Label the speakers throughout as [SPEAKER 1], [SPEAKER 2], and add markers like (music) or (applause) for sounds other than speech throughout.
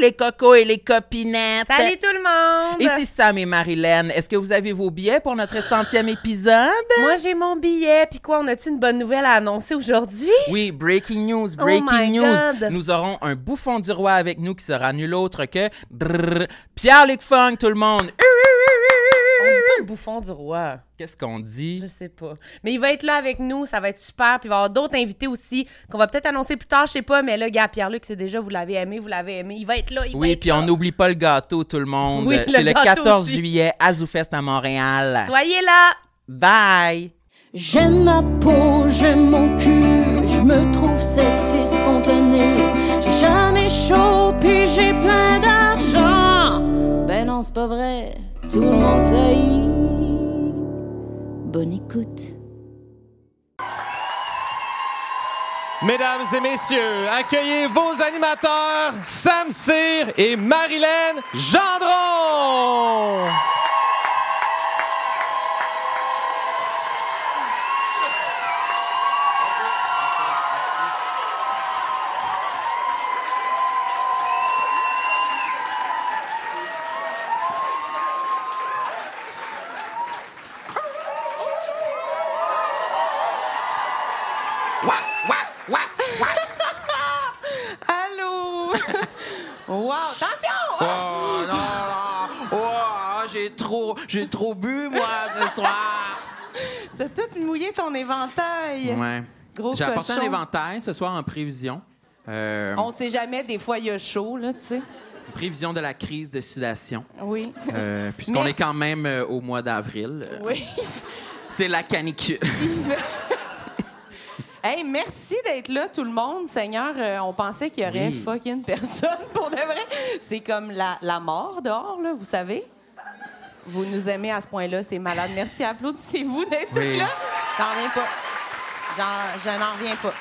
[SPEAKER 1] les cocos et les copinettes.
[SPEAKER 2] Salut tout le monde!
[SPEAKER 1] Ici Sam et Marilyn. Est-ce que vous avez vos billets pour notre centième épisode?
[SPEAKER 2] Moi, j'ai mon billet. Puis quoi, on a-tu une bonne nouvelle à annoncer aujourd'hui?
[SPEAKER 1] Oui, breaking news, breaking
[SPEAKER 2] Oh my
[SPEAKER 1] news.
[SPEAKER 2] God.
[SPEAKER 1] Nous aurons un bouffon du roi avec nous qui sera nul autre que Brrr, Pierre-Luc Funk, tout le monde.
[SPEAKER 2] On dit pas le bouffon du roi.
[SPEAKER 1] Qu'est-ce qu'on
[SPEAKER 2] Je
[SPEAKER 1] dit?
[SPEAKER 2] sais pas. Mais il va être là avec nous. Ça va être super. Puis il va y avoir d'autres invités aussi qu'on va peut-être annoncer plus tard. Je sais pas. Mais là, gars, Pierre-Luc, c'est déjà, vous l'avez aimé, vous l'avez aimé. Il va être là. Il va
[SPEAKER 1] Oui,
[SPEAKER 2] être
[SPEAKER 1] puis
[SPEAKER 2] là.
[SPEAKER 1] on n'oublie pas le gâteau, tout le monde.
[SPEAKER 2] Oui,
[SPEAKER 1] C'est
[SPEAKER 2] le
[SPEAKER 1] le
[SPEAKER 2] gâteau
[SPEAKER 1] 14
[SPEAKER 2] aussi.
[SPEAKER 1] juillet à ZooFest à Montréal.
[SPEAKER 2] Soyez là!
[SPEAKER 1] Bye!
[SPEAKER 3] J'aime ma peau, j'aime mon cul, je me trouve sexy spontané. J'ai jamais chaud, puis j'ai plein d'argent. Ben non, c'est pas vrai, tout le monde sait. Bonne écoute.
[SPEAKER 4] Mesdames et messieurs, accueillez vos animateurs Sam Cyr et Marilyn Gendron.
[SPEAKER 5] Allô! (laughs) wow! Attention!
[SPEAKER 6] Oh non, non. Oh, j'ai trop, j'ai trop bu moi ce soir.
[SPEAKER 5] T'as tout mouillé ton éventail.
[SPEAKER 6] Ouais.
[SPEAKER 5] Gros
[SPEAKER 6] J'ai apporté un
[SPEAKER 5] cochon.
[SPEAKER 6] éventail ce soir en prévision. Euh,
[SPEAKER 5] On sait jamais, des fois, il y a chaud, là, tu sais.
[SPEAKER 6] Prévision de la crise de sudation.
[SPEAKER 5] Oui.
[SPEAKER 6] Euh, Puisqu'on
[SPEAKER 5] Merci.
[SPEAKER 6] est quand même euh, au mois d'avril. Euh,
[SPEAKER 5] Oui.
[SPEAKER 2] (laughs)
[SPEAKER 6] C'est la canicule. (laughs)
[SPEAKER 5] Hey, merci d'être là, tout le monde. Seigneur, euh, on pensait qu'il y aurait
[SPEAKER 6] Oui.
[SPEAKER 5] fucking personne (laughs) pour de vrai. C'est comme la, la mort dehors, là, vous savez. Vous nous aimez à ce point-là, c'est malade. Merci, applaudissez-vous d'être
[SPEAKER 6] Oui.
[SPEAKER 5] toutes là. J'en reviens pas. J'en- je n'en reviens pas.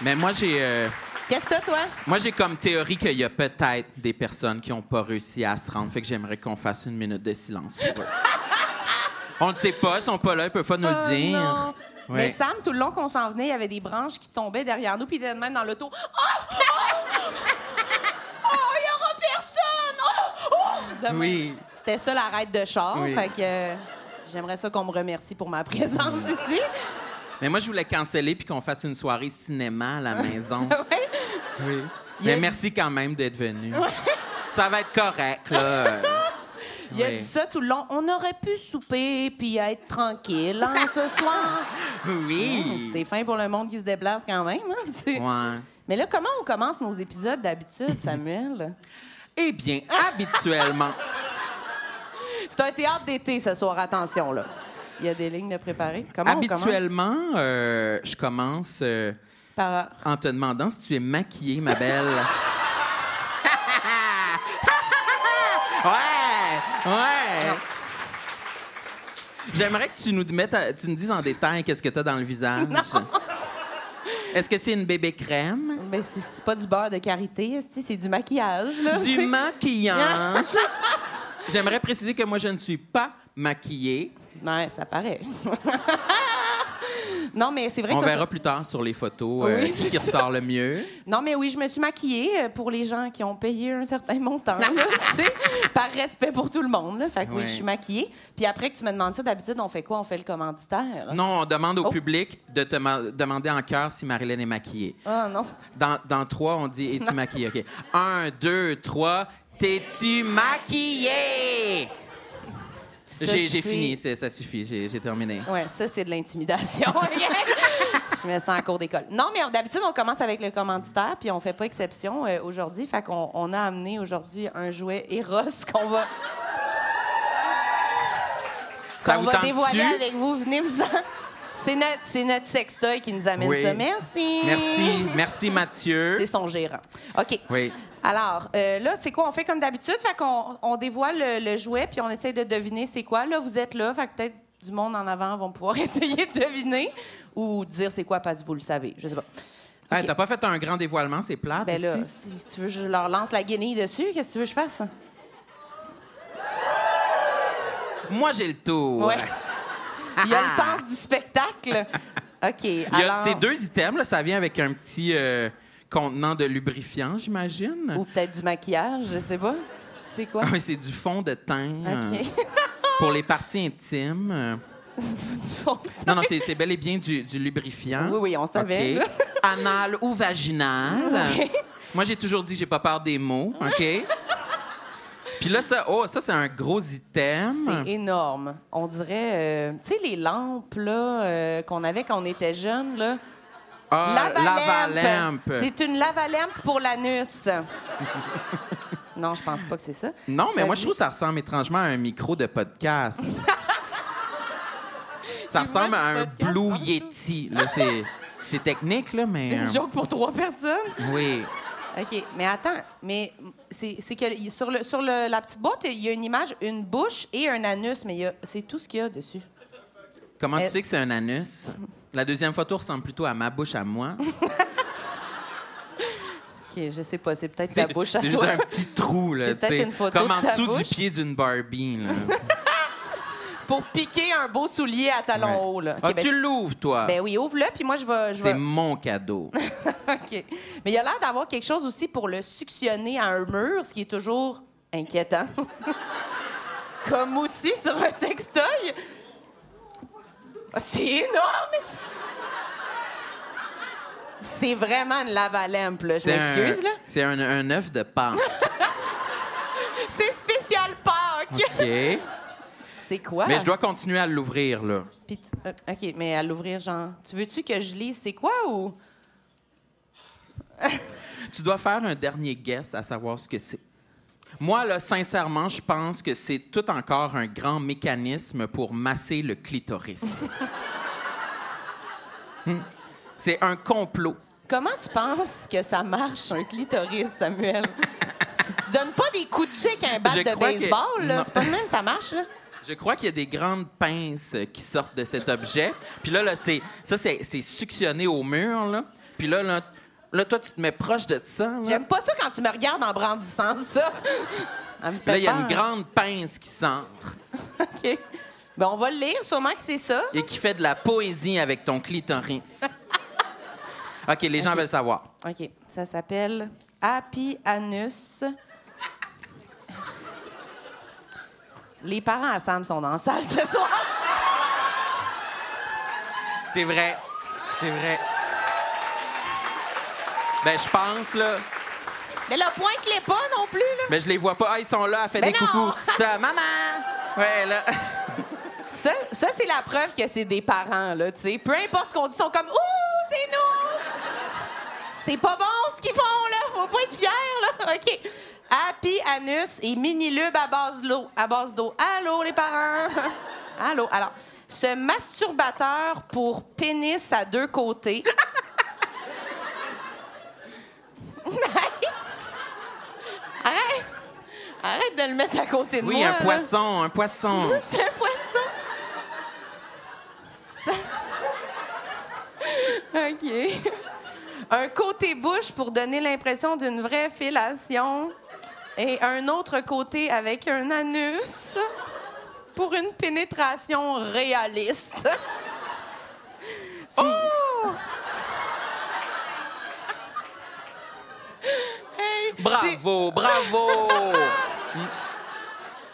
[SPEAKER 6] Mais moi, j'ai. euh,
[SPEAKER 5] Qu'est-ce que t'as, toi?
[SPEAKER 6] Moi, j'ai comme théorie qu'il y a peut-être des personnes qui n'ont pas réussi à se rendre. Fait que j'aimerais qu'on fasse une minute de silence pour eux.
[SPEAKER 5] (laughs)
[SPEAKER 6] On ne sait pas, ils sont pas là, ils peuvent pas nous
[SPEAKER 5] Ah,
[SPEAKER 6] le dire.
[SPEAKER 5] non.
[SPEAKER 6] Ouais.
[SPEAKER 5] Mais Sam, tout le long qu'on s'en venait, il y avait des branches qui tombaient derrière nous, puis il était de même dans l'auto. Oh! Oh! Oh, il y aura personne! Oh! Oh! De même.
[SPEAKER 6] Oui.
[SPEAKER 5] C'était ça l'arrête de char.
[SPEAKER 6] Oui.
[SPEAKER 5] Fait que euh, j'aimerais ça qu'on me remercie pour ma présence ici. (laughs)
[SPEAKER 6] Mais moi, je voulais canceller puis qu'on fasse une soirée cinéma
[SPEAKER 5] (laughs)
[SPEAKER 6] à la maison.
[SPEAKER 5] Ouais.
[SPEAKER 6] oui.
[SPEAKER 5] Il a
[SPEAKER 6] Mais
[SPEAKER 5] dit-
[SPEAKER 6] merci quand même d'être venu. (laughs) Ça va être correct, là. Euh,
[SPEAKER 5] (laughs) Il a
[SPEAKER 6] oui.
[SPEAKER 5] dit ça tout le long. On aurait pu souper puis être tranquille hein,
[SPEAKER 6] (laughs)
[SPEAKER 5] ce soir.
[SPEAKER 6] Oui.
[SPEAKER 5] C'est fin pour le monde qui se déplace quand même. hein. C'est-
[SPEAKER 6] Ouais.
[SPEAKER 5] Mais là, comment on commence nos épisodes d'habitude, Samuel?
[SPEAKER 6] Eh bien, habituellement,
[SPEAKER 5] C'est un théâtre d'été ce soir, attention là. Il y a des lignes de préparer. (laughs) Comment on commence?
[SPEAKER 6] habituellement, euh, je commence euh,
[SPEAKER 5] Par...
[SPEAKER 6] en te demandant si tu es maquillée, ma belle. (laughs) ouais, ouais. J'aimerais que tu nous mettes, à- tu nous dises en détail qu'est-ce que tu as dans le visage.
[SPEAKER 5] (laughs)
[SPEAKER 6] Est-ce que c'est une bébé crème?
[SPEAKER 5] Ben, c'est c'est pas du beurre de karité, esti, c'est du maquillage.
[SPEAKER 6] (laughs)
[SPEAKER 5] Là,
[SPEAKER 6] Du
[SPEAKER 5] c'est-
[SPEAKER 6] maquillage. (laughs) J'aimerais préciser que moi je ne suis pas maquillée.
[SPEAKER 5] Ouais, ça paraît. (laughs) non, mais c'est vrai
[SPEAKER 6] On
[SPEAKER 5] que...
[SPEAKER 6] verra plus tard sur les photos euh,
[SPEAKER 5] Oui, c'est
[SPEAKER 6] qui ressort le mieux.
[SPEAKER 5] Non, mais oui, je me suis maquillée euh, pour les gens qui ont payé un certain
[SPEAKER 6] (laughs)
[SPEAKER 5] montant, là, tu sais, par respect pour tout le monde. Là. Fait que oui,
[SPEAKER 6] Ouais.
[SPEAKER 5] je suis maquillée. Puis après que tu me demandes ça, d'habitude, on fait quoi? On fait le commanditaire?
[SPEAKER 6] Non, on demande au
[SPEAKER 5] Oh.
[SPEAKER 6] public de te ma- demander en cœur si Marilyn est maquillée.
[SPEAKER 5] Ah non.
[SPEAKER 6] Dans, dans trois, on dit es-tu maquillée? OK. Un, deux, trois. T'es-tu maquillée?
[SPEAKER 5] Ça,
[SPEAKER 6] J'ai j'ai
[SPEAKER 5] c'est-
[SPEAKER 6] fini, c'est- ça suffit, j'ai j'ai terminé.
[SPEAKER 5] Ouais, ça, c'est de l'intimidation. (laughs) je me sens en cours d'école. Non, mais on- d'habitude, on commence avec le commanditaire, puis on fait pas exception euh, aujourd'hui. Fait qu'on on a amené aujourd'hui un jouet Eros
[SPEAKER 6] (laughs)
[SPEAKER 5] qu'on va,
[SPEAKER 6] Ça
[SPEAKER 5] qu'on
[SPEAKER 6] vous
[SPEAKER 5] va
[SPEAKER 6] tente-tu?
[SPEAKER 5] dévoiler avec vous. Venez vous en. C'est notre, c'est notre sextoy qui nous amène
[SPEAKER 6] Oui.
[SPEAKER 5] ça. Merci.
[SPEAKER 6] Merci, merci
[SPEAKER 5] C'est
[SPEAKER 6] Mathieu.
[SPEAKER 5] son gérant. OK.
[SPEAKER 6] Oui.
[SPEAKER 5] Alors, euh, là, c'est quoi? On fait comme d'habitude. Fait qu'on on dévoile le, le jouet, puis on essaie de deviner c'est quoi. Là, vous êtes là. Fait que peut-être du monde en avant vont pouvoir (laughs) essayer de deviner ou dire c'est quoi parce que vous le savez. Je sais pas.
[SPEAKER 6] Hey,
[SPEAKER 5] OK.
[SPEAKER 6] T'as pas fait un grand dévoilement, c'est plate.
[SPEAKER 5] Ben là,
[SPEAKER 6] ici?
[SPEAKER 5] si tu veux, je leur lance la guenille dessus. Qu'est-ce que tu veux que je fasse?
[SPEAKER 6] Moi, j'ai le tour.
[SPEAKER 5] Ouais. Il y a le sens du spectacle. OK.
[SPEAKER 6] Ah. Il y a-
[SPEAKER 5] alors...
[SPEAKER 6] Ces deux items, là, ça vient avec un petit euh, contenant de lubrifiant, j'imagine.
[SPEAKER 5] Ou peut-être du maquillage, je sais pas. C'est quoi?
[SPEAKER 6] Ah oui, c'est du fond de teint euh,
[SPEAKER 5] OK.
[SPEAKER 6] pour les parties intimes. euh.
[SPEAKER 5] Du fond.
[SPEAKER 6] Non, non, c'est c'est bel et bien du, du lubrifiant.
[SPEAKER 5] (laughs) Oui, oui, on savait,
[SPEAKER 6] OK.
[SPEAKER 5] là.
[SPEAKER 6] (laughs) Anal ou
[SPEAKER 5] (laughs)
[SPEAKER 6] vaginal.
[SPEAKER 5] Oui.
[SPEAKER 6] Moi, j'ai toujours dit que j'ai pas peur des mots, OK? Puis là, ça, oh, ça, c'est un gros item.
[SPEAKER 5] C'est énorme. On dirait, euh, tu sais, les lampes là, euh, qu'on avait quand on était jeune, là.
[SPEAKER 6] Ah,
[SPEAKER 5] Lavalampe.
[SPEAKER 6] lavalampe.
[SPEAKER 5] C'est une lavalampe pour l'anus. (laughs) non, je pense pas que c'est ça.
[SPEAKER 6] Non, mais
[SPEAKER 5] Ça
[SPEAKER 6] moi, je trouve que ça ressemble étrangement à un micro de
[SPEAKER 5] (laughs)
[SPEAKER 6] podcast. ça ressemble à un Blue Yeti. là, c'est- C'est technique, là, mais...
[SPEAKER 5] une
[SPEAKER 6] euh,
[SPEAKER 5] joke pour trois personnes.
[SPEAKER 6] Oui.
[SPEAKER 5] OK, mais attends, mais c'est c'est que y- sur, le, sur le- la petite boîte, il y a une image, une bouche et un anus, mais il y a- c'est tout ce qu'il y a dessus.
[SPEAKER 6] Comment tu
[SPEAKER 5] Elle-
[SPEAKER 6] sais que c'est un anus? La deuxième photo ressemble plutôt à ma bouche à moi.
[SPEAKER 5] OK, je sais pas, c'est peut-être
[SPEAKER 6] C'est
[SPEAKER 5] (laughs) ta bouche à
[SPEAKER 6] c'est
[SPEAKER 5] toi.
[SPEAKER 6] juste un petit trou, là.
[SPEAKER 5] C'est peut-être
[SPEAKER 6] tu sais,
[SPEAKER 5] une photo
[SPEAKER 6] comme
[SPEAKER 5] de
[SPEAKER 6] en
[SPEAKER 5] ta
[SPEAKER 6] dessous du
[SPEAKER 5] bouche.
[SPEAKER 6] pied d'une Barbie,
[SPEAKER 5] (laughs)
[SPEAKER 6] là.
[SPEAKER 5] Pour piquer un beau soulier à talons
[SPEAKER 6] Ouais.
[SPEAKER 5] hauts, là. OK,
[SPEAKER 6] Ah,
[SPEAKER 5] ben,
[SPEAKER 6] tu l'ouvres, toi.
[SPEAKER 5] ben oui, ouvre-le, puis moi, je vais... je
[SPEAKER 6] c'est
[SPEAKER 5] vais-
[SPEAKER 6] mon
[SPEAKER 5] (laughs)
[SPEAKER 6] cadeau.
[SPEAKER 5] OK. Mais il a l'air d'avoir quelque chose aussi pour le suctionner à un mur, ce qui est toujours inquiétant. (laughs) Comme outil sur un sextoy. Ah, C'est énorme! mais c'est- C'est vraiment une lavalampe, là. Je
[SPEAKER 6] C'est un-
[SPEAKER 5] m'excuse, là.
[SPEAKER 6] C'est un, un œuf de
[SPEAKER 5] (laughs)
[SPEAKER 6] Pâques.
[SPEAKER 5] C'est spécial Pâques!
[SPEAKER 6] OK. Mais
[SPEAKER 5] C'est quoi?
[SPEAKER 6] je dois continuer à l'ouvrir, là.
[SPEAKER 5] Puis tu- euh, OK, mais à l'ouvrir, genre... Tu veux-tu que je lise c'est quoi ou...
[SPEAKER 6] Tu dois faire un dernier guess à savoir ce que c'est. Moi, là, sincèrement, je pense que c'est tout encore un grand mécanisme pour masser le clitoris. Hmm. C'est un complot.
[SPEAKER 5] Comment tu penses que ça marche, un clitoris, Samuel? (laughs) si tu donnes pas des coups de dessus avec un bat
[SPEAKER 6] Je
[SPEAKER 5] de
[SPEAKER 6] crois que-
[SPEAKER 5] baseball,
[SPEAKER 6] Non.
[SPEAKER 5] là, c'est pas le même que ça marche, là.
[SPEAKER 6] Je crois qu'il y a des grandes pinces qui sortent de cet objet. Puis là, là c'est ça, c'est c'est suctionné au mur, là. Puis là, là, là, toi, tu te mets proche de ça. Là,
[SPEAKER 5] J'aime pas ça quand tu me regardes en brandissant ça. (laughs) Ça me
[SPEAKER 6] Puis là,
[SPEAKER 5] fait
[SPEAKER 6] il y a une
[SPEAKER 5] peur.
[SPEAKER 6] grande pince qui sort
[SPEAKER 5] OK. Ben, on va le lire, sûrement que c'est ça.
[SPEAKER 6] et qui fait de la poésie avec ton clitoris. OK, les gens veulent savoir.
[SPEAKER 5] OK. Ça s'appelle Happy Anus. Les parents à Sam sont dans la salle ce soir.
[SPEAKER 6] C'est vrai. C'est vrai. Ben, je pense, là.
[SPEAKER 5] Mais là, pointe-les pas non plus, là.
[SPEAKER 6] Mais je les vois pas. Ah, ils sont là, elle fait
[SPEAKER 5] Mais
[SPEAKER 6] des
[SPEAKER 5] Ben non!
[SPEAKER 6] coucous. Ça, maman! Ouais,
[SPEAKER 5] (laughs)
[SPEAKER 6] là.
[SPEAKER 5] Ça, ça, c'est la preuve que c'est des parents, là, tu sais. Peu importe ce qu'on dit, ils sont comme Ouh, c'est nous! C'est pas bon ce qu'ils font, là! Faut pas être fiers, là! (laughs) OK. Happy anus et mini-lube à base d'eau. À base d'eau. Allô, les parents! (laughs) Allô? Alors, ce masturbateur pour pénis à deux côtés. (laughs) Arrête! Arrête de le mettre à côté de
[SPEAKER 6] Oui,
[SPEAKER 5] moi.
[SPEAKER 6] un
[SPEAKER 5] là.
[SPEAKER 6] poisson, un poisson.
[SPEAKER 5] C'est un poisson. Ça- OK. Un côté bouche pour donner l'impression d'une vraie fellation et un autre côté avec un anus pour une pénétration réaliste. Oh!
[SPEAKER 6] Bravo,
[SPEAKER 5] (laughs)
[SPEAKER 6] bravo! Mm.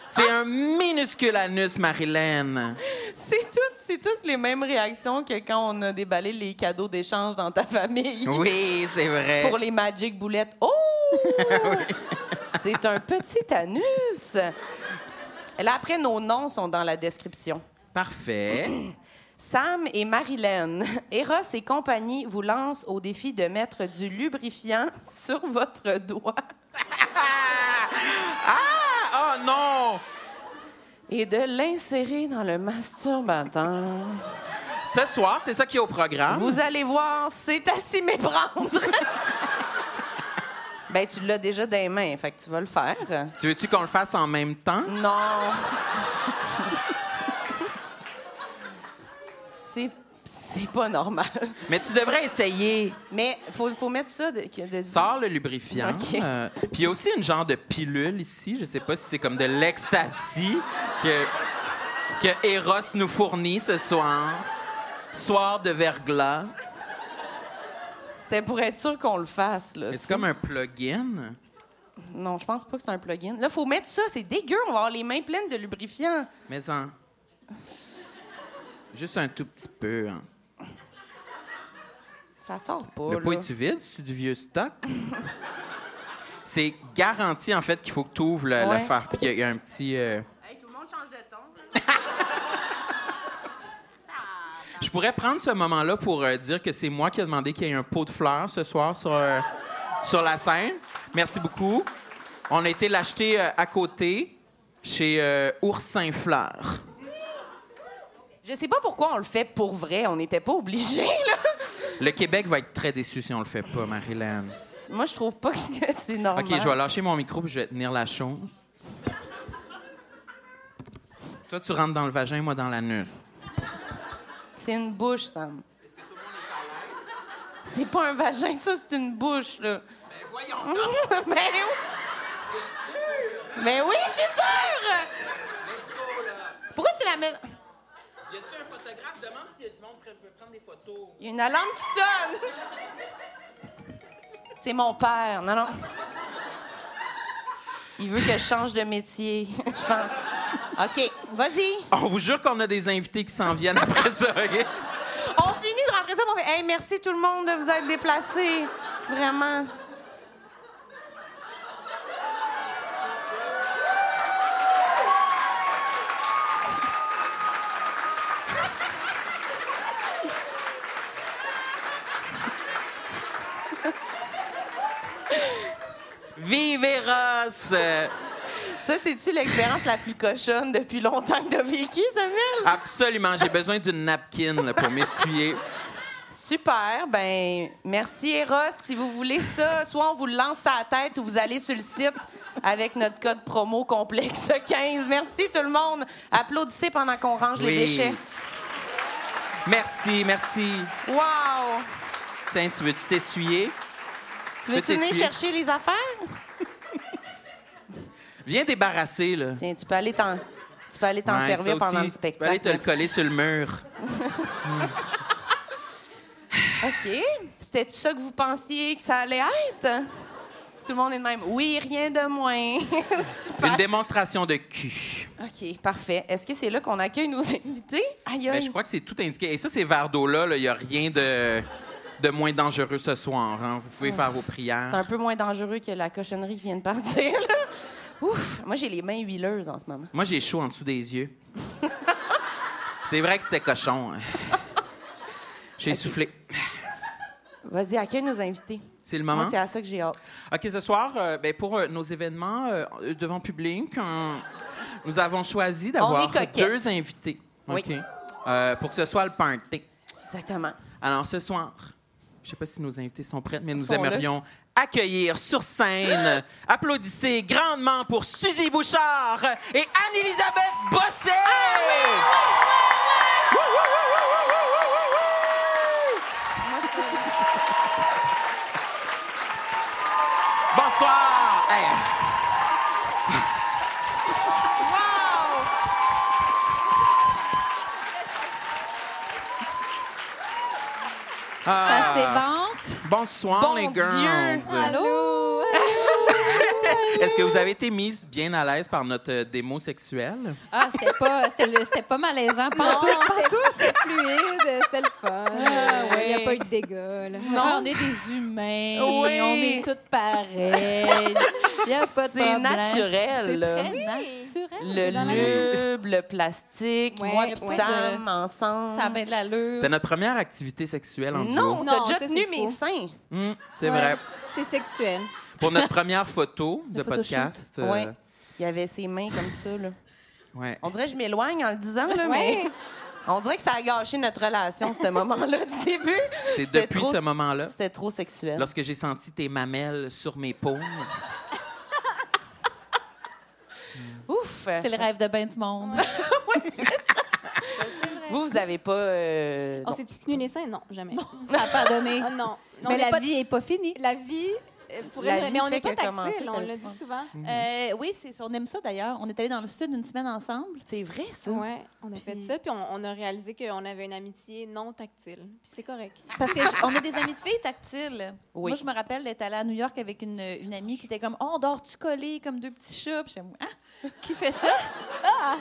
[SPEAKER 6] C'est un minuscule anus, Marilyn.
[SPEAKER 5] C'est tout- c'est toutes les mêmes réactions que quand on a déballé les cadeaux d'échange dans ta famille.
[SPEAKER 6] Oui, c'est vrai.
[SPEAKER 5] pour les Magic Boulettes. Oh! C'est un petit anus. Là, après, nos noms sont dans la description.
[SPEAKER 6] Parfait.
[SPEAKER 5] Sam et Marilyn, Eros et compagnie vous lancent au défi de mettre du lubrifiant (laughs) sur votre doigt
[SPEAKER 6] Ah! Oh non!
[SPEAKER 5] et de l'insérer dans le masturbateur.
[SPEAKER 6] Ce soir, c'est ça qui est au programme.
[SPEAKER 5] Vous allez voir, c'est à s'y méprendre. (laughs) ben, tu l'as déjà dans les mains, fait que tu vas le faire.
[SPEAKER 6] Tu veux-tu qu'on le fasse en même temps?
[SPEAKER 5] Non. c'est c'est pas normal.
[SPEAKER 6] Mais tu devrais essayer.
[SPEAKER 5] Mais faut faut mettre ça de, que de
[SPEAKER 6] Sors le lubrifiant.
[SPEAKER 5] OK.
[SPEAKER 6] Euh, puis il y a aussi une genre de pilule ici. Je sais pas si c'est comme de l'ecstasy que, que Eros nous fournit ce soir. Soir de verglas.
[SPEAKER 5] C'était pour être sûr qu'on le fasse. Là,
[SPEAKER 6] Mais C'est comme un plugin.
[SPEAKER 5] Non, je pense pas que c'est un plugin. Là, faut mettre ça. C'est dégueu. On va avoir les mains pleines de lubrifiant.
[SPEAKER 6] Mais en. Juste un tout petit peu. hein.
[SPEAKER 5] Ça sort pas.
[SPEAKER 6] Le
[SPEAKER 5] Oh là.
[SPEAKER 6] pot est-tu vide? C'est du vieux stock? C'est garanti, en fait, qu'il faut que tu ouvres le, le
[SPEAKER 5] Ouais.
[SPEAKER 6] fer. Puis il y a- il y, a un petit. euh,
[SPEAKER 5] Hey, tout le monde change de ton.
[SPEAKER 6] Je pourrais prendre ce moment-là pour euh, dire que c'est moi qui ai demandé qu'il y ait un pot de fleurs ce soir sur, euh, sur la scène. Merci beaucoup. On a été l'acheter euh, à côté chez euh, Oursin Fleurs.
[SPEAKER 5] Je sais pas pourquoi on le fait pour vrai. On n'était pas obligés, (laughs) là.
[SPEAKER 6] Le Québec va être très déçu si on le fait pas, Marilyn.
[SPEAKER 5] Moi, je trouve pas que c'est normal.
[SPEAKER 6] OK, je vais lâcher mon micro puis je vais tenir la chose. Toi, tu rentres dans le vagin, moi dans l'anus.
[SPEAKER 5] C'est une bouche, Sam. C'est pas un vagin, ça, c'est une bouche, là. Mais Ben, (laughs) voyons donc! Mais oui! Mais Ben oui, je suis sûre! Pourquoi tu la mets...
[SPEAKER 6] Y a-tu un photographe? Demande si le monde peut prendre des photos.
[SPEAKER 5] Il y a une alarme qui sonne! C'est mon père, non, non. Il veut que je change de métier, (laughs) je pense. OK, vas-y.
[SPEAKER 6] On vous jure qu'on a des invités qui s'en viennent après ça, OK?
[SPEAKER 5] On finit de rentrer ça, puis on fait Hey, merci tout le monde de vous être déplacés. Vraiment.
[SPEAKER 6] Vive Eros! Euh,
[SPEAKER 5] Ça, c'est-tu l'expérience la plus cochonne depuis longtemps que t'as vécu,
[SPEAKER 6] Ah.
[SPEAKER 5] Samuel?
[SPEAKER 6] Absolument, j'ai besoin d'une napkin là, pour m'essuyer.
[SPEAKER 5] Super. Ben, merci, Eros. Si vous voulez ça, soit on vous le lance à la tête ou vous allez sur le site avec notre code promo complexe (laughs) 15. Merci, tout le monde. Applaudissez pendant qu'on range les
[SPEAKER 6] Oui.
[SPEAKER 5] déchets.
[SPEAKER 6] Merci, merci.
[SPEAKER 5] Wow!
[SPEAKER 6] Tiens, tu veux-tu t'essuyer?
[SPEAKER 5] Tu veux-tu
[SPEAKER 6] Peux
[SPEAKER 5] venir
[SPEAKER 6] t'essuyer.
[SPEAKER 5] chercher les affaires?
[SPEAKER 6] Viens débarrasser, là.
[SPEAKER 5] Tiens, tu peux aller t'en... Tu peux aller t'en
[SPEAKER 6] Ouais,
[SPEAKER 5] servir
[SPEAKER 6] ça
[SPEAKER 5] pendant
[SPEAKER 6] aussi.
[SPEAKER 5] le spectacle.
[SPEAKER 6] Tu peux aller te le
[SPEAKER 5] Merci.
[SPEAKER 6] coller sur le mur.
[SPEAKER 5] OK. C'était ça que vous pensiez que ça allait être? Tout le monde est de même. Oui, rien de moins. (laughs)
[SPEAKER 6] Une
[SPEAKER 5] Super.
[SPEAKER 6] démonstration de cul.
[SPEAKER 5] OK, parfait. Est-ce que c'est là qu'on accueille nos (laughs) invités? Aïe,
[SPEAKER 6] Ben,
[SPEAKER 5] aïe.
[SPEAKER 6] je crois que c'est tout indiqué. Et ça, ces verres d'eau-là, il n'y a rien de, de moins dangereux ce soir. hein. Vous pouvez faire vos prières.
[SPEAKER 5] Oh. C'est un peu moins dangereux que la cochonnerie qui vient de partir. là. Ouf, moi, j'ai les mains huileuses en ce moment.
[SPEAKER 6] Moi, j'ai chaud en dessous des
[SPEAKER 5] (laughs)
[SPEAKER 6] yeux. c'est vrai que c'était cochon. hein. J'ai soufflé.
[SPEAKER 5] Vas-y, accueille nos invités.
[SPEAKER 6] C'est le
[SPEAKER 5] Moi,
[SPEAKER 6] moment.
[SPEAKER 5] c'est à ça que j'ai hâte.
[SPEAKER 6] OK, ce soir, euh, ben, pour euh, nos événements euh, euh, devant public, euh, nous avons choisi d'avoir
[SPEAKER 5] On est coquettes.
[SPEAKER 6] deux invités.
[SPEAKER 5] Oui.
[SPEAKER 6] OK. Euh, pour que ce soit le party.
[SPEAKER 5] Exactement.
[SPEAKER 6] Alors, ce soir, je sais pas si nos invités sont prêts, mais nous
[SPEAKER 5] sont
[SPEAKER 6] aimerions accueillir sur scène, applaudissez grandement pour Suzy Bouchard et Anne-Élisabeth Bossé!
[SPEAKER 5] Ah
[SPEAKER 6] Wouh, wouh, wouh, wouh, wouh, wouh, wouh, wouh! Bonsoir! Hey. Ah. Bonsoir
[SPEAKER 5] Bon
[SPEAKER 6] les
[SPEAKER 5] Dieu!
[SPEAKER 6] girls.
[SPEAKER 3] Allô?
[SPEAKER 6] (laughs) Est-ce que vous avez été mise bien à l'aise par notre euh, démo sexuelle?
[SPEAKER 7] Ah, c'était pas, c'était le- c'était pas malaisant. Pas tout.
[SPEAKER 3] C'était
[SPEAKER 7] (laughs)
[SPEAKER 3] c'était fluide, c'était le fun. Il n'y a pas eu de dégâts. là.
[SPEAKER 7] Ah,
[SPEAKER 8] Ah,
[SPEAKER 7] Non, on est des humains.
[SPEAKER 5] Oui.
[SPEAKER 7] On est toutes pareilles. Il a pas de
[SPEAKER 5] C'est
[SPEAKER 7] problème.
[SPEAKER 5] naturel.
[SPEAKER 7] C'est
[SPEAKER 5] là.
[SPEAKER 7] très naturel. C'est dans la nature.
[SPEAKER 5] Le lube, le plastique,
[SPEAKER 3] Ouais,
[SPEAKER 5] moi
[SPEAKER 3] y
[SPEAKER 5] et
[SPEAKER 3] a pas
[SPEAKER 5] Sam ensemble.
[SPEAKER 7] Ça avait de l'allure.
[SPEAKER 6] C'est notre première activité sexuelle en duo.
[SPEAKER 5] non, t'as
[SPEAKER 3] Non,
[SPEAKER 5] déjà
[SPEAKER 3] ça,
[SPEAKER 5] tenu
[SPEAKER 3] c'est faux.
[SPEAKER 5] mes seins.
[SPEAKER 6] Hmm, c'est
[SPEAKER 3] Ouais,
[SPEAKER 6] vrai.
[SPEAKER 3] C'est sexuel.
[SPEAKER 6] Pour
[SPEAKER 5] (laughs)
[SPEAKER 6] notre première photo de
[SPEAKER 7] photoshoot.
[SPEAKER 6] podcast. euh,
[SPEAKER 5] Ouais. Il y avait ses mains comme ça, là.
[SPEAKER 6] ouais.
[SPEAKER 5] On dirait que je m'éloigne en le disant,
[SPEAKER 7] Ah,
[SPEAKER 5] là,
[SPEAKER 3] Ouais.
[SPEAKER 5] mais on dirait que ça a gâché notre relation, ce moment-là du début.
[SPEAKER 6] C'est
[SPEAKER 5] C'était
[SPEAKER 6] depuis
[SPEAKER 5] trop-
[SPEAKER 6] ce moment-là,
[SPEAKER 5] C'était trop sexuel.
[SPEAKER 6] lorsque j'ai senti tes mamelles sur mes paumes.
[SPEAKER 5] Ouf!
[SPEAKER 7] C'est le rêve de ben du monde.
[SPEAKER 5] Vous, vous avez pas... euh,
[SPEAKER 3] On
[SPEAKER 5] non.
[SPEAKER 3] s'est-tu tenu les seins? Non, jamais.
[SPEAKER 7] Ça n'a pas donné.
[SPEAKER 3] Ah non. Non, on
[SPEAKER 7] Mais
[SPEAKER 3] est
[SPEAKER 7] la
[SPEAKER 3] pas-
[SPEAKER 7] vie est pas finie.
[SPEAKER 3] La vie
[SPEAKER 8] euh, pour
[SPEAKER 5] La
[SPEAKER 8] une-
[SPEAKER 5] vie
[SPEAKER 8] mais on
[SPEAKER 5] fait
[SPEAKER 8] n'est pas
[SPEAKER 5] que commencer,
[SPEAKER 8] tactile, on
[SPEAKER 5] t'as
[SPEAKER 8] le
[SPEAKER 5] du
[SPEAKER 8] dit souvent.
[SPEAKER 7] Euh, oui, c'est- on aime ça d'ailleurs. On est allé dans le sud une semaine ensemble.
[SPEAKER 5] C'est vrai, ça.
[SPEAKER 8] Ouais, on a fait
[SPEAKER 7] Mm. Puis-
[SPEAKER 8] ça, puis on, on a réalisé qu'on avait une amitié non tactile. Puis c'est correct.
[SPEAKER 7] Parce qu'on est des amis de filles tactiles.
[SPEAKER 5] Oui.
[SPEAKER 7] Moi, je me rappelle d'être allée à New York avec une, une amie qui était comme Oh, on dort-tu collé comme deux petits chats? Puis j'étais comme, Hein? Qui fait ça?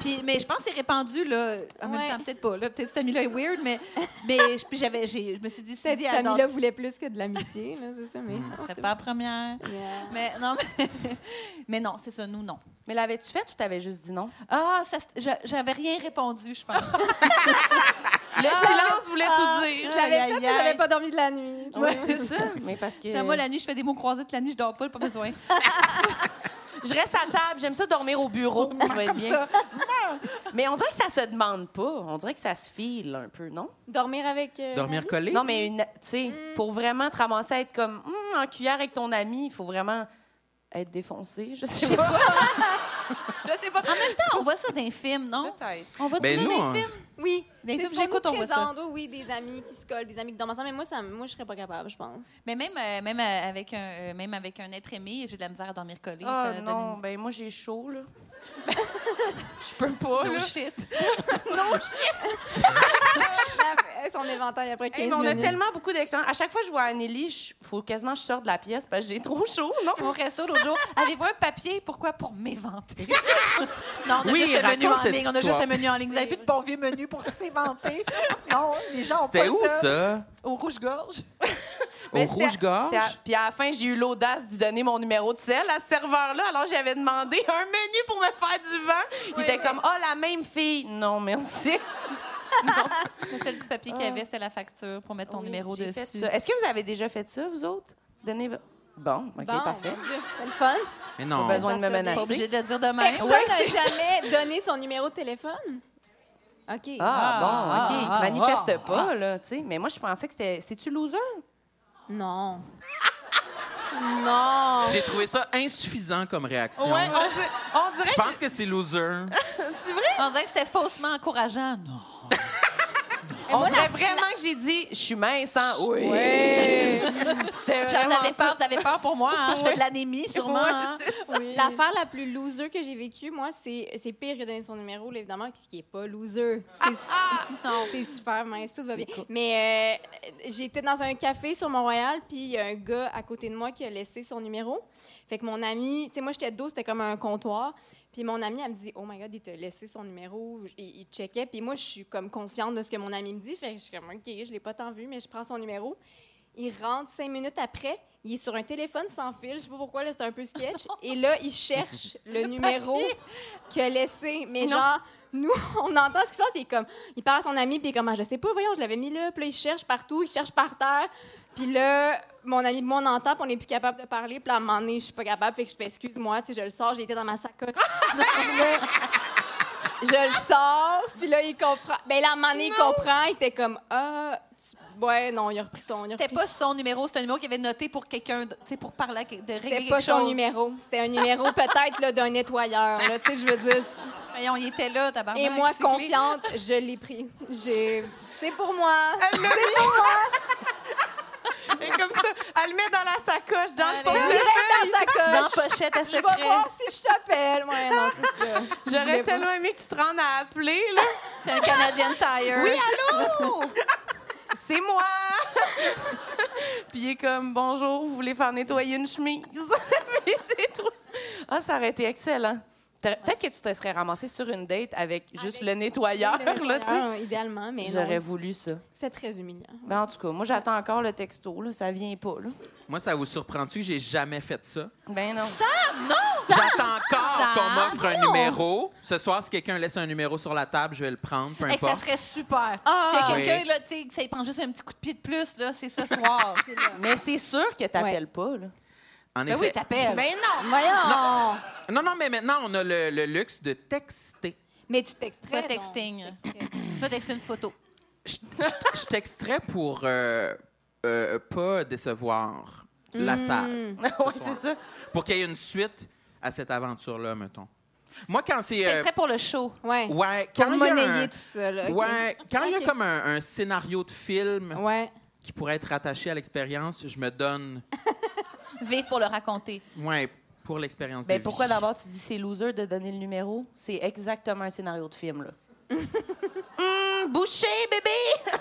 [SPEAKER 7] Puis, mais je pense que c'est répandu, là. En même
[SPEAKER 8] Ouais.
[SPEAKER 7] temps, peut-être pas. là. Peut-être que cette amie-là est weird, mais, mais je- puis j'avais, j'ai- je me suis dit
[SPEAKER 8] Cette
[SPEAKER 7] Suzy, elle
[SPEAKER 8] famille-là
[SPEAKER 7] dort-tu?
[SPEAKER 8] voulait plus que de l'amitié, là, c'est ça, mais.
[SPEAKER 7] Elle Mm. serait pas la première.
[SPEAKER 8] Yeah.
[SPEAKER 7] Mais non, (laughs) mais, mais non, c'est ça, nous, non.
[SPEAKER 5] Mais l'avais-tu fait ou t'avais juste dit non?
[SPEAKER 7] Ah, ça, c'est- j'a- j'avais rien répondu, je pense.
[SPEAKER 5] Le silence voulait
[SPEAKER 8] Ah!
[SPEAKER 5] tout dire.
[SPEAKER 8] Je l'avais
[SPEAKER 7] Aïe,
[SPEAKER 8] fait,
[SPEAKER 7] aïe,
[SPEAKER 8] mais j'avais
[SPEAKER 7] aïe.
[SPEAKER 8] pas dormi de la nuit.
[SPEAKER 7] Ouais, c'est ça.
[SPEAKER 5] Mais parce que.
[SPEAKER 7] J'aime moi la nuit, je fais des mots croisés toute la nuit, je dors pas, pas besoin.
[SPEAKER 5] Je reste à table, j'aime ça dormir au bureau. Ça va être bien. (laughs) mais on dirait que ça se demande pas. On dirait que ça se file un peu, non?
[SPEAKER 8] Dormir avec. euh,
[SPEAKER 6] Dormir
[SPEAKER 8] Marie?
[SPEAKER 6] collé?
[SPEAKER 5] Non, mais une. Tu sais, pour vraiment te ramasser à être comme Hum, en cuillère avec ton ami, il faut vraiment être défoncé. Je sais pas.
[SPEAKER 8] Je sais pas.
[SPEAKER 7] En même temps, (laughs) on voit ça dans les films, non? On voit
[SPEAKER 6] Ben
[SPEAKER 7] tout ça
[SPEAKER 6] nous,
[SPEAKER 7] dans
[SPEAKER 6] on-
[SPEAKER 7] les films.
[SPEAKER 8] Oui.
[SPEAKER 7] Des
[SPEAKER 8] C'est
[SPEAKER 7] films,
[SPEAKER 8] ce qu'on
[SPEAKER 7] j'écoute,
[SPEAKER 8] nous
[SPEAKER 7] on voit ça.
[SPEAKER 8] présente, oui, oui, des amis qui se collent, des amis qui dorment ensemble. Mais moi, ça, moi, je serais pas capable, je pense.
[SPEAKER 7] Mais même, euh, même, euh, avec un, euh, même avec un être aimé, j'ai de la misère à dormir collée.
[SPEAKER 5] Ah
[SPEAKER 7] ça donne
[SPEAKER 5] non,
[SPEAKER 7] une-
[SPEAKER 5] ben moi j'ai chaud, là. (laughs) Je peux pas, là.
[SPEAKER 7] Oh shit!
[SPEAKER 8] Eh, Son éventail après 15
[SPEAKER 5] Hey, mais on a
[SPEAKER 8] minutes.
[SPEAKER 5] tellement beaucoup d'expériences. À chaque fois que je vois Anneli, il faut quasiment que je sorte de la pièce parce que j'ai trop chaud, non?
[SPEAKER 7] Au resto l'autre
[SPEAKER 5] (laughs)
[SPEAKER 7] jour, avez-vous un papier? Pourquoi? Pour
[SPEAKER 6] (laughs)
[SPEAKER 7] m'éventer. non, on a
[SPEAKER 6] Oui,
[SPEAKER 7] juste un menu
[SPEAKER 6] raconte
[SPEAKER 7] en
[SPEAKER 6] cette
[SPEAKER 7] ligne. On a juste
[SPEAKER 6] histoire.
[SPEAKER 7] un menu en ligne. Vous
[SPEAKER 8] Ah.
[SPEAKER 7] avez plus de bon vieux menu pour s'éventer. non, les gens ont
[SPEAKER 6] C'était
[SPEAKER 7] pas
[SPEAKER 6] où ça? (laughs)
[SPEAKER 7] Au rouge-gorge.
[SPEAKER 6] Au
[SPEAKER 5] Mais c'était-
[SPEAKER 6] rouge-gorge?
[SPEAKER 5] c'était à- Puis à la fin, j'ai eu l'audace d'y donner mon numéro de sel à ce serveur-là. Alors j'avais demandé un menu pour me faire du vent. Il était comme, ah, la même fille. Non, merci. (laughs)
[SPEAKER 7] Le seul petit papier qu'il y avait, c'était la facture pour mettre ton numéro
[SPEAKER 5] J'ai
[SPEAKER 7] dessus.
[SPEAKER 5] fait ça. Est-ce que vous avez déjà fait ça, vous autres? Donner. vo- Bon, OK,
[SPEAKER 8] Bon,
[SPEAKER 5] parfait.
[SPEAKER 8] mon Dieu, c'est le fun.
[SPEAKER 6] Mais non.
[SPEAKER 5] Pas besoin de me
[SPEAKER 7] Pas
[SPEAKER 5] menacer.
[SPEAKER 7] obligé de le dire demain.
[SPEAKER 8] Personne
[SPEAKER 5] Ouais,
[SPEAKER 8] n'a
[SPEAKER 5] c'est ça.
[SPEAKER 8] jamais donné son numéro de téléphone. OK.
[SPEAKER 5] Ah,
[SPEAKER 7] Ah,
[SPEAKER 5] bon, OK.
[SPEAKER 7] ah,
[SPEAKER 5] il se manifeste
[SPEAKER 7] ah,
[SPEAKER 5] pas, là, tu sais. Mais moi, je pensais que c'était. C'est-tu loser?
[SPEAKER 8] Ah, Non. non.
[SPEAKER 6] J'ai trouvé ça insuffisant comme réaction.
[SPEAKER 5] on, dirait- on dirait
[SPEAKER 6] Je pense que c'est loser.
[SPEAKER 7] On dirait que c'était faussement encourageant. Non.
[SPEAKER 5] On dirait vraiment que j'ai dit, je suis mince, hein? Oui. (laughs)
[SPEAKER 8] Euh,
[SPEAKER 5] C'est
[SPEAKER 7] Genre,
[SPEAKER 5] vraiment
[SPEAKER 7] vous avez
[SPEAKER 5] ça.
[SPEAKER 7] peur, vous avez peur pour moi. hein? Je fais de l'anémie, sûrement. hein?
[SPEAKER 8] (laughs) L'affaire la plus loser que j'ai vécue, moi, c'est c'est pire que donner son numéro, là, évidemment, ce qui est pas loser. T'es non, (laughs) t'es super mince, tout va bien. Mais euh, j'étais dans un café sur Mont-Royal, puis il y a un gars à côté de moi qui a laissé son numéro. Fait que mon ami, tu sais, moi, j'étais dos, c'était comme un comptoir. Puis mon ami, elle me dit, oh my god, il t'a laissé son numéro. Il, il checkait. Puis moi, je suis comme confiante de ce que mon ami me dit. Fait que je suis comme, OK, je l'ai pas tant vu, mais je prends son numéro. Il rentre cinq minutes après. Il est sur un téléphone sans fil. Je sais pas pourquoi, là, c'est un peu sketch. Et là, il cherche le, numéro qu'il a laissé. Mais genre, nous, (laughs) on entend ce qui se passe. Il est comme, il parle à son ami, puis il est comme, Ah, je sais pas, voyons, je l'avais mis là. Puis là, il cherche partout, il cherche par terre. Puis là, mon ami de moi, on entend, puis on n'est plus capable de parler. Puis là, à un moment donné, je suis pas capable. Fait que je fais, excuse-moi, tu sais, je le sors, j'ai été dans ma sacoche. je le sors, puis là, il comprend. Ben là, à un moment donné, il comprend. Il était comme, ah, tu- ouais, non, il a repris son. il a
[SPEAKER 7] C'était
[SPEAKER 8] repris
[SPEAKER 7] pas son numéro, c'était un numéro qu'il avait noté pour quelqu'un, de- tu sais, pour parler, à que- de régler
[SPEAKER 8] C'était
[SPEAKER 7] quelque
[SPEAKER 8] pas
[SPEAKER 7] chose.
[SPEAKER 8] son numéro. C'était un numéro peut-être là, d'un nettoyeur. là, Tu sais, je veux dire.
[SPEAKER 7] Voyons, il était là, tabarnak.
[SPEAKER 8] Et moi,
[SPEAKER 7] recyclé.
[SPEAKER 8] confiante, je l'ai pris. J'ai... C'est pour moi.
[SPEAKER 5] Et comme ça, elle le met dans la sacoche, dans
[SPEAKER 7] Allez. hein?
[SPEAKER 5] le poche.
[SPEAKER 8] Direct dans sa
[SPEAKER 7] Dans
[SPEAKER 8] coche.
[SPEAKER 7] la pochette à
[SPEAKER 8] Je vais
[SPEAKER 7] secret.
[SPEAKER 8] voir si je t'appelle. Ouais, non, c'est ça. Je voulais
[SPEAKER 5] J'aurais
[SPEAKER 8] pas.
[SPEAKER 5] tellement aimé que tu te rendes à appeler, (laughs) là.
[SPEAKER 7] C'est un Canadian Tire. Oui,
[SPEAKER 8] Allô?
[SPEAKER 5] C'est moi! (laughs) Puis il est comme, bonjour, vous voulez faire nettoyer une chemise? (laughs) Puis c'est tout. Ah, ça aurait été excellent. T'aurais- Peut-être que tu te serais ramassé sur une date avec juste le nettoyeur, Ah,
[SPEAKER 8] Le nettoyeur,
[SPEAKER 5] là, tu sais.
[SPEAKER 8] Ah, idéalement, mais
[SPEAKER 5] J'aurais
[SPEAKER 8] non.
[SPEAKER 5] voulu ça.
[SPEAKER 8] C'était très humiliant.
[SPEAKER 5] Ben, en tout cas, moi, j'attends encore le texto, là. Ça vient pas, là.
[SPEAKER 6] Moi, ça vous surprend-tu que j'ai jamais fait ça?
[SPEAKER 5] Ben non.
[SPEAKER 6] J'attends encore
[SPEAKER 7] Sam,
[SPEAKER 6] qu'on m'offre un numéro. Ce soir, si quelqu'un laisse un numéro sur la table, je vais le prendre, peu
[SPEAKER 7] Hey, ça
[SPEAKER 6] importe.
[SPEAKER 7] serait super.
[SPEAKER 8] Ah,
[SPEAKER 7] S'il y a
[SPEAKER 6] oui.
[SPEAKER 7] quelqu'un, là, tu sais, que ça y prend juste un petit coup de pied de plus, là, c'est ce soir.
[SPEAKER 5] Mais c'est sûr que t'appelles pas, là.
[SPEAKER 6] En
[SPEAKER 7] ben oui,
[SPEAKER 6] effet.
[SPEAKER 7] t'appelles. Ben non!
[SPEAKER 8] Voyons.
[SPEAKER 6] non, non, mais maintenant, on a le, le luxe de texter.
[SPEAKER 8] Mais tu t'extrais.
[SPEAKER 7] Soit texting.
[SPEAKER 8] non? Textrais.
[SPEAKER 7] Tu vas texter une photo.
[SPEAKER 6] Je, je- je texterais pour euh, euh, pas décevoir la salle.
[SPEAKER 5] (laughs) ouais,
[SPEAKER 6] soir.
[SPEAKER 5] c'est ça.
[SPEAKER 6] Pour qu'il y ait une suite à cette aventure-là, mettons. Moi, quand c'est.
[SPEAKER 7] Tu
[SPEAKER 6] euh,
[SPEAKER 7] texterais pour le show.
[SPEAKER 8] Ouais.
[SPEAKER 6] ouais, quand
[SPEAKER 8] Pour
[SPEAKER 6] il y a un-
[SPEAKER 8] monnayer tout ça, là. OK.
[SPEAKER 6] Ouais, quand il y
[SPEAKER 8] Ok.
[SPEAKER 6] a comme un, un scénario de film
[SPEAKER 8] Ouais.
[SPEAKER 6] qui pourrait être rattaché à l'expérience, je me donne
[SPEAKER 7] vivre pour le raconter.
[SPEAKER 6] Ouais, pour l'expérience
[SPEAKER 5] Ben
[SPEAKER 6] de
[SPEAKER 5] pourquoi
[SPEAKER 6] vie.
[SPEAKER 5] d'abord tu dis c'est loser de donner le numéro? C'est exactement un scénario de film, là. Hum, boucher, bébé!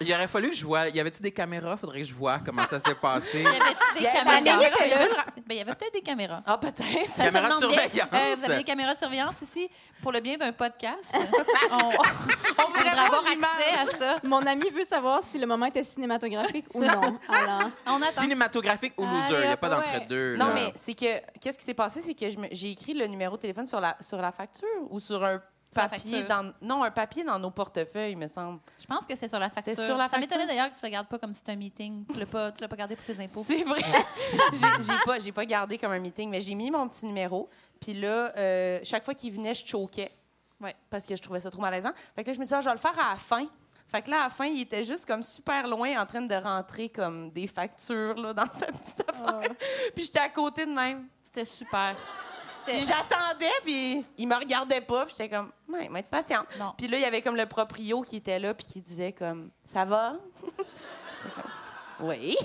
[SPEAKER 6] Il aurait fallu que je vois. Y avait-tu des caméras? Faudrait que je vois comment ça s'est passé.
[SPEAKER 7] Y avait-tu des
[SPEAKER 5] y avait
[SPEAKER 7] caméras?
[SPEAKER 5] des caméras,
[SPEAKER 7] Je veux le ra- Ben, il y avait peut-être des caméras.
[SPEAKER 5] Ah, peut-être.
[SPEAKER 7] Ça, ça
[SPEAKER 6] Caméras de
[SPEAKER 7] demande bien.
[SPEAKER 6] surveillance.
[SPEAKER 7] Euh, vous avez des caméras de surveillance ici pour le bien d'un podcast. on, on voudrait avoir accès à ça.
[SPEAKER 8] Mon ami veut savoir si le moment était cinématographique ou non. Alors,
[SPEAKER 7] On attend.
[SPEAKER 6] Cinématographique ou loser,
[SPEAKER 7] Allez,
[SPEAKER 6] il n'y a
[SPEAKER 7] hop,
[SPEAKER 6] pas
[SPEAKER 7] ouais.
[SPEAKER 6] d'entre-deux.
[SPEAKER 5] Non,
[SPEAKER 6] là.
[SPEAKER 5] mais c'est que. Qu'est-ce qui s'est passé? C'est que je me- j'ai écrit le numéro de téléphone sur la, sur la facture ou sur un
[SPEAKER 7] la
[SPEAKER 5] papier
[SPEAKER 7] facture.
[SPEAKER 5] dans. Non, un papier dans nos portefeuilles, il me semble.
[SPEAKER 7] Je pense que c'est sur la
[SPEAKER 5] C'était
[SPEAKER 7] facture.
[SPEAKER 5] sur la
[SPEAKER 7] ça m'étonnait
[SPEAKER 5] facture.
[SPEAKER 7] d'ailleurs que tu ne regardes pas comme si c'était un meeting. Tu ne l'as pas tu l'as pas gardé pour tes impôts.
[SPEAKER 5] C'est vrai. (laughs) j'ai j'ai pas, j'ai pas gardé comme un meeting, mais j'ai mis mon petit numéro. Puis là, euh, chaque fois qu'il venait, je choquais.
[SPEAKER 7] Ouais.
[SPEAKER 5] Parce que je trouvais ça trop malaisant. Fait que là, je me suis dit, Ah, je vais le faire à la fin. Fait que là, à la fin, il était juste comme super loin en train de rentrer comme des factures là, dans (laughs) sa petite affaire. Puis j'étais à côté de même.
[SPEAKER 7] C'était super.
[SPEAKER 5] Puis
[SPEAKER 8] c'était.
[SPEAKER 5] J'attendais, puis il me regardait pas, puis j'étais comme, ouais, mais tu patiente.
[SPEAKER 7] Non.
[SPEAKER 5] Puis là, il y avait comme le proprio qui était là, puis qui disait comme, ça va? (laughs) j'étais comme, oui.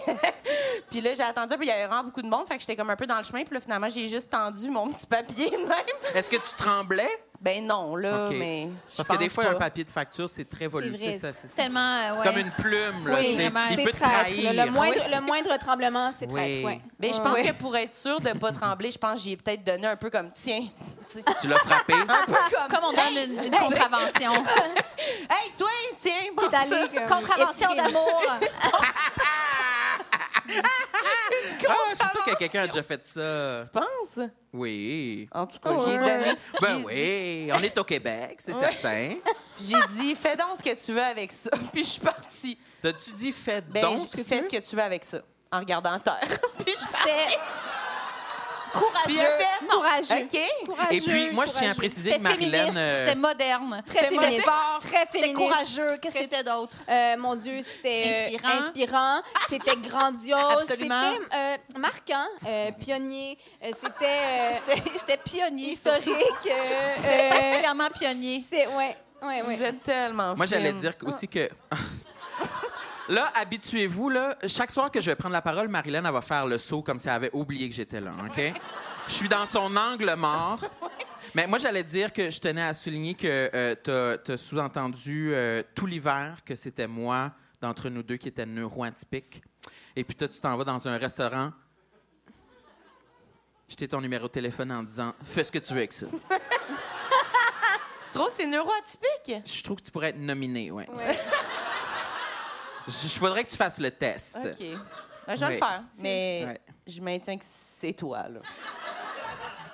[SPEAKER 5] (laughs) puis là, j'ai attendu, puis il y avait vraiment beaucoup de monde, fait que j'étais comme un peu dans le chemin, puis là, finalement, j'ai juste tendu mon petit papier de même.
[SPEAKER 6] Est-ce que tu tremblais?
[SPEAKER 5] Ben non, là,
[SPEAKER 6] OK.
[SPEAKER 5] mais. je
[SPEAKER 6] Parce que des
[SPEAKER 5] pense
[SPEAKER 6] fois,
[SPEAKER 5] pas.
[SPEAKER 6] un papier de facture, c'est très volubile. tu
[SPEAKER 8] vrai,
[SPEAKER 6] sais, ça, C'est
[SPEAKER 7] C'est tellement. euh,
[SPEAKER 6] c'est
[SPEAKER 7] ouais.
[SPEAKER 6] comme une plume. Là,
[SPEAKER 8] Oui,
[SPEAKER 6] tu sais.
[SPEAKER 7] vraiment.
[SPEAKER 6] il
[SPEAKER 8] c'est
[SPEAKER 6] peut te
[SPEAKER 8] traître,
[SPEAKER 6] trahir.
[SPEAKER 8] là. Le (laughs) moindre,
[SPEAKER 6] Oui.
[SPEAKER 8] le moindre tremblement, c'est
[SPEAKER 6] Oui.
[SPEAKER 8] traître, ouais.
[SPEAKER 5] Ben, je pense
[SPEAKER 8] Ouais.
[SPEAKER 5] que pour être sûre de pas trembler, je pense que j'y ai peut-être donné un peu comme, tiens, tu sais,
[SPEAKER 6] Tu l'as frappé. Ah,
[SPEAKER 7] Comme on donne une, (laughs) une contravention.
[SPEAKER 5] hey, toi, tiens, bon,
[SPEAKER 8] T'es allé comme
[SPEAKER 7] contravention
[SPEAKER 8] escrime.
[SPEAKER 7] d'amour.
[SPEAKER 6] Ah, je suis sûre que quelqu'un a déjà fait ça.
[SPEAKER 5] (laughs) tu penses?
[SPEAKER 6] Oui.
[SPEAKER 5] En tout cas, j'ai donné.
[SPEAKER 6] Ben oui, on est au Québec, c'est certain.
[SPEAKER 5] J'ai dit, fais donc ce que tu veux avec ça. (laughs) Puis je suis partie.
[SPEAKER 6] T'as-tu dit fait
[SPEAKER 5] Ben,
[SPEAKER 6] donc?
[SPEAKER 5] je- fais ce que tu veux avec ça, en regardant la terre. (laughs) puis je suis partie.
[SPEAKER 8] Courageux.
[SPEAKER 5] Bien fait.
[SPEAKER 8] Courageux.
[SPEAKER 5] OK.
[SPEAKER 8] Courageux,
[SPEAKER 6] Et puis, moi, je tiens à
[SPEAKER 8] courageux.
[SPEAKER 6] préciser que
[SPEAKER 7] C'était féministe,
[SPEAKER 6] Marilyn. euh,
[SPEAKER 7] c'était moderne.
[SPEAKER 8] Très
[SPEAKER 7] C'était
[SPEAKER 8] féministe.
[SPEAKER 7] fort,
[SPEAKER 8] Très
[SPEAKER 7] C'était
[SPEAKER 8] féministe.
[SPEAKER 7] courageux. Qu'est-ce que
[SPEAKER 8] Très-
[SPEAKER 7] c'était d'autre?
[SPEAKER 8] Euh, mon Dieu, c'était euh,
[SPEAKER 7] Inspirant.
[SPEAKER 8] inspirant, c'était grandiose,
[SPEAKER 7] Absolument.
[SPEAKER 8] c'était euh, marquant, euh, pionnier, euh, c'était euh,
[SPEAKER 7] (laughs) C'était pionnier.
[SPEAKER 8] historique.
[SPEAKER 7] surtout.
[SPEAKER 8] euh, (laughs)
[SPEAKER 7] C'était
[SPEAKER 8] euh,
[SPEAKER 7] particulièrement pionnier.
[SPEAKER 8] C'est ouais, ouais, ouais.
[SPEAKER 5] Vous êtes tellement
[SPEAKER 6] Moi, j'allais
[SPEAKER 5] fine.
[SPEAKER 6] dire aussi que. (laughs) Là, habituez-vous, là. Chaque soir que je vais prendre la parole, Marilyn, elle va faire le saut comme si elle avait oublié que j'étais là, OK? Je suis dans son angle mort. Mais moi, j'allais dire que je tenais à souligner que tu as, sous-entendu euh, tout l'hiver que c'était moi d'entre nous deux qui était neuroatypique. Et puis toi, tu t'en vas dans un restaurant. J'étais ton numéro de téléphone en disant Fais ce que tu veux avec ça.
[SPEAKER 5] Tu trouves que c'est neuroatypique?
[SPEAKER 6] Je trouve que tu pourrais être nominé, ouais.
[SPEAKER 8] Ouais.
[SPEAKER 6] Je, je voudrais que tu fasses le test.
[SPEAKER 5] OK. Ben, je vais
[SPEAKER 6] Oui.
[SPEAKER 5] le faire. Mais
[SPEAKER 6] Ouais.
[SPEAKER 5] je maintiens que c'est toi, là.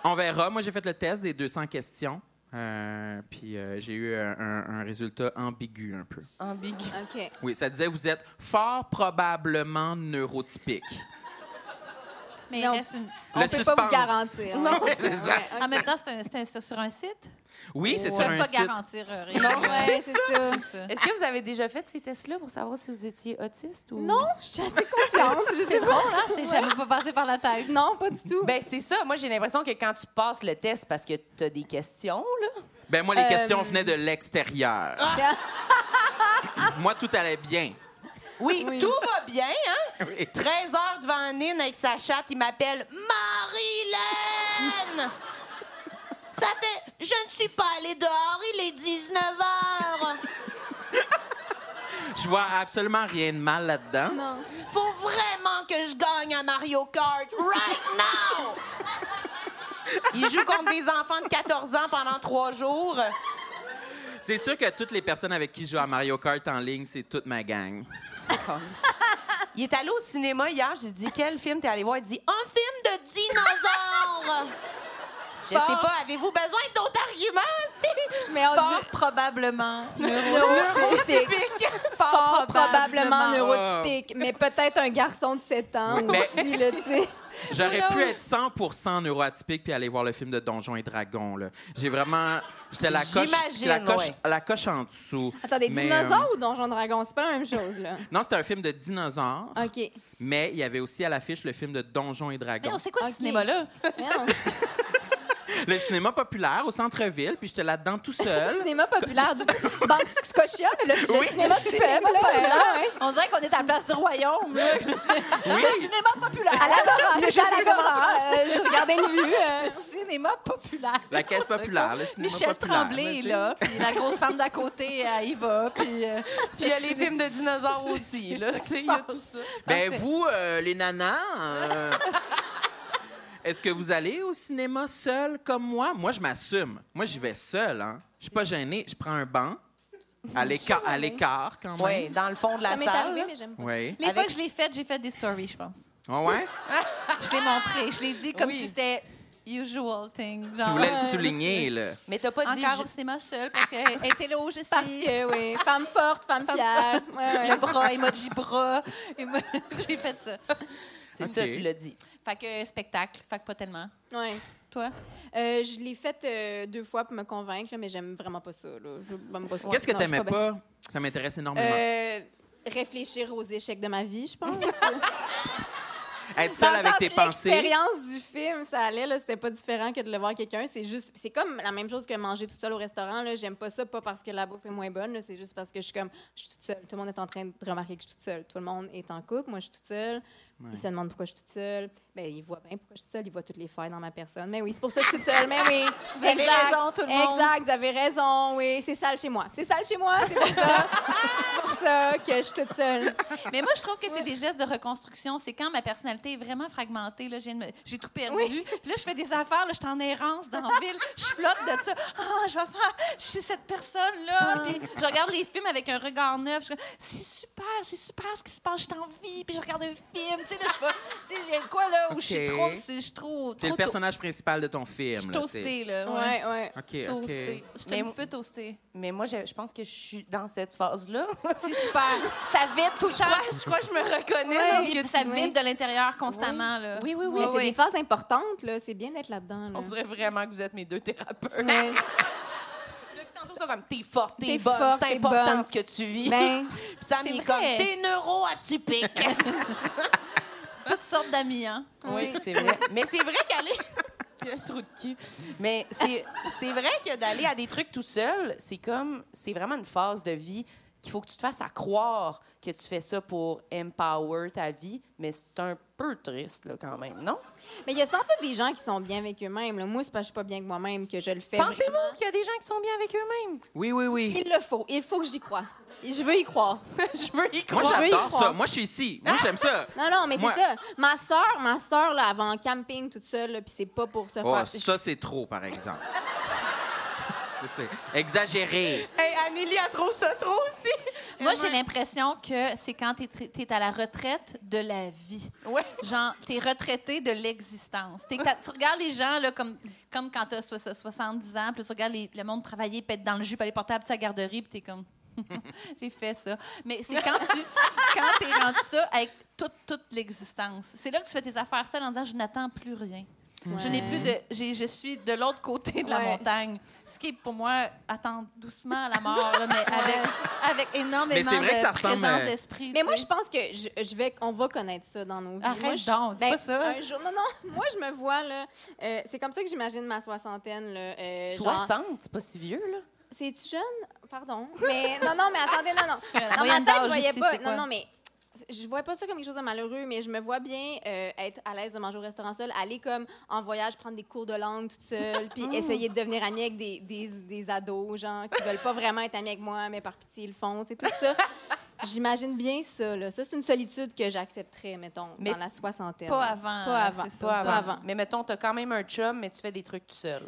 [SPEAKER 6] On verra. Moi, j'ai fait le test des 200 questions. Euh, puis euh, j'ai eu un, un- un résultat ambigu un peu.
[SPEAKER 5] Ambigu.
[SPEAKER 8] Ok.
[SPEAKER 6] Oui, ça disait vous êtes fort probablement neurotypique.
[SPEAKER 7] Mais il
[SPEAKER 8] Non.
[SPEAKER 7] reste une-
[SPEAKER 8] On
[SPEAKER 6] Le
[SPEAKER 8] peut pas
[SPEAKER 6] suspense.
[SPEAKER 8] vous garantir.
[SPEAKER 6] Non,
[SPEAKER 8] Ouais,
[SPEAKER 6] c'est ça.
[SPEAKER 8] ouais, ok.
[SPEAKER 7] En même temps, c'est un- c'est un- c'est sur un site.
[SPEAKER 6] Oui, c'est
[SPEAKER 7] Ils
[SPEAKER 6] sur
[SPEAKER 7] peuvent
[SPEAKER 6] un
[SPEAKER 7] pas
[SPEAKER 6] site.
[SPEAKER 7] garantir euh, rien.
[SPEAKER 5] Non,
[SPEAKER 8] Ouais, c'est ça.
[SPEAKER 5] Est-ce que vous avez déjà fait ces tests-là pour savoir si vous étiez autiste ou.
[SPEAKER 8] Non, je suis assez confiante, je sais pas.
[SPEAKER 7] drôle, hein? C'est jamais pas passé par la tête.
[SPEAKER 8] Non, pas du tout.
[SPEAKER 5] Ben, c'est ça. Moi, j'ai l'impression que quand tu passes le test parce que t'as des questions, là.
[SPEAKER 6] Ben moi, les
[SPEAKER 8] Euh,
[SPEAKER 6] questions venaient de l'extérieur.
[SPEAKER 8] Tiens. Ah.
[SPEAKER 6] (laughs) moi, tout allait bien. (laughs)
[SPEAKER 5] Oui, tout va bien, hein?
[SPEAKER 6] Oui.
[SPEAKER 5] 13 heures devant Nine avec sa chatte, il m'appelle Marilyn! Ça fait. Je ne suis pas allée dehors, il est 19 heures!
[SPEAKER 6] Je vois absolument rien de mal là-dedans.
[SPEAKER 5] Faut vraiment que je gagne à Mario Kart right now! Il joue contre des enfants de 14 ans pendant trois jours.
[SPEAKER 6] C'est sûr que toutes les personnes avec qui je joue à Mario Kart en ligne, c'est toute ma gang.
[SPEAKER 5] (laughs) Il est allé au cinéma hier, j'ai dit quel film t'es allé voir? Il dit un film de dinosaures! (laughs) Je sais pas, avez-vous besoin d'autres arguments? (laughs) C'est-
[SPEAKER 8] Mais on
[SPEAKER 7] Fort
[SPEAKER 8] dit
[SPEAKER 7] probablement. (laughs)
[SPEAKER 8] neurotypique. Fort
[SPEAKER 7] probablement.
[SPEAKER 8] probablement neurotypique, mais peut-être un garçon de 7 ans
[SPEAKER 6] Oui, mais-
[SPEAKER 8] aussi, là, tu (laughs) sais.
[SPEAKER 6] J'aurais pu être 100% neuroatypique puis aller voir le film de Donjons et Dragons. là. J'ai vraiment, j'étais la coche,
[SPEAKER 5] J'imagine,
[SPEAKER 6] la coche,
[SPEAKER 5] ouais.
[SPEAKER 6] la coche en dessous.
[SPEAKER 8] Attendez,
[SPEAKER 6] Mais,
[SPEAKER 8] dinosaure ou donjon dragon, c'est pas la même chose là.
[SPEAKER 6] euh, non, c'était un film de dinosaures,
[SPEAKER 8] (laughs) OK.
[SPEAKER 6] mais il y avait aussi à l'affiche le film de Donjons et Dragons.
[SPEAKER 8] (laughs)
[SPEAKER 7] C'est quoi
[SPEAKER 8] Ok.
[SPEAKER 7] ce cinéma-là?
[SPEAKER 8] Merde.
[SPEAKER 6] le cinéma populaire au centre-ville, puis j'étais là-dedans tout
[SPEAKER 7] (laughs)
[SPEAKER 8] Le
[SPEAKER 6] seul.
[SPEAKER 8] cinéma populaire du Banque Scotia, le, le
[SPEAKER 6] Oui,
[SPEAKER 8] cinéma du peuple, là, euh, ouais.
[SPEAKER 7] On dirait qu'on est à la place du royaume. là. Le cinéma populaire.
[SPEAKER 8] À la Laurent,
[SPEAKER 7] Le
[SPEAKER 8] j'étais à la
[SPEAKER 7] cinéma-
[SPEAKER 8] Laurent, euh, je regardais une
[SPEAKER 6] (laughs)
[SPEAKER 8] vue. euh,
[SPEAKER 7] Le cinéma populaire.
[SPEAKER 6] La caisse populaire, le cinéma
[SPEAKER 7] Michel
[SPEAKER 6] populaire,
[SPEAKER 7] Tremblay est
[SPEAKER 6] tu sais.
[SPEAKER 7] là, puis la grosse femme d'à côté, elle y va, puis... euh,
[SPEAKER 5] Puis il y a les films de (laughs) dinosaures aussi, là. Tu sais, il y a tout ça.
[SPEAKER 6] Ben vous, euh, les nanas, euh, est-ce que vous allez au cinéma seul comme moi? Moi, je m'assume. Moi, j'y vais seul. Hein. Je suis pas gênée. Je prends un banc à l'écart, à l'écart quand même.
[SPEAKER 5] Oui, dans le fond de la
[SPEAKER 8] Ça m'est
[SPEAKER 5] salle.
[SPEAKER 8] arrivé,
[SPEAKER 5] là.
[SPEAKER 8] mais j'aime pas.
[SPEAKER 6] Oui.
[SPEAKER 7] Les fois que je l'ai faite, j'ai fait des stories, je pense.
[SPEAKER 6] Ah ouais?
[SPEAKER 7] Je l'ai montré, je l'ai dit comme
[SPEAKER 5] Oui.
[SPEAKER 7] si c'était usual thing.
[SPEAKER 6] Tu
[SPEAKER 7] genre,
[SPEAKER 6] voulais
[SPEAKER 7] euh,
[SPEAKER 6] le souligner, là.
[SPEAKER 5] Mais t'as pas dit.
[SPEAKER 7] Encore au cinéma seul, parce qu'elle était là où je suis.
[SPEAKER 8] Parce que, oui, femme forte, femme fière. Ouais, ouais.
[SPEAKER 7] Le (laughs) bras, emoji bras. émo- (laughs) J'ai fait ça.
[SPEAKER 5] C'est
[SPEAKER 6] Ok.
[SPEAKER 5] ça, tu l'as dit.
[SPEAKER 7] Fait que euh, spectacle, fait que pas tellement.
[SPEAKER 8] Ouais.
[SPEAKER 7] Toi?
[SPEAKER 8] Euh, je l'ai faite euh, deux fois pour me convaincre, là, mais j'aime vraiment pas ça. là. Je- j'aime pas ça.
[SPEAKER 6] Qu'est-ce que
[SPEAKER 8] Non,
[SPEAKER 6] t'aimais
[SPEAKER 8] je suis bien.
[SPEAKER 6] pas? Ça m'intéresse énormément.
[SPEAKER 8] Euh, réfléchir aux échecs de ma vie, je pense.
[SPEAKER 6] Être seul
[SPEAKER 8] Dans le
[SPEAKER 6] avec
[SPEAKER 8] sens,
[SPEAKER 6] tes pensées.
[SPEAKER 8] L'expérience du film, ça allait, là, c'était pas différent que de le voir quelqu'un. C'est juste, c'est comme la même chose que manger tout seul au restaurant. Là. J'aime pas ça, pas parce que la bouffe est moins bonne, là, c'est juste parce que je suis comme, je suis toute seule. Tout le monde est en train de remarquer que je suis toute seule. Tout le monde est en couple, moi je suis toute seule. Ils se demandent pourquoi je suis toute seule. Ben, ils voient bien pourquoi je suis toute seule, ils voient toutes les failles dans ma personne. Mais oui, c'est pour ça que je suis toute seule. Mais oui.
[SPEAKER 7] (laughs) Vous avez
[SPEAKER 8] Exact.
[SPEAKER 7] raison, tout le monde.
[SPEAKER 8] Exact, vous avez raison. Oui, c'est sale chez moi. C'est sale chez moi, c'est
[SPEAKER 7] (laughs)
[SPEAKER 8] pour ça. c'est pour ça que je suis toute seule.
[SPEAKER 7] Mais moi, je trouve que c'est des gestes de reconstruction. C'est quand ma personnalité est vraiment fragmentée. Là, j'ai, une- j'ai tout perdu.
[SPEAKER 8] Oui.
[SPEAKER 7] Puis là, je fais des affaires. Là, je suis en errance dans (laughs) la ville. Je flotte de ça. Ah, je vais faire. Je suis cette personne-là. Puis je regarde les films avec un regard neuf. Je suis comme, c'est super, c'est super ce qui se passe. Je suis en vie. Puis je regarde un film. Tu sais, là, je fais. Tu sais, j'ai quoi, là, où je suis
[SPEAKER 6] Ok.
[SPEAKER 7] trop. Je suis trop.
[SPEAKER 6] T'es le
[SPEAKER 7] trop to-
[SPEAKER 6] personnage principal de ton
[SPEAKER 7] Je suis
[SPEAKER 6] film. là, tu sais.
[SPEAKER 7] toastée, là. Ouais.
[SPEAKER 8] Ouais, ouais.
[SPEAKER 6] OK, OK.
[SPEAKER 7] Toastée. Je suis
[SPEAKER 5] Mais
[SPEAKER 7] un
[SPEAKER 5] moi-
[SPEAKER 7] petit peu toastée.
[SPEAKER 5] Mais moi, je, je pense que je suis dans cette (laughs) phase-là.
[SPEAKER 7] C'est super. ça vibre tout le temps. Je crois que je me reconnais.
[SPEAKER 8] dans ce que
[SPEAKER 7] ça
[SPEAKER 8] tu dis.
[SPEAKER 7] vibre de l'intérieur constamment, là.
[SPEAKER 5] Oui, oui,
[SPEAKER 8] Oui,
[SPEAKER 5] oui.
[SPEAKER 8] c'est des phases importantes, là. C'est bien d'être là-dedans. là.
[SPEAKER 5] (laughs) On dirait vraiment que vous êtes mes deux thérapeutes.
[SPEAKER 8] Mais-
[SPEAKER 5] Tantôt, ils sont comme t'es forte, t'es
[SPEAKER 8] T'es
[SPEAKER 5] bonne,
[SPEAKER 8] forte,
[SPEAKER 5] c'est
[SPEAKER 8] t'es
[SPEAKER 5] important
[SPEAKER 8] bonne.
[SPEAKER 5] ce que tu vis.
[SPEAKER 8] Ben,
[SPEAKER 5] Puis Sam,
[SPEAKER 8] c'est
[SPEAKER 5] il est
[SPEAKER 8] vrai.
[SPEAKER 5] comme t'es neuroatypique.
[SPEAKER 7] Toutes sortes d'amis, hein.
[SPEAKER 5] oui, c'est vrai. Mais c'est vrai qu'aller. (laughs) Quel trou de cul. Mais c'est c'est vrai que d'aller à des trucs tout seul, c'est comme. C'est vraiment une phase de vie qu'il faut que tu te fasses à croire que tu fais ça pour empower ta vie. Mais c'est un peu triste, là, quand même, non?
[SPEAKER 8] mais il y a sans doute des gens qui sont bien avec eux-mêmes. là. Moi, c'est parce que je suis pas bien avec moi-même que je le fais.
[SPEAKER 5] Pensez-vous qu'il y a des gens qui sont bien avec eux-mêmes? (laughs)
[SPEAKER 6] Oui, oui, oui.
[SPEAKER 8] Il le faut. Il faut que j'y croie. Je veux y croire.
[SPEAKER 5] Je veux y
[SPEAKER 6] Moi,
[SPEAKER 5] croire.
[SPEAKER 8] je veux y
[SPEAKER 6] j'adore ça.
[SPEAKER 8] croire.
[SPEAKER 6] Moi, je suis ici. Moi, j'aime
[SPEAKER 8] (laughs)
[SPEAKER 6] ça.
[SPEAKER 8] Non, non, mais
[SPEAKER 6] Moi-
[SPEAKER 8] c'est ça. Ma soeur, ma soeur, là, elle va en camping toute seule, là, puis c'est pas pour se
[SPEAKER 6] Oh,
[SPEAKER 8] faire.
[SPEAKER 6] ça, c'est trop, par exemple.
[SPEAKER 8] (laughs)
[SPEAKER 6] c'est exagéré.
[SPEAKER 5] (laughs) Hey, Anélie, elle trouve ça trop aussi.
[SPEAKER 7] Moi, j'ai l'impression que c'est quand t'es es à la retraite de la vie.
[SPEAKER 5] Ouais.
[SPEAKER 7] Genre, t'es retraité de l'existence. T'es- t'as- Tu regardes les gens là, comme, comme quand t'as so- so- 70 ans, puis tu regardes les- le monde travailler, pète dans le jus, puis aller porter à la petite garderie, puis t'es comme... (laughs) j'ai fait ça. Mais c'est quand tu quand t'es rendu ça avec toute, toute l'existence. C'est là que tu fais tes affaires seules en disant « je n'attends plus rien ». Je n'ai plus de. j'ai- je suis de l'autre côté de la
[SPEAKER 8] Ouais.
[SPEAKER 7] montagne. Ce qui est pour moi attendre doucement à la mort, là, mais avec, avec énormément
[SPEAKER 6] Mais c'est vrai que
[SPEAKER 7] de
[SPEAKER 6] ça ressemble,
[SPEAKER 7] présence
[SPEAKER 6] euh,
[SPEAKER 7] d'esprit.
[SPEAKER 8] Mais moi,
[SPEAKER 7] tu
[SPEAKER 8] je
[SPEAKER 7] sais.
[SPEAKER 8] pense que je, je vais, on va connaître ça dans nos vies.
[SPEAKER 7] Arrête
[SPEAKER 8] moi, je- ben,
[SPEAKER 7] donc, dis pas ça.
[SPEAKER 8] Un jour, non, non. (laughs) Moi, je me vois là. euh, c'est comme ça que j'imagine ma soixantaine là. euh, genre-
[SPEAKER 5] 60, c'est pas si vieux, là.
[SPEAKER 8] C'est-tu jeune? Pardon. Mais non, non, mais attendez, non,
[SPEAKER 7] (laughs)
[SPEAKER 8] non.
[SPEAKER 7] La
[SPEAKER 8] Dans ma
[SPEAKER 7] moyenne
[SPEAKER 8] tête, je
[SPEAKER 7] d'âge
[SPEAKER 8] voyais
[SPEAKER 7] ici,
[SPEAKER 8] pas.
[SPEAKER 7] c'est quoi?
[SPEAKER 8] Non, non, mais je vois pas ça comme quelque chose de malheureux, mais je me vois bien euh, être à l'aise de manger au restaurant seul, aller comme en voyage, prendre des cours de langue toute seule,
[SPEAKER 7] (laughs) Oh.
[SPEAKER 8] puis essayer de devenir amie avec des, des, des ados, genre, qui veulent pas vraiment être amis avec moi, mais par pitié, ils le font, tu sais, tout ça. J'imagine bien ça, là. Ça, c'est une solitude que j'accepterais, mettons,
[SPEAKER 5] Mais
[SPEAKER 8] dans la soixantaine.
[SPEAKER 7] Pas avant.
[SPEAKER 8] Pas avant.
[SPEAKER 7] c'est ça.
[SPEAKER 8] Pas avant.
[SPEAKER 5] Mais mettons, t'as quand même un chum, mais tu fais des trucs tout seul.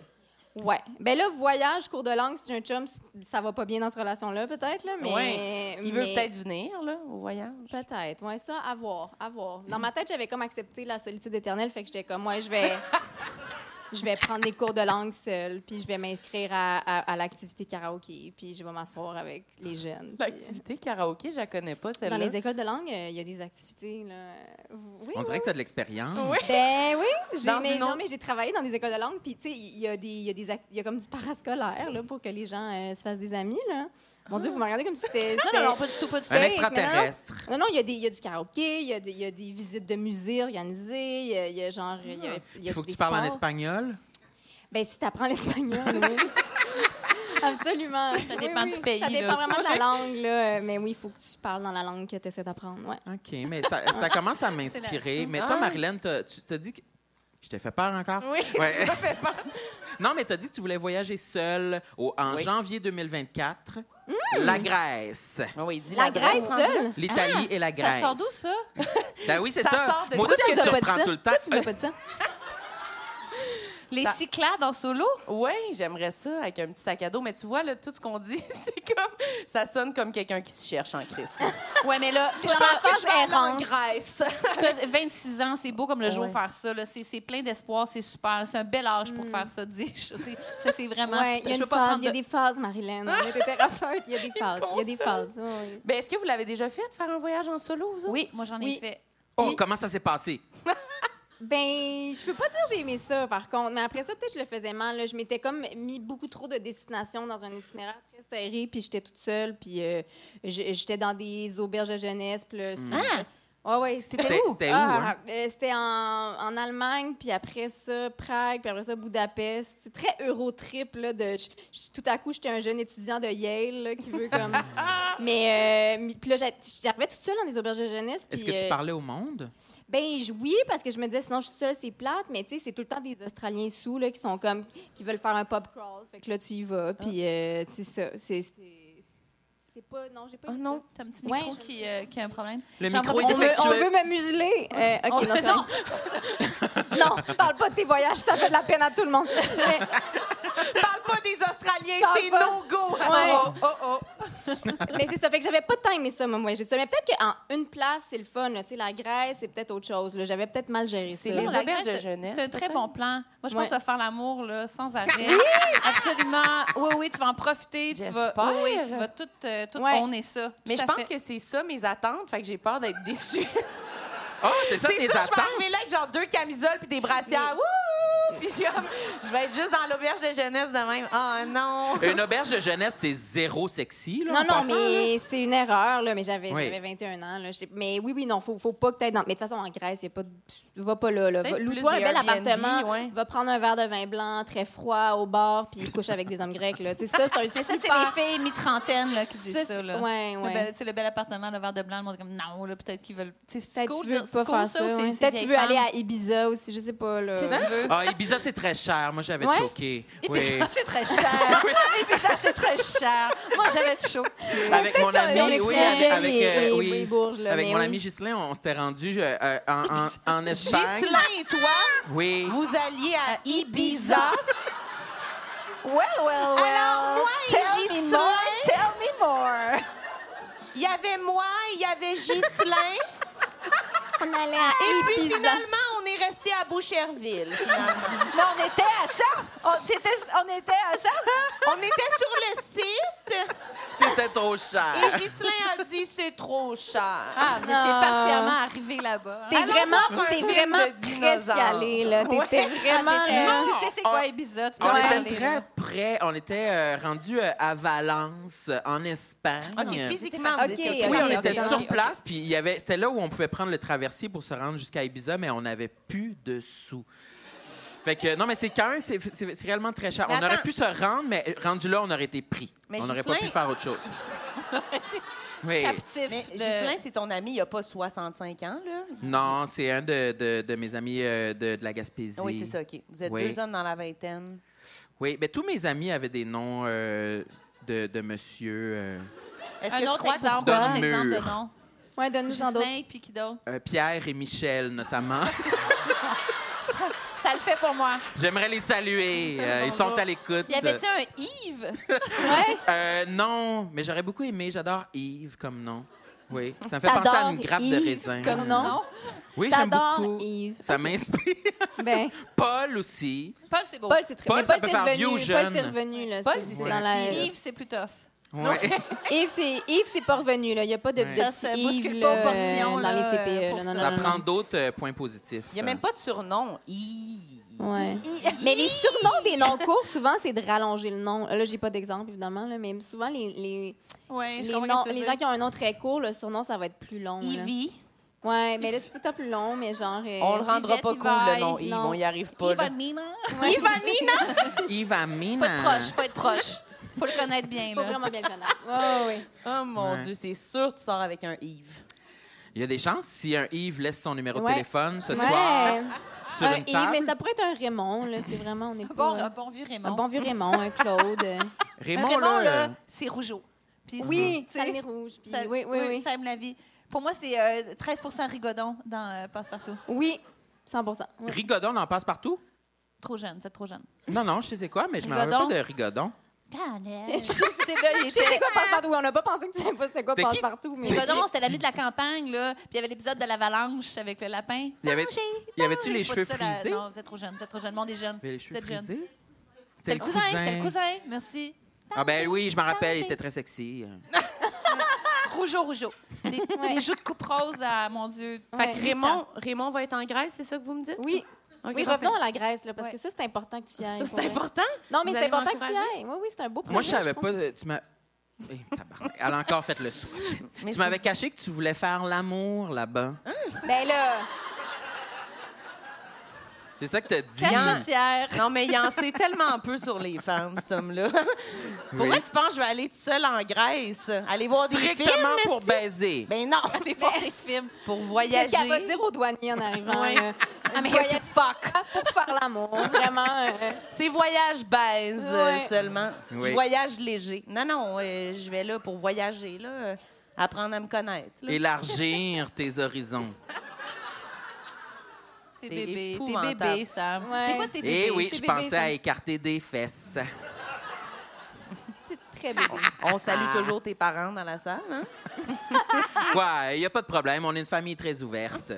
[SPEAKER 8] Ouais. Ben là, voyage, cours de langue, si j'ai un chum, ça va pas bien dans cette relation-là, peut-être, là, mais...
[SPEAKER 5] Ouais. Il veut
[SPEAKER 8] mais-
[SPEAKER 5] peut-être venir, là, au voyage.
[SPEAKER 8] Peut-être, ouais, ça, à voir, à voir. Dans ma tête, j'avais comme accepté la solitude éternelle, fait que j'étais comme, ouais,
[SPEAKER 5] (laughs)
[SPEAKER 8] je vais, je vais prendre des cours de langue seule, puis je vais m'inscrire à, à- à l'activité karaoké, puis je vais m'asseoir avec les jeunes. puis,
[SPEAKER 5] L'activité hein? karaoké, je la connais pas,
[SPEAKER 8] euh, Dans
[SPEAKER 5] celle-là.
[SPEAKER 8] les écoles de langue, euh, il y a des activités, là. euh, Oui,
[SPEAKER 6] On
[SPEAKER 8] oui,
[SPEAKER 6] dirait que t'as de l'expérience.
[SPEAKER 8] (laughs) ben oui, j'ai,
[SPEAKER 5] Dans
[SPEAKER 8] mais,
[SPEAKER 5] une autre-
[SPEAKER 8] non, mais j'ai travaillé dans des écoles de langue, puis tu sais, il y a des, il y a des, act- il y a comme du parascolaire là pour que les gens euh, se fassent des amis là. Mon Dieu, vous me regardez comme si c'était.
[SPEAKER 7] Non,
[SPEAKER 8] c'était-
[SPEAKER 7] non, non, pas du tout, pas du tout.
[SPEAKER 6] Un
[SPEAKER 8] mais
[SPEAKER 6] extraterrestre.
[SPEAKER 8] Non, non, il y, a des- il y a du karaoké, il y, a des- il y a des visites de musées organisées, il y a, il y a genre. Il y a, il y a
[SPEAKER 6] Il faut que
[SPEAKER 8] des
[SPEAKER 6] tu parles en
[SPEAKER 8] sports.
[SPEAKER 6] espagnol.
[SPEAKER 8] Ben, si t'apprends l'espagnol, oui. (laughs) Absolument.
[SPEAKER 7] Ça dépend du pays,
[SPEAKER 8] Ça
[SPEAKER 7] là.
[SPEAKER 8] dépend vraiment de la langue, là. Mais oui, il faut que tu parles dans la langue que tu essaies d'apprendre. Ouais.
[SPEAKER 6] OK, mais ça, ça commence
[SPEAKER 8] (laughs)
[SPEAKER 6] à m'inspirer. Mais
[SPEAKER 8] Ah.
[SPEAKER 6] toi, Marilyn, t'as- tu t'as dit que. Je t'ai fait peur encore?
[SPEAKER 5] Oui,
[SPEAKER 6] Ouais.
[SPEAKER 5] ça fait peur.
[SPEAKER 6] (laughs) Non, mais t'as dit que tu voulais voyager seule au- en janvier 2024.
[SPEAKER 8] Mmh!
[SPEAKER 6] La Grèce.
[SPEAKER 5] Oui, dis
[SPEAKER 8] La Grèce seule?
[SPEAKER 6] L'Italie et
[SPEAKER 8] Ah!
[SPEAKER 6] la Grèce.
[SPEAKER 7] Ça sort d'où, ça?
[SPEAKER 6] Ben oui, c'est ça.
[SPEAKER 5] Ça sort de-
[SPEAKER 6] Moi
[SPEAKER 5] Pourquoi
[SPEAKER 6] aussi,
[SPEAKER 8] tu
[SPEAKER 6] je
[SPEAKER 8] nous as
[SPEAKER 6] me
[SPEAKER 8] pas dit
[SPEAKER 6] surprends
[SPEAKER 8] ça?
[SPEAKER 6] tout le temps. Euh,
[SPEAKER 8] Pourquoi tu nous as pas dit ça?
[SPEAKER 7] Les Cyclades en solo?
[SPEAKER 5] Oui, j'aimerais ça avec un petit sac à dos. Mais tu vois, là, tout ce qu'on dit, (laughs) c'est comme. Ça sonne comme quelqu'un qui se cherche en crise.
[SPEAKER 7] Ouais, mais là, je
[SPEAKER 8] Toi,
[SPEAKER 7] pense
[SPEAKER 8] en
[SPEAKER 7] que je vais aller en
[SPEAKER 8] errance.
[SPEAKER 7] Grèce. (laughs) Toi, 26 ans, c'est beau comme le jour faire ça. là. C'est c'est plein d'espoir, c'est super. C'est un bel âge pour faire ça, (laughs) dis je. sais. Ça, c'est vraiment.
[SPEAKER 8] Ouais, il y a
[SPEAKER 7] je
[SPEAKER 8] une
[SPEAKER 7] veux pas
[SPEAKER 8] phase.
[SPEAKER 7] prendre
[SPEAKER 8] Il y a
[SPEAKER 7] de-
[SPEAKER 8] des phases, Marilyn. On est des thérapeutes, il y
[SPEAKER 7] (laughs)
[SPEAKER 8] a des phases. Il y a des phases. oui, oui.
[SPEAKER 5] ben, est-ce que vous l'avez déjà fait, de faire un voyage en solo, vous autres?
[SPEAKER 7] Oui, moi, j'en ai
[SPEAKER 8] Oui.
[SPEAKER 7] fait.
[SPEAKER 6] Oh, comment ça s'est passé?
[SPEAKER 8] Ben, je peux pas dire j'ai aimé ça, par contre. Mais après ça, peut-être que je le faisais mal. là. Je m'étais comme mis beaucoup trop de destinations dans un itinéraire très serré, puis j'étais toute seule, puis euh, je- j'étais dans des auberges de jeunesse. Puis là, ça- Ouais, ouais,
[SPEAKER 6] Hmm. C'était-
[SPEAKER 8] c'était où?
[SPEAKER 6] c'était où,
[SPEAKER 8] Ah,
[SPEAKER 6] hein?
[SPEAKER 8] euh, c'était en, en Allemagne, puis après ça, Prague, puis après ça, Budapest. C'est très Eurotrip, là, de... je- je- tout à coup, j'étais un jeune étudiant de Yale, là, qui veut comme... mais, euh, mi- puis là, j'a- j'arrivais toute seule dans des auberges de jeunesse.
[SPEAKER 6] Est-ce que
[SPEAKER 8] puis,
[SPEAKER 6] tu
[SPEAKER 8] euh,
[SPEAKER 6] parlais au monde?
[SPEAKER 8] ben je- oui, parce que je me disais, sinon je suis seule, c'est plate, mais tu sais, c'est tout le temps des Australiens sous là, qui sont comme, qui veulent faire un pop crawl. Fait que là, tu y
[SPEAKER 5] Ah.
[SPEAKER 8] vas, puis euh, c'est ça. C'est, c'est, c'est pas, non, j'ai pas
[SPEAKER 5] Ah
[SPEAKER 8] aimé
[SPEAKER 5] non.
[SPEAKER 7] T'as un petit
[SPEAKER 8] Ouais,
[SPEAKER 7] micro
[SPEAKER 8] je-
[SPEAKER 7] qui, euh, qui a un problème.
[SPEAKER 6] Le
[SPEAKER 7] J'en
[SPEAKER 6] micro
[SPEAKER 8] ça.
[SPEAKER 6] est
[SPEAKER 8] On veut, on
[SPEAKER 6] défectueux.
[SPEAKER 8] veut me museler. Euh, OK, non, c'est vrai. non, parle pas de tes voyages, ça fait de la peine à tout le monde. Mais-
[SPEAKER 5] Parle pas des Australiens,
[SPEAKER 8] Parle
[SPEAKER 5] c'est
[SPEAKER 8] pas.
[SPEAKER 5] no-go!
[SPEAKER 8] Ouais.
[SPEAKER 5] Oh, oh, oh.
[SPEAKER 8] mais c'est ça, fait que j'avais pas tant aimé ça, moi, moi. J'ai dit ça. Mais peut-être qu'en une place, c'est le fun. là. Tu sais, la Grèce, c'est peut-être autre chose. là. J'avais peut-être mal géré
[SPEAKER 5] C'est
[SPEAKER 8] ça.
[SPEAKER 5] les
[SPEAKER 7] Non, la
[SPEAKER 5] auberges
[SPEAKER 7] Grèce,
[SPEAKER 5] de jeunesse,
[SPEAKER 7] C'est un très
[SPEAKER 5] peut-être?
[SPEAKER 7] bon plan. Moi, je pense
[SPEAKER 8] Ouais.
[SPEAKER 7] à faire l'amour là, sans arrêt. Absolument. Oui, oui, tu vas en profiter. Tu vas,
[SPEAKER 5] J'espère.
[SPEAKER 7] oui, oui, tu vas tout, euh, tout
[SPEAKER 8] Ouais.
[SPEAKER 7] honner ça.
[SPEAKER 5] Mais
[SPEAKER 7] Tout
[SPEAKER 5] je
[SPEAKER 7] à
[SPEAKER 5] pense
[SPEAKER 7] fait.
[SPEAKER 5] que c'est ça mes attentes, fait que j'ai peur d'être déçue.
[SPEAKER 6] Oh, c'est ça tes
[SPEAKER 5] ça, je vais
[SPEAKER 6] attentes?
[SPEAKER 5] arriver là avec genre deux camisoles puis des brassières. Wouhou! Puis je suis comme, je vais être juste dans l'auberge de jeunesse de même. Oh non!
[SPEAKER 6] Une auberge de jeunesse, c'est zéro sexy, là,
[SPEAKER 8] Non,
[SPEAKER 6] en
[SPEAKER 8] non,
[SPEAKER 6] passant, là.
[SPEAKER 8] mais c'est une erreur, là, mais j'avais
[SPEAKER 6] Oui.
[SPEAKER 8] j'avais 21 ans. Là, je sais- mais oui, oui, non, faut, faut pas que tu dans. Mais de toute façon, en Grèce, y a pas de- va pas là. là. Va-
[SPEAKER 5] Peut-être
[SPEAKER 8] Loue-toi un
[SPEAKER 5] plus
[SPEAKER 8] bel
[SPEAKER 5] des Airbnb,
[SPEAKER 8] appartement,
[SPEAKER 5] ouais.
[SPEAKER 8] va prendre un verre de vin blanc très froid au bar, puis couche avec des hommes grecs. Là. Tu sais, Ça, c'est un
[SPEAKER 7] Mais ça, c'est
[SPEAKER 8] super-
[SPEAKER 7] les filles mi-trentaine là, qui disent
[SPEAKER 8] Ça,
[SPEAKER 7] ça.
[SPEAKER 8] c'est-
[SPEAKER 7] là. Ben,
[SPEAKER 8] ouais, ouais.
[SPEAKER 7] Le bel, tu sais, le bel appartement, le verre de blanc, le monde est comme non, là, peut-être qu'ils veulent. tu sais, c'est
[SPEAKER 8] Peut-être
[SPEAKER 7] cool
[SPEAKER 8] tu
[SPEAKER 7] de
[SPEAKER 8] veux
[SPEAKER 7] dire-
[SPEAKER 8] pas
[SPEAKER 7] c'est cool,
[SPEAKER 8] faire
[SPEAKER 7] ça,
[SPEAKER 8] ça.
[SPEAKER 7] ou c'est-
[SPEAKER 8] ouais.
[SPEAKER 7] c'est
[SPEAKER 8] Peut-être tu
[SPEAKER 7] vieille
[SPEAKER 8] veux aller
[SPEAKER 7] femme.
[SPEAKER 8] à Ibiza aussi, je sais pas. Là.
[SPEAKER 7] Qu'est-ce que tu veux?
[SPEAKER 6] Ah, Ibiza, c'est très cher. Moi, j'avais
[SPEAKER 8] Ouais?
[SPEAKER 6] choqué. Oui.
[SPEAKER 7] C'est très cher. Ibiza, c'est très cher. Moi, j'avais de chaud.
[SPEAKER 6] (laughs) Avec mon
[SPEAKER 8] Peut-être qu'on
[SPEAKER 6] ami,
[SPEAKER 8] est
[SPEAKER 6] oui,
[SPEAKER 8] trop
[SPEAKER 6] avec,
[SPEAKER 8] vieille
[SPEAKER 6] avec,
[SPEAKER 8] et-
[SPEAKER 6] euh,
[SPEAKER 8] et
[SPEAKER 6] oui.
[SPEAKER 8] bourges, là,
[SPEAKER 6] Avec
[SPEAKER 8] mais
[SPEAKER 6] mon
[SPEAKER 8] oui.
[SPEAKER 6] ami Ghislain, on, on s'était rendu euh, euh, en, en, en Espagne.
[SPEAKER 5] Ghislain et toi,
[SPEAKER 6] Oui.
[SPEAKER 5] vous alliez à Ibiza.
[SPEAKER 9] Well, well, well.
[SPEAKER 5] Alors, moi et
[SPEAKER 9] tell me
[SPEAKER 5] Ghislain-
[SPEAKER 9] more. Tell me more.
[SPEAKER 5] Il y avait moi, il y avait Ghislain.
[SPEAKER 8] On allait à
[SPEAKER 5] et puis
[SPEAKER 8] Ibiza.
[SPEAKER 5] finalement, on est resté à Boucherville. finalement.
[SPEAKER 9] Mais on était à ça. On, c'était- on était à ça.
[SPEAKER 5] on était sur le site
[SPEAKER 6] C'était trop cher.
[SPEAKER 5] et Ghislain a dit c'est trop cher.
[SPEAKER 7] Ah, vous étiez
[SPEAKER 8] Ah.
[SPEAKER 7] partiellement arrivé là-bas. hein.
[SPEAKER 8] T'es
[SPEAKER 5] Allons
[SPEAKER 8] vraiment,
[SPEAKER 5] voir un
[SPEAKER 8] t'es
[SPEAKER 5] film
[SPEAKER 8] vraiment
[SPEAKER 5] de
[SPEAKER 8] presque
[SPEAKER 5] dinosaures.
[SPEAKER 8] allée, là. T'étais vraiment,
[SPEAKER 7] Ah, t'étais-
[SPEAKER 8] là.
[SPEAKER 7] Tu sais c'est
[SPEAKER 6] On-
[SPEAKER 7] quoi Ibiza? Tu peux
[SPEAKER 6] On
[SPEAKER 7] en
[SPEAKER 6] était
[SPEAKER 7] parler,
[SPEAKER 6] très
[SPEAKER 7] là.
[SPEAKER 6] près. On était euh, rendu euh, à Valence, euh, en Espagne.
[SPEAKER 5] OK, physiquement, vous
[SPEAKER 8] Ok,
[SPEAKER 5] étiez
[SPEAKER 8] ok,
[SPEAKER 6] oui, on
[SPEAKER 8] ok,
[SPEAKER 6] était
[SPEAKER 8] ok,
[SPEAKER 6] sur
[SPEAKER 8] ok.
[SPEAKER 6] place, puis il y avait, c'était là où on pouvait prendre le traversier pour se rendre jusqu'à Ibiza, mais on n'avait plus de sous. Fait que, non, mais c'est quand même, c'est, c'est- c'est réellement très cher.
[SPEAKER 5] Mais
[SPEAKER 6] on aurait
[SPEAKER 5] attends.
[SPEAKER 6] pu se rendre, mais rendu là, on aurait été pris.
[SPEAKER 5] Mais
[SPEAKER 6] on n'aurait pas
[SPEAKER 5] Ghislain-
[SPEAKER 6] pu faire autre chose.
[SPEAKER 5] (laughs)
[SPEAKER 6] oui.
[SPEAKER 7] captif.
[SPEAKER 5] Mais
[SPEAKER 7] de-
[SPEAKER 5] Ghislain, c'est ton ami, il a pas 65 ans, là.
[SPEAKER 6] Non, c'est un de, de- de mes amis euh, de, de la Gaspésie.
[SPEAKER 5] Oui, c'est ça, OK. Vous êtes
[SPEAKER 6] Oui.
[SPEAKER 5] deux hommes dans la vingtaine.
[SPEAKER 6] Oui, mais tous mes amis avaient des noms euh, de, de monsieur euh,
[SPEAKER 5] Est-ce
[SPEAKER 7] Un
[SPEAKER 5] que tu
[SPEAKER 7] autre
[SPEAKER 5] crois que
[SPEAKER 7] exemple,
[SPEAKER 6] Donne
[SPEAKER 7] un autre
[SPEAKER 6] mur.
[SPEAKER 7] exemple de nom.
[SPEAKER 8] Ouais, donne-nous en d'autres.
[SPEAKER 7] Justin, puis qui d'autre?
[SPEAKER 6] euh, Pierre et Michel, notamment. (laughs)
[SPEAKER 7] Ça le fait pour moi.
[SPEAKER 6] J'aimerais les saluer. Euh, ils sont à l'écoute.
[SPEAKER 7] Y avait-tu un Yves?
[SPEAKER 6] Euh, non, mais j'aurais beaucoup aimé. J'adore Yves comme nom. Oui, ça me fait penser à
[SPEAKER 8] T'adores
[SPEAKER 6] une grappe de
[SPEAKER 8] Yves
[SPEAKER 6] raisin.
[SPEAKER 8] comme nom? Non.
[SPEAKER 6] Oui, j'aime
[SPEAKER 8] T'adores
[SPEAKER 6] beaucoup.
[SPEAKER 8] Yves.
[SPEAKER 6] Ça m'inspire. (laughs)
[SPEAKER 8] Ben,
[SPEAKER 6] Paul aussi.
[SPEAKER 7] Paul, c'est beau.
[SPEAKER 8] Paul, c'est très
[SPEAKER 6] Oh. Paul,
[SPEAKER 8] mais
[SPEAKER 6] ça
[SPEAKER 8] Paul,
[SPEAKER 6] peut
[SPEAKER 8] c'est
[SPEAKER 6] faire
[SPEAKER 8] revenu.
[SPEAKER 6] vieux ou
[SPEAKER 8] Paul,
[SPEAKER 6] jeune.
[SPEAKER 8] c'est revenu, là.
[SPEAKER 5] Paul,
[SPEAKER 8] c'est-
[SPEAKER 5] c'est
[SPEAKER 8] c'est
[SPEAKER 5] sexy.
[SPEAKER 8] dans la...
[SPEAKER 7] Yves, c'est plus tough.
[SPEAKER 6] Ouais.
[SPEAKER 8] Yves, c'est Yves, c'est pas revenu là. Il y a pas de, de
[SPEAKER 7] Ça,
[SPEAKER 8] petit
[SPEAKER 7] ça bouscule
[SPEAKER 8] Yves
[SPEAKER 7] pas
[SPEAKER 8] là, euh,
[SPEAKER 7] aux portions,
[SPEAKER 8] dans
[SPEAKER 7] là,
[SPEAKER 8] les CPE.
[SPEAKER 7] pour
[SPEAKER 8] là, non, non,
[SPEAKER 6] Ça
[SPEAKER 8] non, non.
[SPEAKER 6] prend d'autres euh, points positifs.
[SPEAKER 5] Il n'y a même pas de surnom.
[SPEAKER 6] Euh,
[SPEAKER 5] Hi.
[SPEAKER 8] Ouais. Mais les surnoms des noms courts, souvent, c'est de rallonger le nom. Là, j'ai pas d'exemple, évidemment, là, mais souvent, les, les,
[SPEAKER 7] Oui,
[SPEAKER 8] les, noms- les gens qui ont un nom très court, le surnom, ça va être plus long. là.
[SPEAKER 7] Ivy.
[SPEAKER 8] Ouais, mais là, c'est peut-être plus long, mais genre. euh,
[SPEAKER 5] On le rendra
[SPEAKER 7] Yvette,
[SPEAKER 5] pas cool,
[SPEAKER 7] il va-
[SPEAKER 5] le nom
[SPEAKER 8] il-
[SPEAKER 5] Yves.
[SPEAKER 8] non.
[SPEAKER 5] On y arrive pas. là.
[SPEAKER 7] Ivanina. Faut être
[SPEAKER 6] Ivamina.
[SPEAKER 7] proche, faut être proche. Faut le connaître bien,
[SPEAKER 8] Faut
[SPEAKER 7] là.
[SPEAKER 8] vraiment bien le connaître. Ouais, ouais, ouais.
[SPEAKER 5] Oh mon
[SPEAKER 6] Ouais.
[SPEAKER 5] Dieu, c'est sûr que tu sors avec un Yves.
[SPEAKER 6] Il y a des chances si un Yves laisse son numéro de
[SPEAKER 8] Ouais.
[SPEAKER 6] téléphone ce soir
[SPEAKER 8] Ouais.
[SPEAKER 6] sur
[SPEAKER 8] Un
[SPEAKER 6] une
[SPEAKER 8] Yves,
[SPEAKER 6] table.
[SPEAKER 8] mais ça pourrait être un Raymond, là. C'est vraiment, on est
[SPEAKER 7] Un
[SPEAKER 8] pas.
[SPEAKER 7] bon, un bon vieux Raymond.
[SPEAKER 8] un bon vieux Raymond, un Claude. euh,
[SPEAKER 6] Raymond,
[SPEAKER 7] Raymond,
[SPEAKER 6] là, euh,
[SPEAKER 7] là, c'est rougeau. Puis
[SPEAKER 8] oui,
[SPEAKER 7] tu sais,
[SPEAKER 8] ça venait rouge. puis
[SPEAKER 7] ça-
[SPEAKER 8] oui, oui, oui.
[SPEAKER 7] Ça aime la vie. Pour moi, c'est euh, 13 rigodon dans euh, Passe-Partout.
[SPEAKER 8] Oui, 100 oui.
[SPEAKER 6] Rigodon en passe partout?
[SPEAKER 7] Trop jeune, c'est trop jeune.
[SPEAKER 6] Non, non, je sais quoi, mais je me rappelle
[SPEAKER 7] Rigodon.
[SPEAKER 6] pas de Rigodon.
[SPEAKER 7] (laughs) Calais. C'était là, il
[SPEAKER 8] Je sais
[SPEAKER 7] était...
[SPEAKER 8] quoi passe-partout. On n'a pas pensé que tu savais pas c'était quoi
[SPEAKER 6] C'était qui?
[SPEAKER 8] passe-partout, mais.
[SPEAKER 7] Rigodon, c'était l'ami de la campagne, là. Puis il y avait l'épisode de l'avalanche avec le lapin.
[SPEAKER 6] Il y avait-
[SPEAKER 7] Danger,
[SPEAKER 6] il y avait-tu
[SPEAKER 7] danger.
[SPEAKER 6] les
[SPEAKER 7] Je
[SPEAKER 6] cheveux
[SPEAKER 7] vois tout ça, là.
[SPEAKER 6] frisés?
[SPEAKER 7] Non, vous êtes trop jeune, vous êtes trop jeune. Le monde est jeune.
[SPEAKER 6] Mais les
[SPEAKER 7] Vous
[SPEAKER 6] cheveux
[SPEAKER 7] êtes jeune.
[SPEAKER 6] frisés?
[SPEAKER 7] C'était le cousin, c'était le cousin. Merci.
[SPEAKER 6] Ah ben oui, je me rappelle, il
[SPEAKER 7] Danger.
[SPEAKER 6] était très sexy.
[SPEAKER 7] Rougeau, rougeau.
[SPEAKER 8] (laughs)
[SPEAKER 7] Des, des joues de coupe rose à, mon Dieu.
[SPEAKER 8] Ouais.
[SPEAKER 2] Fait que Raymond, Raymond va être en Grèce, c'est ça que vous me dites?
[SPEAKER 8] Oui.
[SPEAKER 2] Ok,
[SPEAKER 8] oui,
[SPEAKER 2] parfait.
[SPEAKER 8] revenons à la Grèce, là, parce
[SPEAKER 7] Ouais.
[SPEAKER 8] que ça, c'est important que tu y ailles.
[SPEAKER 2] Ça,
[SPEAKER 8] pour
[SPEAKER 2] c'est
[SPEAKER 8] vrai.
[SPEAKER 2] important.
[SPEAKER 8] Non,
[SPEAKER 2] Vous
[SPEAKER 8] mais c'est
[SPEAKER 2] allez
[SPEAKER 8] important que tu y
[SPEAKER 2] m'encourager?
[SPEAKER 8] ailles. Oui, oui, c'est un beau projet.
[SPEAKER 6] Ah, Moi, je savais
[SPEAKER 8] trouve.
[SPEAKER 6] pas. de- Tu m'as. Eh, tabarnak, Elle a encore fait le sou.
[SPEAKER 5] Mais
[SPEAKER 6] tu m'avais caché que tu voulais faire l'amour là-bas.
[SPEAKER 8] Ben là,
[SPEAKER 6] C'est ça que t'as dit.
[SPEAKER 7] Cachetière.
[SPEAKER 5] Non, mais il en sait tellement peu sur les femmes, cet homme-là.
[SPEAKER 6] Oui.
[SPEAKER 5] Pourquoi tu penses que je vais aller toute seule en Grèce? Aller voir des films?
[SPEAKER 6] Strictement pour
[SPEAKER 5] esti?
[SPEAKER 6] baiser.
[SPEAKER 5] Ben non,
[SPEAKER 7] Des fois, des films.
[SPEAKER 5] pour
[SPEAKER 8] c'est
[SPEAKER 5] voyager.
[SPEAKER 8] ce qu'elle va dire aux douaniers en arrivant.
[SPEAKER 5] Ouais.
[SPEAKER 8] là.
[SPEAKER 7] I'm
[SPEAKER 8] Voyage-
[SPEAKER 7] here to fuck.
[SPEAKER 8] pour faire l'amour, vraiment. euh,
[SPEAKER 5] C'est voyage baise euh,
[SPEAKER 8] Ouais.
[SPEAKER 5] seulement.
[SPEAKER 6] Oui.
[SPEAKER 5] Je voyage léger. Non, non, euh, je vais là pour voyager, là, euh, apprendre à me connaître. là.
[SPEAKER 6] Élargir tes horizons.
[SPEAKER 7] T'es
[SPEAKER 5] C'est
[SPEAKER 7] bébé, t'es
[SPEAKER 5] épouvantable.
[SPEAKER 7] bébé, Sam.
[SPEAKER 8] Ouais.
[SPEAKER 7] Des fois, t'es bébé.
[SPEAKER 6] Eh oui,
[SPEAKER 7] t'es
[SPEAKER 6] je
[SPEAKER 7] bébé,
[SPEAKER 6] pensais
[SPEAKER 7] Sam.
[SPEAKER 6] à écarter des fesses.
[SPEAKER 8] C'est très bébé.
[SPEAKER 5] On salue
[SPEAKER 6] ah.
[SPEAKER 5] toujours tes parents dans la salle. Hein?
[SPEAKER 6] Quoi, il n'y a pas de problème, on est une famille très ouverte.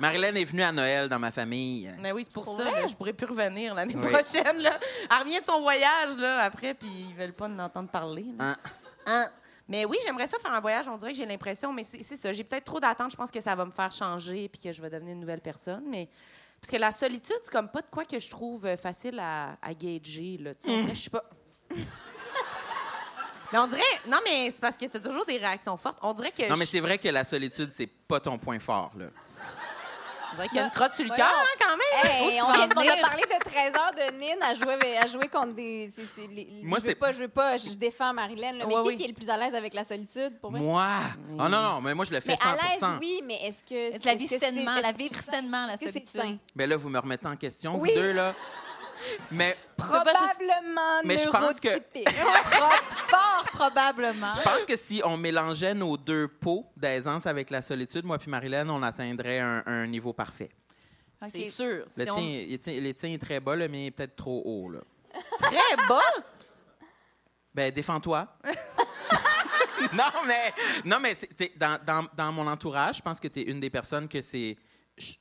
[SPEAKER 6] Marilyn est venue à Noël dans ma famille.
[SPEAKER 5] Mais Ben oui, c'est pour
[SPEAKER 8] Pour
[SPEAKER 5] ça.
[SPEAKER 8] vrai?
[SPEAKER 5] là, je pourrais plus revenir l'année
[SPEAKER 6] Oui.
[SPEAKER 5] prochaine. Là. Elle revient de son voyage là, après, puis ils veulent pas nous entendre parler. là.
[SPEAKER 6] Hein?
[SPEAKER 5] Hein? Mais oui, j'aimerais ça faire un voyage. On dirait que j'ai l'impression, mais c'est c'est ça. J'ai peut-être trop d'attentes. Je pense que ça va me faire changer puis que je vais devenir une nouvelle personne. Mais parce que la solitude, c'est comme pas de quoi que je trouve euh, facile à, à gager. Là, Tu sais, on dirait, je suis pas. (laughs) mais on dirait, non, mais c'est parce que t'as toujours des réactions fortes. On dirait que
[SPEAKER 6] Non, mais
[SPEAKER 5] je-
[SPEAKER 6] c'est vrai que la solitude, c'est pas ton point fort, là.
[SPEAKER 5] on dirait qu'il y a une crotte sur le cœur hein, quand même.
[SPEAKER 8] Hey, on,
[SPEAKER 7] vas en
[SPEAKER 8] vient- on a
[SPEAKER 7] venir?
[SPEAKER 8] parlé de 13 heures de Nine à jouer, avec- à jouer contre des. c'est- c'est les-
[SPEAKER 6] Moi,
[SPEAKER 8] je veux
[SPEAKER 6] c'est-
[SPEAKER 8] pas, je veux pas, je défends Marilyn, là, mais
[SPEAKER 5] Ouais,
[SPEAKER 8] qui,
[SPEAKER 5] oui.
[SPEAKER 8] qui est le plus à l'aise avec la solitude pour vrai?
[SPEAKER 6] Moi? Oh non, non, mais moi, je le fais
[SPEAKER 8] Mais à l'aise,
[SPEAKER 6] 100
[SPEAKER 8] oui, mais est-ce que.
[SPEAKER 7] C'est de la
[SPEAKER 8] est-ce
[SPEAKER 7] vie
[SPEAKER 8] que c'est-
[SPEAKER 7] sainement,
[SPEAKER 8] est-ce
[SPEAKER 7] la
[SPEAKER 8] que-
[SPEAKER 7] vivre sainement, la
[SPEAKER 8] Est-ce que
[SPEAKER 7] solitude.
[SPEAKER 8] c'est sain?
[SPEAKER 6] Mais Ben là, vous me remettez en question,
[SPEAKER 8] Oui.
[SPEAKER 6] vous deux, là. Mais
[SPEAKER 7] peux pas juste-
[SPEAKER 8] Probablement
[SPEAKER 6] Mais je pense que-
[SPEAKER 8] neurotypique.
[SPEAKER 7] Pro- Fort (laughs) probablement.
[SPEAKER 5] Ah.
[SPEAKER 6] je pense que si on mélangeait nos deux pots d'aisance avec la solitude, moi puis Marilyn, on atteindrait un, un niveau parfait.
[SPEAKER 7] Ok.
[SPEAKER 5] C'est sûr.
[SPEAKER 6] Le
[SPEAKER 5] Si on-
[SPEAKER 6] tien, il- tien- le tien est très bas, le mien est peut-être trop haut, là.
[SPEAKER 5] Très bas.
[SPEAKER 6] Ben,
[SPEAKER 5] (laughs)
[SPEAKER 6] défends-toi. (laughs) non, mais, non, mais c'est- t'es- dans, dans- dans mon entourage, je pense que tu es une des personnes que c'est. je-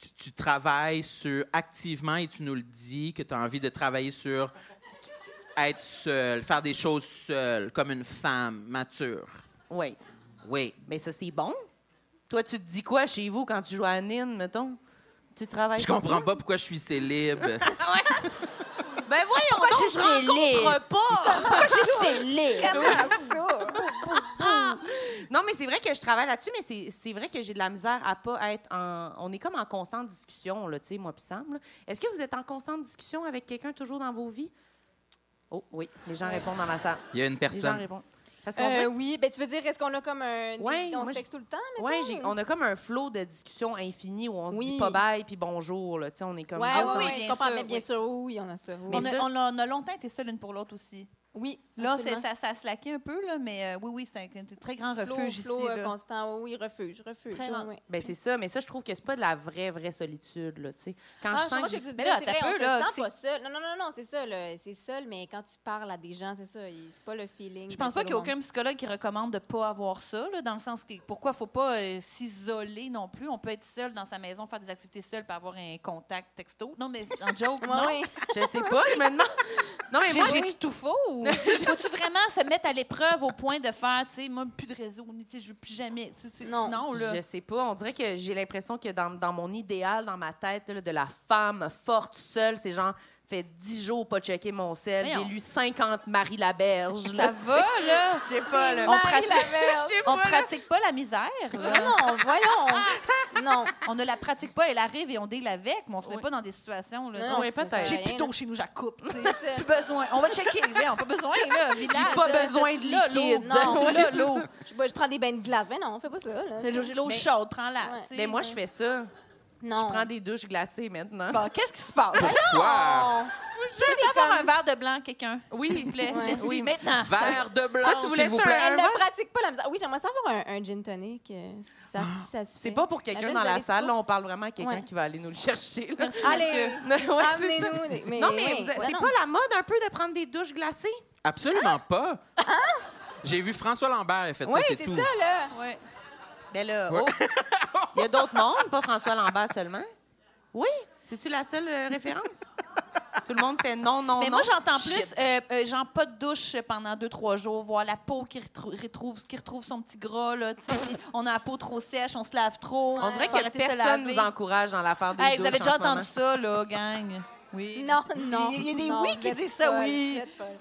[SPEAKER 6] Tu, tu travailles sur activement et tu nous le dis que tu as envie de travailler sur être seule, faire des choses seule, comme une femme mature.
[SPEAKER 5] Oui.
[SPEAKER 6] Oui.
[SPEAKER 5] Mais ça, c'est bon. Toi, tu te dis quoi chez vous quand tu joues à Nine, mettons? Tu travailles
[SPEAKER 6] Je
[SPEAKER 5] sur
[SPEAKER 6] comprends
[SPEAKER 5] quoi?
[SPEAKER 6] pas pourquoi je suis célibe.
[SPEAKER 5] (laughs) Ben voyons donc, je, rencontre pas! non, mais c'est vrai que je travaille là-dessus, mais c'est- c'est vrai que j'ai de la misère à pas être en... On est comme en constante discussion, là, tu sais, moi pis Sam. là. Est-ce que vous êtes en constante discussion avec quelqu'un toujours dans vos vies? Oh, oui, les gens répondent dans la salle.
[SPEAKER 6] Il y a une
[SPEAKER 5] Les gens
[SPEAKER 6] personne.
[SPEAKER 5] répondent. Parce qu'on
[SPEAKER 8] Euh, oui, ben tu veux dire, est-ce qu'on a comme un. des-
[SPEAKER 5] Ouais,
[SPEAKER 8] on
[SPEAKER 5] moi,
[SPEAKER 8] se
[SPEAKER 5] je-
[SPEAKER 8] texte tout le temps, mettons?
[SPEAKER 5] Oui, on a comme un flot de discussions infinies où on se
[SPEAKER 8] Oui.
[SPEAKER 5] dit pas bye puis bonjour. Là. Tu sais, On est comme.
[SPEAKER 8] Ouais,
[SPEAKER 7] Ah
[SPEAKER 8] oui,
[SPEAKER 7] oui,
[SPEAKER 8] oui,
[SPEAKER 7] oui,
[SPEAKER 8] je
[SPEAKER 7] bien
[SPEAKER 8] comprends,
[SPEAKER 7] sûr,
[SPEAKER 8] mais bien
[SPEAKER 7] oui.
[SPEAKER 8] sûr, oui, on a ça. oui.
[SPEAKER 7] On
[SPEAKER 5] Mais
[SPEAKER 7] a,
[SPEAKER 5] ça-
[SPEAKER 7] on a- on a longtemps été seules une pour l'autre aussi.
[SPEAKER 8] Oui,
[SPEAKER 7] Là, c'est-
[SPEAKER 8] absolument.
[SPEAKER 7] ça, ça se laquait un peu, là, mais euh, oui, oui, c'est un, un très grand
[SPEAKER 8] Flot,
[SPEAKER 7] refuge
[SPEAKER 8] flot,
[SPEAKER 7] ici.
[SPEAKER 8] euh,
[SPEAKER 7] là.
[SPEAKER 8] constant, oui, oui, refuge, refuge.
[SPEAKER 7] Très
[SPEAKER 8] oui,
[SPEAKER 7] rare.
[SPEAKER 8] oui.
[SPEAKER 5] Ben c'est ça, mais ça je trouve que c'est pas de la vraie vraie solitude là, tu sais. Quand
[SPEAKER 8] Ah,
[SPEAKER 5] je sens que
[SPEAKER 8] je
[SPEAKER 5] j'ai-
[SPEAKER 8] que tu
[SPEAKER 7] Mais
[SPEAKER 8] dis,
[SPEAKER 7] là,
[SPEAKER 8] c'est
[SPEAKER 7] t'as
[SPEAKER 8] vrai, on
[SPEAKER 7] peu,
[SPEAKER 8] se
[SPEAKER 7] là,
[SPEAKER 8] sent
[SPEAKER 7] c'est-
[SPEAKER 8] pas seul. Non, non, non, non, c'est ça, là. C'est seul, mais quand tu parles à des gens, c'est ça. il- C'est pas le feeling.
[SPEAKER 7] Je
[SPEAKER 8] d'un
[SPEAKER 7] pense pas
[SPEAKER 8] seul
[SPEAKER 7] qu'il y a
[SPEAKER 8] au monde.
[SPEAKER 7] aucun psychologue qui recommande de pas avoir ça, là, dans le sens que pourquoi faut pas euh, s'isoler non plus. On peut être seul dans sa maison, faire des activités seule, puis avoir un contact texto. Non, mais en joke, non.
[SPEAKER 8] Ouais, ouais.
[SPEAKER 5] je sais pas, je me demande. Non mais
[SPEAKER 7] J'ai
[SPEAKER 5] moi
[SPEAKER 7] j'ai
[SPEAKER 5] oui.
[SPEAKER 7] tout faux. ou- Faut-tu vraiment se mettre à l'épreuve au point de faire, tu sais, moi, plus de réseau, tu sais, je veux plus jamais. tu sais,
[SPEAKER 8] Non,
[SPEAKER 7] là.
[SPEAKER 5] Je sais pas, on dirait que j'ai l'impression que dans, dans mon idéal, dans ma tête là, de la femme forte seule, c'est genre Fait 10 jours pas checker mon sel. J'ai
[SPEAKER 7] Voyons.
[SPEAKER 5] lu 50 Marie Laberge.
[SPEAKER 7] Ça
[SPEAKER 5] là, tu sais.
[SPEAKER 7] va, là?
[SPEAKER 5] Je sais pas, là.
[SPEAKER 7] On pratique, on pratique pas la misère. là.
[SPEAKER 8] Ah non, voyons. non.
[SPEAKER 7] On ne la pratique pas, elle arrive et on deal avec, mais on se met pas dans des situations. Là,
[SPEAKER 8] Non,
[SPEAKER 7] Non,
[SPEAKER 8] Ah ouais,
[SPEAKER 7] ça,
[SPEAKER 8] peut-être.
[SPEAKER 7] ça
[SPEAKER 8] J'ai
[SPEAKER 7] rien,
[SPEAKER 8] plutôt
[SPEAKER 7] là. chez nous, j'accoupe.
[SPEAKER 8] C'est
[SPEAKER 7] Plus besoin. On va le checker. mais on pas besoin, là. Village,
[SPEAKER 5] J'ai pas
[SPEAKER 7] là,
[SPEAKER 5] besoin de
[SPEAKER 7] c'est là, l'eau.
[SPEAKER 5] liquide.
[SPEAKER 7] (laughs)
[SPEAKER 8] Non,
[SPEAKER 7] Non,
[SPEAKER 8] là,
[SPEAKER 7] là, l'eau.
[SPEAKER 8] Je, bah, je prends des bains de glace. Mais non, on fait pas ça. Là.
[SPEAKER 7] C'est le jour, j'ai l'eau
[SPEAKER 8] Mais-
[SPEAKER 7] chaude, prends-la.
[SPEAKER 8] Ouais.
[SPEAKER 7] tu sais.
[SPEAKER 5] Mais moi, je fais ça. Je
[SPEAKER 8] Non.
[SPEAKER 5] prends des douches glacées maintenant.
[SPEAKER 7] Bon, qu'est-ce qui se passe?
[SPEAKER 6] Quoi?
[SPEAKER 8] Non.
[SPEAKER 7] Je veux avoir un verre de blanc, quelqu'un.
[SPEAKER 5] Oui, s'il vous plaît.
[SPEAKER 8] Ouais.
[SPEAKER 7] Merci.
[SPEAKER 5] Oui, mais
[SPEAKER 7] maintenant.
[SPEAKER 6] Verre de blanc,
[SPEAKER 5] Ah, tu voulais
[SPEAKER 6] s'il vous
[SPEAKER 5] ça,
[SPEAKER 6] plaît.
[SPEAKER 5] un
[SPEAKER 8] Elle
[SPEAKER 5] verre?
[SPEAKER 8] ne pratique pas la misère. Oui, j'aimerais savoir un, un gin tonic. euh, si ça, si ça se fait.
[SPEAKER 5] c'est pas pour quelqu'un
[SPEAKER 8] Imagine,
[SPEAKER 5] dans
[SPEAKER 8] vous
[SPEAKER 5] la
[SPEAKER 8] avez
[SPEAKER 5] salle.
[SPEAKER 8] tout.
[SPEAKER 5] Là, on parle vraiment à quelqu'un
[SPEAKER 8] Ouais.
[SPEAKER 5] qui va aller nous le chercher. là.
[SPEAKER 8] Allez,
[SPEAKER 5] Mathieu. (laughs) Ouais, c'est ça.
[SPEAKER 8] amenez-nous. des-
[SPEAKER 5] Non, mais
[SPEAKER 8] oui,
[SPEAKER 5] vous- c'est
[SPEAKER 8] voyons.
[SPEAKER 5] pas la mode un peu de prendre des douches glacées?
[SPEAKER 6] Absolument pas. J'ai vu François Lambert, il a fait
[SPEAKER 8] Oui,
[SPEAKER 6] ça,
[SPEAKER 8] c'est
[SPEAKER 6] c'est tout.
[SPEAKER 8] ça, là.
[SPEAKER 7] Ouais.
[SPEAKER 5] Ben là,
[SPEAKER 6] Ouais.
[SPEAKER 5] oh, il y a d'autres mondes, pas François Lambert seulement. Oui, c'est-tu la seule euh, référence? Tout le monde fait non, non,
[SPEAKER 7] Mais
[SPEAKER 5] non.
[SPEAKER 7] moi, j'entends plus,
[SPEAKER 5] Shit.
[SPEAKER 7] euh, euh, genre, pas de douche pendant deux, trois jours, voir la peau qui retrou- retrouve, qui retrouve son petit gras, là, tu sais, (laughs) puis on a la peau trop sèche, on se lave trop.
[SPEAKER 5] On dirait
[SPEAKER 7] Faut
[SPEAKER 5] que
[SPEAKER 7] arrêter de se
[SPEAKER 5] personne nous
[SPEAKER 7] laver.
[SPEAKER 5] encourage dans l'affaire des
[SPEAKER 7] Hey, vous
[SPEAKER 5] douches
[SPEAKER 7] avez déjà
[SPEAKER 5] en ce moment.
[SPEAKER 7] entendu ça, là, gang? Oui.
[SPEAKER 8] Non, non.
[SPEAKER 7] Il y a des
[SPEAKER 8] non,
[SPEAKER 7] oui
[SPEAKER 8] vous
[SPEAKER 7] qui
[SPEAKER 8] êtes
[SPEAKER 7] disent ça,
[SPEAKER 8] folle,
[SPEAKER 7] oui.
[SPEAKER 8] vous êtes folle.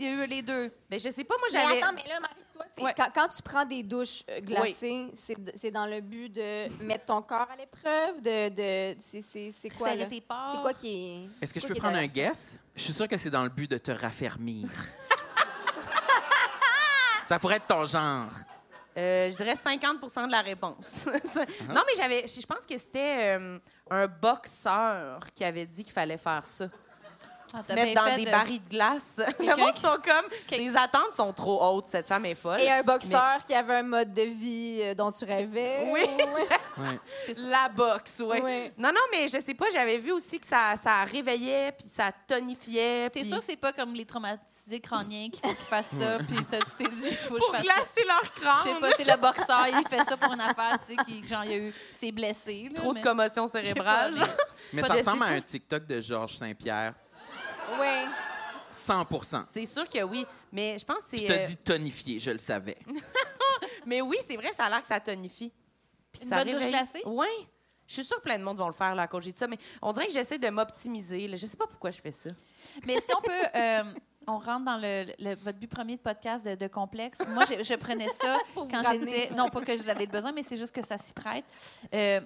[SPEAKER 7] Il y a eu les deux.
[SPEAKER 5] Mais Ben, je sais pas, moi,
[SPEAKER 8] Mais
[SPEAKER 5] j'avais...
[SPEAKER 8] attends, mais là, Marie, toi, c'est-
[SPEAKER 5] Ouais.
[SPEAKER 8] quand, quand tu prends des douches euh, glacées, c'est d- c'est dans le but de mettre ton corps à l'épreuve, de... de c'est- c'est c'est quoi, là?
[SPEAKER 7] Serrer tes
[SPEAKER 8] C'est
[SPEAKER 7] pores.
[SPEAKER 8] quoi qui est...
[SPEAKER 6] Est-ce que je
[SPEAKER 8] c'est quoi
[SPEAKER 6] peux
[SPEAKER 8] qui est
[SPEAKER 6] prendre un
[SPEAKER 8] derrière?
[SPEAKER 6] guess? Je suis sûr que c'est dans le but de te raffermir. ça pourrait être ton genre.
[SPEAKER 5] Euh, je dirais 50 de la réponse. (laughs) Non, mais j'avais, je je pense que c'était euh, un boxeur qui avait dit qu'il fallait faire ça.
[SPEAKER 7] Ah,
[SPEAKER 5] Se
[SPEAKER 7] t'as
[SPEAKER 5] mettre
[SPEAKER 7] bien
[SPEAKER 5] dans
[SPEAKER 7] fait
[SPEAKER 5] des
[SPEAKER 7] de-
[SPEAKER 5] barils de glace. (laughs) Le monde sont comme, les attentes sont trop hautes, cette femme est folle.
[SPEAKER 8] Et un boxeur qui avait un mode de vie euh, dont tu rêvais.
[SPEAKER 5] Oui.
[SPEAKER 6] Ouais.
[SPEAKER 5] La boxe, oui.
[SPEAKER 8] Ouais.
[SPEAKER 5] Non, non, mais je sais pas, j'avais vu aussi que ça, ça réveillait, puis ça tonifiait.
[SPEAKER 7] T'es
[SPEAKER 5] puis-
[SPEAKER 7] sûr que c'est pas comme les traumatisés crâniens qui faut qu'ils fassent ça, puis t'as- tu t'es dit, il faut que je
[SPEAKER 5] Pour
[SPEAKER 7] fasse ça.
[SPEAKER 5] glacer leur crâne.
[SPEAKER 7] Je sais pas, c'est le boxeur, il fait ça pour une affaire, tu sais, qui, genre, il y a eu, c'est blessé. là,
[SPEAKER 5] Trop
[SPEAKER 7] mais-
[SPEAKER 5] de commotion
[SPEAKER 7] Je sais
[SPEAKER 5] cérébrale.
[SPEAKER 7] pas, mais-
[SPEAKER 6] Mais
[SPEAKER 7] Pas
[SPEAKER 6] ça
[SPEAKER 7] de-
[SPEAKER 6] ressemble à un TikTok de Georges Saint-Pierre.
[SPEAKER 8] (laughs) Oui.
[SPEAKER 6] 100
[SPEAKER 5] (laughs) C'est sûr que oui, mais je pense que c'est...
[SPEAKER 6] Je te
[SPEAKER 5] euh,
[SPEAKER 6] dis tonifié, je le savais.
[SPEAKER 5] Mais oui, c'est vrai, ça a l'air que ça tonifie. Puis
[SPEAKER 7] Une bonne douche glacée?
[SPEAKER 5] Oui. Je suis sûre que plein de monde vont le faire là, à cause j'ai dit ça, mais on dirait que j'essaie de m'optimiser. là. Je sais pas pourquoi je fais ça.
[SPEAKER 7] Mais si on peut, euh, on rentre dans le, le- votre but premier de podcast de, de complexe. Moi, je, je prenais
[SPEAKER 5] (laughs)
[SPEAKER 7] ça
[SPEAKER 8] vous
[SPEAKER 7] quand
[SPEAKER 8] ramener.
[SPEAKER 7] j'étais. Non, pas que vous avez besoin, mais c'est juste que ça s'y prête. Euh,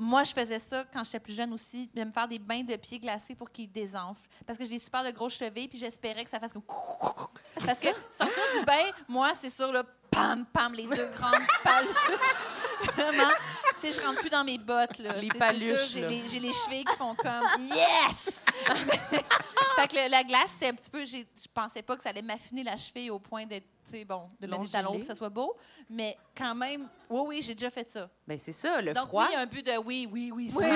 [SPEAKER 7] moi, je faisais ça quand j'étais plus jeune aussi, de me faire des bains de pieds glacés pour qu'ils désenflent. Parce que j'ai des super de gros chevilles, puis j'espérais que ça fasse comme. Parce que sortir du bain, moi, c'est sur le pam, pam, les deux grandes
[SPEAKER 5] (laughs)
[SPEAKER 7] paluches. Vraiment. Tu sais, je rentre plus dans mes bottes, là.
[SPEAKER 5] Les
[SPEAKER 7] Tu sais, c'est
[SPEAKER 5] paluches,
[SPEAKER 7] sûr, J'ai
[SPEAKER 5] là.
[SPEAKER 7] les, j'ai les chevilles qui font comme Yes! fait que le- la glace, c'était un petit peu. j'ai- Je pensais pas que ça allait m'affiner la cheville au point d'être, tu sais, bon, de
[SPEAKER 5] Long
[SPEAKER 7] mettre des talons
[SPEAKER 5] gilet.
[SPEAKER 7] pour que ça soit beau. Mais quand même, oui, oui, j'ai déjà fait ça.
[SPEAKER 5] Ben c'est ça, le
[SPEAKER 7] Donc,
[SPEAKER 5] froid.
[SPEAKER 7] oui, il y a un but de oui, oui, oui.
[SPEAKER 8] Oui,
[SPEAKER 7] ça.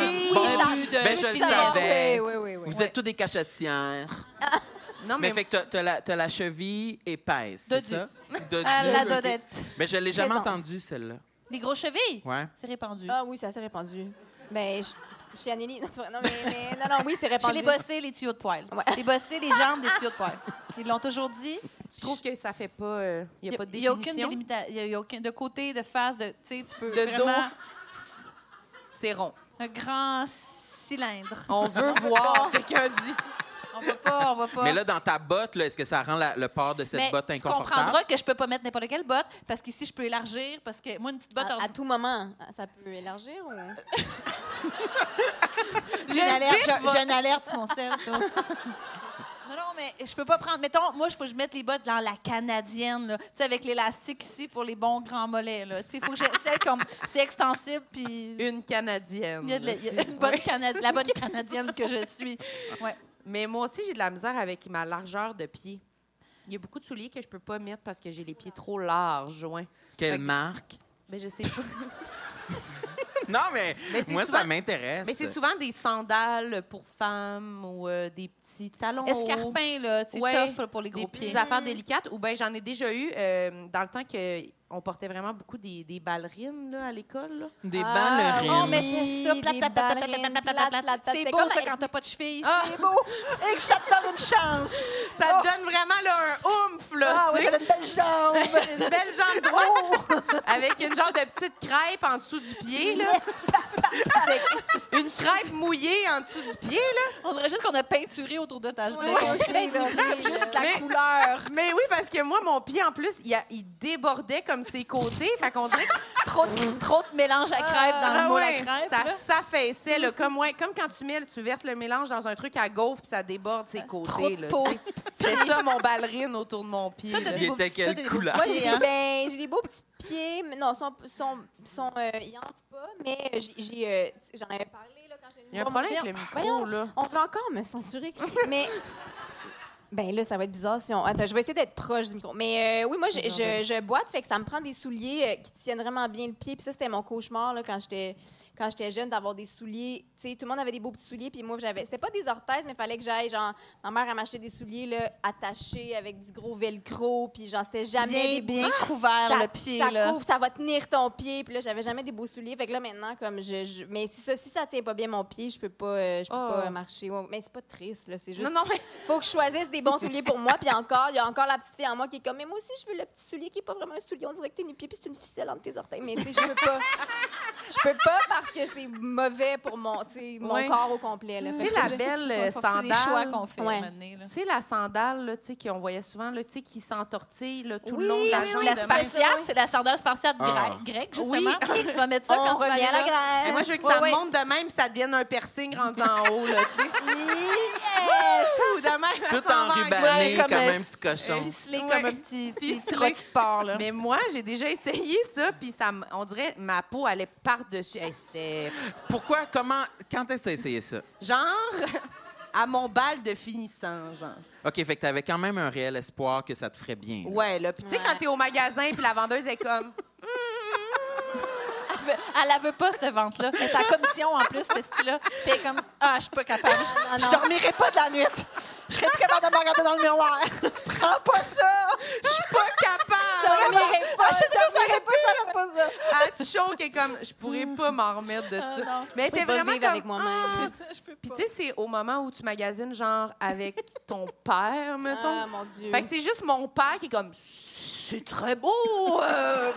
[SPEAKER 8] ça-
[SPEAKER 7] un but de.
[SPEAKER 6] Ben, je le
[SPEAKER 8] Ça va.
[SPEAKER 6] savais.
[SPEAKER 8] Oui, oui, oui. oui.
[SPEAKER 6] Vous êtes tous des cachetières.
[SPEAKER 5] Non
[SPEAKER 6] Mais,
[SPEAKER 5] Ah, mais,
[SPEAKER 6] Ben, fait que t'as- t'as la, t'as la cheville épaisse, c'est
[SPEAKER 7] Dodue.
[SPEAKER 6] ça? Dodue,
[SPEAKER 8] Ah, la
[SPEAKER 6] ok.
[SPEAKER 8] dodette.
[SPEAKER 6] Mais je l'ai jamais
[SPEAKER 8] Présente.
[SPEAKER 6] entendue, celle-là.
[SPEAKER 7] Les grosses chevilles?
[SPEAKER 6] Ouais.
[SPEAKER 7] C'est répandu.
[SPEAKER 8] Ah oui, c'est assez répandu. Ben, je, je suis Anneli. Non, c'est vrai. non, (laughs) mais, mais- non, non, oui, c'est
[SPEAKER 7] Chez
[SPEAKER 8] répandu.
[SPEAKER 7] les bossés, les tuyaux de poêle.
[SPEAKER 8] Ouais.
[SPEAKER 7] Les bossés, les jambes, des tuyaux de poêle. Ils l'ont toujours dit.
[SPEAKER 5] tu trouves que ça fait pas... euh, Il y a pas de
[SPEAKER 7] Il y a aucune
[SPEAKER 5] définition?
[SPEAKER 7] délimitation. Il y a aucun de côté, de face, de. Tu sais, tu peux.
[SPEAKER 5] De dos.
[SPEAKER 7] vraiment-
[SPEAKER 5] C'est rond.
[SPEAKER 7] Un grand cylindre.
[SPEAKER 5] On
[SPEAKER 7] (laughs)
[SPEAKER 5] veut voir, quelqu'un dit.
[SPEAKER 7] On va pas, on va pas.
[SPEAKER 6] Mais là, dans ta botte, là, est-ce que ça rend la- le port de cette
[SPEAKER 7] Mais
[SPEAKER 6] botte
[SPEAKER 7] tu
[SPEAKER 6] inconfortable?
[SPEAKER 7] comprendras que je peux pas mettre n'importe quelle botte parce qu'ici je peux élargir parce que moi une petite botte
[SPEAKER 8] à, à
[SPEAKER 7] ordinaire-
[SPEAKER 8] tout moment, ça peut élargir ou...
[SPEAKER 7] j'ai une alerte, j'ai- j'ai une alerte sur mon sel, ça. Non, non, mais je peux pas prendre. Mettons, moi, il faut que je mette les bottes dans la canadienne, là. Tu sais, avec l'élastique ici pour les bons grands mollets, là. Tu sais, il faut que j'essaie comme. C'est extensible, puis.
[SPEAKER 5] Une Canadienne.
[SPEAKER 7] Il y a, de la, il y a
[SPEAKER 5] là, tu
[SPEAKER 7] une
[SPEAKER 5] sais.
[SPEAKER 7] bonne
[SPEAKER 5] Ouais.
[SPEAKER 7] Cana- la bonne canadienne que je suis. Ouais.
[SPEAKER 5] Mais moi aussi, j'ai de la misère avec ma largeur de pied. Il y a beaucoup de souliers que je peux pas mettre parce que j'ai les pieds trop larges. Ouais.
[SPEAKER 6] Quelle
[SPEAKER 5] Fait que-
[SPEAKER 6] marque?
[SPEAKER 5] Mais je sais pas.
[SPEAKER 6] Non, mais,
[SPEAKER 5] Mais c'est
[SPEAKER 6] moi, ça
[SPEAKER 5] souvent-
[SPEAKER 6] m'intéresse.
[SPEAKER 5] Mais c'est souvent des sandales pour femmes ou euh, des petits talons hauts.
[SPEAKER 7] Escarpin, là. C'est
[SPEAKER 5] Ouais.
[SPEAKER 7] tough, là, pour les gros
[SPEAKER 5] des
[SPEAKER 7] pieds.
[SPEAKER 5] petites affaires délicates. Ou bien j'en ai déjà eu euh, dans le temps que on portait vraiment beaucoup des, des ballerines là, à l'école. là.
[SPEAKER 6] Des
[SPEAKER 8] Ah,
[SPEAKER 6] ballerines.
[SPEAKER 7] On
[SPEAKER 8] oui.
[SPEAKER 7] mettait ça,
[SPEAKER 8] Des
[SPEAKER 7] plat, plat, plat, plat,
[SPEAKER 8] ballerines,
[SPEAKER 7] plat, plat, plat,
[SPEAKER 8] plat, plat,
[SPEAKER 7] C'est
[SPEAKER 8] plat.
[SPEAKER 7] beau,
[SPEAKER 8] C'est
[SPEAKER 7] ça,
[SPEAKER 8] comme-
[SPEAKER 7] quand t'as pas de cheville.
[SPEAKER 9] C'est beau. Et que ça te donne une chance.
[SPEAKER 5] Ça te donne vraiment là, un oomph là,
[SPEAKER 9] Ah
[SPEAKER 5] tu
[SPEAKER 9] oui,
[SPEAKER 5] sais.
[SPEAKER 9] ça donne une belle jambe.
[SPEAKER 5] (laughs)
[SPEAKER 7] Oh.
[SPEAKER 5] une belle jambe droite avec une genre de petite crêpe en dessous du pied là. Une crêpe mouillée en dessous du pied, là.
[SPEAKER 7] On dirait juste qu'on a peinturé autour de ta journée.
[SPEAKER 8] Ouais, aussi, là, oui, là.
[SPEAKER 5] la couleur. Mais oui, parce que moi, mon pied, en plus, il, a- il débordait comme ses côtés. Fait qu'on dirait que
[SPEAKER 7] Trop, de, trop de mélange à crêpe dans
[SPEAKER 5] Ah
[SPEAKER 7] le moule
[SPEAKER 5] ouais,
[SPEAKER 7] à crêpe.
[SPEAKER 5] ça
[SPEAKER 7] là.
[SPEAKER 5] s'affaissait, là, comme, ouais, comme quand tu mets, tu verses le mélange dans un truc à gaufre puis ça déborde ses côtés.
[SPEAKER 7] Trop de
[SPEAKER 5] là,
[SPEAKER 7] peau.
[SPEAKER 5] tu sais. C'est ça, mon ballerine autour de mon pied. là.
[SPEAKER 6] Il était quelle couleur?
[SPEAKER 8] Moi, j'ai des, ben, j'ai des beaux petits pieds. mais non, sont, sont, sont, euh, ils en font pas, mais j'ai- j'ai, euh, j'en avais parlé là, quand j'ai
[SPEAKER 5] Il y a un problème avec le micro,
[SPEAKER 8] Voyons.
[SPEAKER 5] là.
[SPEAKER 8] On peut encore
[SPEAKER 7] (laughs)
[SPEAKER 8] me censurer. mais. Ben là, ça va être bizarre si on. Attends, je vais essayer d'être proche du micro. Mais euh, oui, moi, je, je, je boite, fait que ça me prend des souliers euh, qui tiennent vraiment bien le pied. Puis ça, c'était mon cauchemar là, quand j'étais quand j'étais jeune d'avoir des souliers. Tu sais, tout le monde avait des beaux petits souliers, puis moi, j'avais. C'était pas des orthèses, mais fallait que j'aille. Genre, ma mère, elle m'achetait des souliers là, attachés avec du gros velcro, puis genre, c'était jamais
[SPEAKER 7] Bien,
[SPEAKER 8] des beaux-
[SPEAKER 7] bien couvert
[SPEAKER 8] ça,
[SPEAKER 7] le pied.
[SPEAKER 8] ça
[SPEAKER 7] là.
[SPEAKER 8] couvre, ça va tenir ton pied. Puis là, j'avais jamais des beaux souliers. Fait que là, maintenant, comme je. je- mais si ça, si ça tient pas bien mon pied, je peux pas, euh, je peux
[SPEAKER 5] Oh.
[SPEAKER 8] pas marcher. Ouais, mais c'est pas triste, là. C'est juste.
[SPEAKER 5] Non, non, mais
[SPEAKER 8] Faut que je choisisse des bons souliers pour moi. Puis encore, il y a encore la petite fille en moi qui est comme, mais moi aussi, je veux le petit soulier qui est pas vraiment un soulier. On dirait que t'es nu pied, puis c'est une ficelle entre tes orteils. Mais tu sais, je peux pas. Je peux pas parce que c'est mauvais pour mon, tu sais, mon
[SPEAKER 5] Ouais.
[SPEAKER 8] corps au complet. là. Fait
[SPEAKER 5] c'est
[SPEAKER 8] que
[SPEAKER 5] la
[SPEAKER 8] je-
[SPEAKER 5] belle
[SPEAKER 7] Ouais,
[SPEAKER 5] euh,
[SPEAKER 7] faut que c'est des choix
[SPEAKER 5] sandale.
[SPEAKER 7] qu'on fait à un
[SPEAKER 8] Ouais.
[SPEAKER 7] moment donné, là.
[SPEAKER 5] Tu sais, la sandale, là, tu sais, qu'on voyait souvent, là, tu sais, qui s'entortille, là, tout
[SPEAKER 8] Oui,
[SPEAKER 5] le long de la
[SPEAKER 8] oui,
[SPEAKER 5] jambe.
[SPEAKER 8] oui,
[SPEAKER 7] La
[SPEAKER 5] de même.
[SPEAKER 7] spartiate, c'est la sandale spartiate
[SPEAKER 6] Ah.
[SPEAKER 7] grecque, grecque, justement.
[SPEAKER 5] Oui.
[SPEAKER 7] (laughs) tu vas mettre
[SPEAKER 8] On
[SPEAKER 7] ça quand tu vas
[SPEAKER 8] revient
[SPEAKER 7] aller
[SPEAKER 8] à la
[SPEAKER 7] là.
[SPEAKER 8] grève.
[SPEAKER 5] Mais moi, je veux que
[SPEAKER 7] Ouais,
[SPEAKER 5] ça
[SPEAKER 7] ouais.
[SPEAKER 5] monte de même puis ça devienne un piercing rendu en haut, là, tu sais. Tout de même, elle
[SPEAKER 6] Tout
[SPEAKER 5] s'en
[SPEAKER 6] en
[SPEAKER 5] va en
[SPEAKER 6] rubané,
[SPEAKER 5] gueule,
[SPEAKER 6] comme
[SPEAKER 5] comme un-
[SPEAKER 6] un petit cochon.
[SPEAKER 7] (laughs) Ficelé
[SPEAKER 5] Ouais.
[SPEAKER 7] comme un petit, petit
[SPEAKER 5] Ficelé.
[SPEAKER 7] rôti de porc, là.
[SPEAKER 5] Mais
[SPEAKER 8] (laughs)
[SPEAKER 5] moi, j'ai déjà essayé ça, puis ça, m- on dirait ma peau allait par-dessus. Hey, C'était
[SPEAKER 6] Pourquoi, comment, quand est-ce que t'as essayé ça?
[SPEAKER 5] genre à mon bal de finissant, genre.
[SPEAKER 6] OK, fait que t'avais quand même un réel espoir que ça te ferait bien. là.
[SPEAKER 5] Ouais, là. Puis tu sais, quand t'es au magasin, puis la vendeuse est
[SPEAKER 8] (laughs)
[SPEAKER 5] comme...
[SPEAKER 7] Elle veut- Elle la veut pas, cette vente-là. Elle est en commission, en plus, ce style-là. Puis elle est comme, ah, je suis pas capable. Je, je dormirai pas de la nuit. Je serais plus capable de me regarder dans le miroir. Prends pas ça.
[SPEAKER 5] Je suis pas capable!
[SPEAKER 8] Je dormirai pas, je dormirai pas.
[SPEAKER 5] à chaud qui est comme je pourrais pas m'en remettre de ça. mais
[SPEAKER 8] Ah peux
[SPEAKER 5] t'es
[SPEAKER 8] pas
[SPEAKER 5] vraiment
[SPEAKER 8] vivre avec
[SPEAKER 5] comme,
[SPEAKER 8] moi-même. (laughs)
[SPEAKER 5] Ah! Puis tu sais c'est au moment où tu magasines genre avec ton père mettons.
[SPEAKER 8] Ah, mon Dieu.
[SPEAKER 5] fait que c'est juste mon père qui est comme c'est très beau. euh.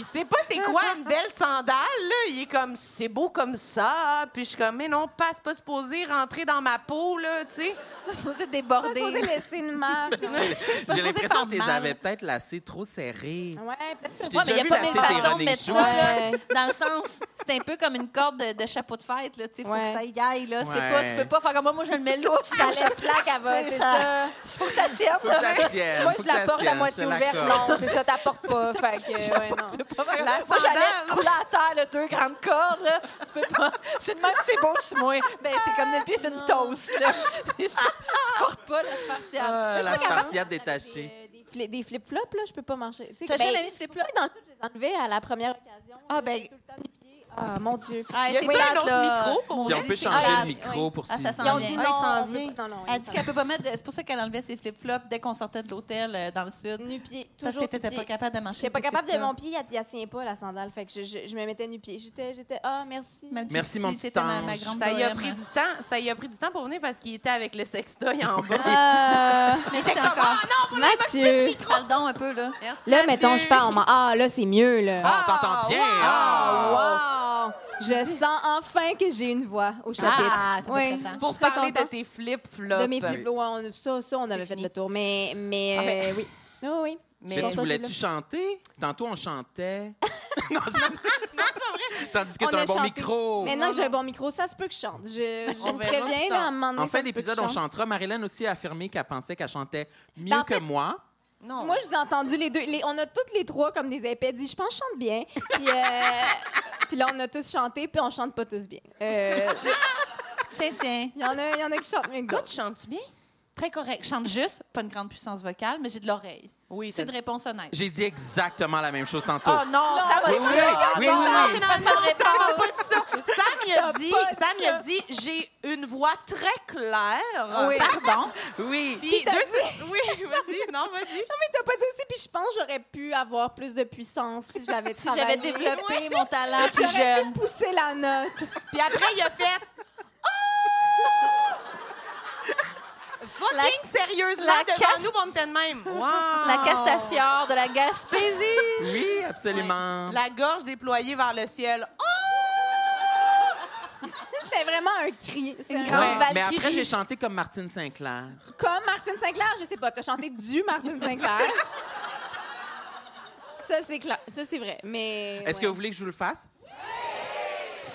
[SPEAKER 5] Il sait pas c'est quoi une belle sandale là, il est comme c'est beau comme ça. Puis je suis comme mais non, passe pas supposé rentrer dans ma peau là, tu sais.
[SPEAKER 7] (laughs) Je suis supposée
[SPEAKER 8] Pas
[SPEAKER 7] déborder.
[SPEAKER 8] supposé laisser une marque. là.
[SPEAKER 6] J'ai- J'ai l'impression que tu
[SPEAKER 7] mal.
[SPEAKER 6] avais peut-être lassées trop serrées.
[SPEAKER 8] Ah Ouais, peut-être.
[SPEAKER 6] J'ai
[SPEAKER 7] Ouais,
[SPEAKER 6] déjà
[SPEAKER 7] mais il
[SPEAKER 6] vu
[SPEAKER 7] n'y a pas
[SPEAKER 6] la scie des
[SPEAKER 7] mille façons de
[SPEAKER 6] running
[SPEAKER 7] mettre
[SPEAKER 6] shoes.
[SPEAKER 7] ça. Dans le sens, c'est un peu comme une corde de, de chapeau de fête. Là, il faut
[SPEAKER 8] Ouais.
[SPEAKER 7] que ça y aille. Là. C'est
[SPEAKER 6] Ouais.
[SPEAKER 7] Pas, tu peux pas faire comme moi, moi je le mets là.
[SPEAKER 8] Ça laisse là qu'elle va, c'est ça.
[SPEAKER 7] Il faut que ça tienne.
[SPEAKER 6] Faut que ça tienne.
[SPEAKER 8] Moi,
[SPEAKER 6] Euh, faut
[SPEAKER 8] je
[SPEAKER 6] que ça
[SPEAKER 8] la porte
[SPEAKER 6] tienne,
[SPEAKER 8] à
[SPEAKER 6] je
[SPEAKER 8] moitié
[SPEAKER 6] te
[SPEAKER 8] ouverte.
[SPEAKER 6] l'accorde.
[SPEAKER 8] Non, c'est ça, t'apportes pas. Fait que, ouais, non.
[SPEAKER 7] La moi, je la laisse couler à terre, là, deux grandes cordes. Là. Tu peux pas. C'est de même, c'est beau sur moi. Ben, t'es comme le pied, c'est une toast. (laughs) Là. tu portes pas la spartiate.
[SPEAKER 6] Ah, la
[SPEAKER 8] Moi, je suis capable
[SPEAKER 6] spartiate
[SPEAKER 8] de marcher avec
[SPEAKER 6] détachée.
[SPEAKER 8] Des, euh, des fli- des flip-flops, là, je peux pas marcher. Tu sais,
[SPEAKER 7] T'as
[SPEAKER 8] ben,
[SPEAKER 7] jamais mis de flip-flops?
[SPEAKER 8] Dans le truc, je les enlevais à la première occasion.
[SPEAKER 7] Ah,
[SPEAKER 8] là,
[SPEAKER 7] ben-
[SPEAKER 8] tout le temps les pieds. Ah, mon Dieu.
[SPEAKER 7] Ah,
[SPEAKER 5] Y a-tu un autre micro pour
[SPEAKER 6] Si
[SPEAKER 5] vrai?
[SPEAKER 6] on peut
[SPEAKER 7] c'est
[SPEAKER 6] changer
[SPEAKER 7] plate,
[SPEAKER 6] le micro
[SPEAKER 8] oui.
[SPEAKER 6] pour
[SPEAKER 7] Ah,
[SPEAKER 6] Sylvie.
[SPEAKER 7] ça sent
[SPEAKER 8] Ils ont
[SPEAKER 7] bien.
[SPEAKER 8] dit
[SPEAKER 7] Ah, il
[SPEAKER 8] non. on
[SPEAKER 7] s'en
[SPEAKER 8] peut
[SPEAKER 7] vient.
[SPEAKER 8] pas- Non, non,
[SPEAKER 7] Elle dit qu'elle peut pas mettre. de- C'est pour ça qu'elle enlevait ses flip-flops dès qu'on sortait de l'hôtel euh, dans le sud.
[SPEAKER 8] Nu-pied,
[SPEAKER 7] Parce que
[SPEAKER 8] toujours
[SPEAKER 7] t'étais pas
[SPEAKER 8] nu-pied.
[SPEAKER 7] capable de marcher.
[SPEAKER 8] J'étais pas
[SPEAKER 7] avec tes
[SPEAKER 8] capable de
[SPEAKER 7] flip-flops.
[SPEAKER 8] mon pied, elle- elle tient pas la sandale. Fait que je, je, je me mettais nu-pied. J'étais, j'étais, ah, merci.
[SPEAKER 7] Ma petite
[SPEAKER 6] Merci,
[SPEAKER 7] fille,
[SPEAKER 6] mon petit
[SPEAKER 7] c'était ma- ma
[SPEAKER 6] ange.
[SPEAKER 7] grande
[SPEAKER 5] Ça y a
[SPEAKER 7] bohème.
[SPEAKER 5] pris du temps, ça y a pris du temps pour venir parce qu'il était avec le sextoy en bas.
[SPEAKER 7] (laughs)
[SPEAKER 8] Euh,
[SPEAKER 7] Merci encore.
[SPEAKER 8] Mathieu.
[SPEAKER 7] Parle donc un peu, là.
[SPEAKER 5] Merci,
[SPEAKER 8] Là,
[SPEAKER 5] Mathieu.
[SPEAKER 8] mettons, je parle. on m'en- Ah, là, c'est mieux, là.
[SPEAKER 6] Ah, on t'entend bien. ah.
[SPEAKER 8] Ah, wow! Je sens enfin que j'ai une voix au chapitre.
[SPEAKER 7] Ah, t'es
[SPEAKER 8] oui.
[SPEAKER 7] content.
[SPEAKER 5] pour
[SPEAKER 8] Je suis
[SPEAKER 5] parler de
[SPEAKER 8] contente.
[SPEAKER 5] tes flip-flops.
[SPEAKER 8] De mes flip on, ça, ça, on avait fait
[SPEAKER 5] fini.
[SPEAKER 8] le tour. Mais, mais
[SPEAKER 5] Ah, ben.
[SPEAKER 8] euh, oui. Oui, oui, oui.
[SPEAKER 6] Mais tu voulais-tu chanter? Tantôt, on
[SPEAKER 8] (laughs)
[SPEAKER 6] chantait. non, c'est pas vrai. Tandis que
[SPEAKER 8] On
[SPEAKER 6] t'as
[SPEAKER 8] a
[SPEAKER 6] un bon
[SPEAKER 8] chanté.
[SPEAKER 6] micro.
[SPEAKER 8] Maintenant que j'ai un bon micro, ça se peut que je chante. Je, je
[SPEAKER 5] On
[SPEAKER 8] vous
[SPEAKER 5] verra plus
[SPEAKER 8] préviens,
[SPEAKER 5] tard.
[SPEAKER 8] là, à un moment donné,
[SPEAKER 6] En
[SPEAKER 8] ça
[SPEAKER 6] fin
[SPEAKER 8] se peut que
[SPEAKER 6] d'épisode,
[SPEAKER 8] je
[SPEAKER 6] on
[SPEAKER 8] chante.
[SPEAKER 6] chantera. Marilyn aussi a affirmé qu'elle pensait qu'elle chantait mieux
[SPEAKER 8] Ben, en
[SPEAKER 6] que moi.
[SPEAKER 5] Non.
[SPEAKER 8] Moi, je vous ai entendu les deux. Les- on a toutes les trois, comme des épais, dit « Je pense que je chante bien. » Puis, euh, puis là, on a tous chanté, puis on chante pas tous bien. Euh,
[SPEAKER 7] Tiens, tiens.
[SPEAKER 8] Il y, en a- il y en a qui chantent mieux que
[SPEAKER 5] Toi,
[SPEAKER 8] d'autres.
[SPEAKER 5] tu chantes bien?
[SPEAKER 7] Très correct. Je chante juste, pas une grande puissance vocale, mais j'ai de l'oreille.
[SPEAKER 5] Oui,
[SPEAKER 7] C'est une réponse honnête.
[SPEAKER 6] J'ai dit exactement la même chose tantôt.
[SPEAKER 7] Oh non, ça va
[SPEAKER 6] oui, oui, oui, oui, oui.
[SPEAKER 5] Non, non, ça m'a pas dit ça. Sam, il a dit,
[SPEAKER 8] pas dit
[SPEAKER 5] Sam, il a dit, j'ai une voix très claire.
[SPEAKER 8] Ah Oui.
[SPEAKER 7] Pardon.
[SPEAKER 6] Oui.
[SPEAKER 5] Puis deux se- Oui, vas-y, non, vas-y.
[SPEAKER 8] Non, mais t'as pas dit aussi, puis je pense que j'aurais pu avoir plus de puissance (laughs) si je l'avais
[SPEAKER 7] Si j'avais
[SPEAKER 8] travaillé.
[SPEAKER 7] développé mon talent plus
[SPEAKER 8] J'aurais
[SPEAKER 7] jeune.
[SPEAKER 8] pu pousser la note. (laughs)
[SPEAKER 5] Puis après, il a fait. Oh! Fucking sérieusement
[SPEAKER 7] la
[SPEAKER 5] devant
[SPEAKER 7] cas-
[SPEAKER 5] nous, on était de même. Wow.
[SPEAKER 7] (laughs) La Castafiore de la Gaspésie.
[SPEAKER 6] Oui, absolument.
[SPEAKER 5] La gorge déployée vers le ciel. Oh!
[SPEAKER 8] vraiment un cri. C'est un-
[SPEAKER 9] grande
[SPEAKER 6] Ouais, Mais après,
[SPEAKER 9] Valkyrie.
[SPEAKER 6] j'ai chanté comme Martine Sinclair.
[SPEAKER 8] Comme Martine Sinclair, je sais pas, t'as chanté du (laughs) Martine Sinclair. ça, c'est clair. Ça, c'est vrai. Mais.
[SPEAKER 6] Est-ce
[SPEAKER 8] ouais.
[SPEAKER 6] que vous voulez que je vous le fasse?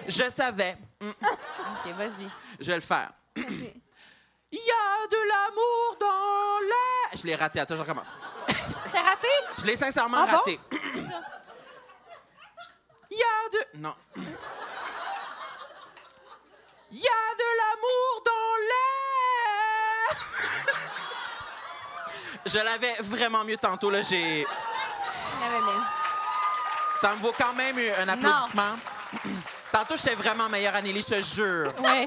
[SPEAKER 6] Je savais. Mm.
[SPEAKER 5] OK, vas-y.
[SPEAKER 6] Je vais le faire. Il y a de l'amour dans la... Je l'ai raté. Attends, je
[SPEAKER 8] (laughs)
[SPEAKER 6] recommence.
[SPEAKER 7] C'est raté?
[SPEAKER 6] Je l'ai sincèrement
[SPEAKER 7] Ah bon?
[SPEAKER 8] (coughs)
[SPEAKER 6] raté. Il y a de... Non. Il y a de l'amour dans l'air. (laughs) Je l'avais vraiment mieux tantôt. Là, j'ai...
[SPEAKER 8] Ah, ouais, mais-
[SPEAKER 6] Ça me vaut quand même un applaudissement. (coughs) Tantôt, j'étais vraiment meilleure, Anneli, je te jure.
[SPEAKER 7] Oui.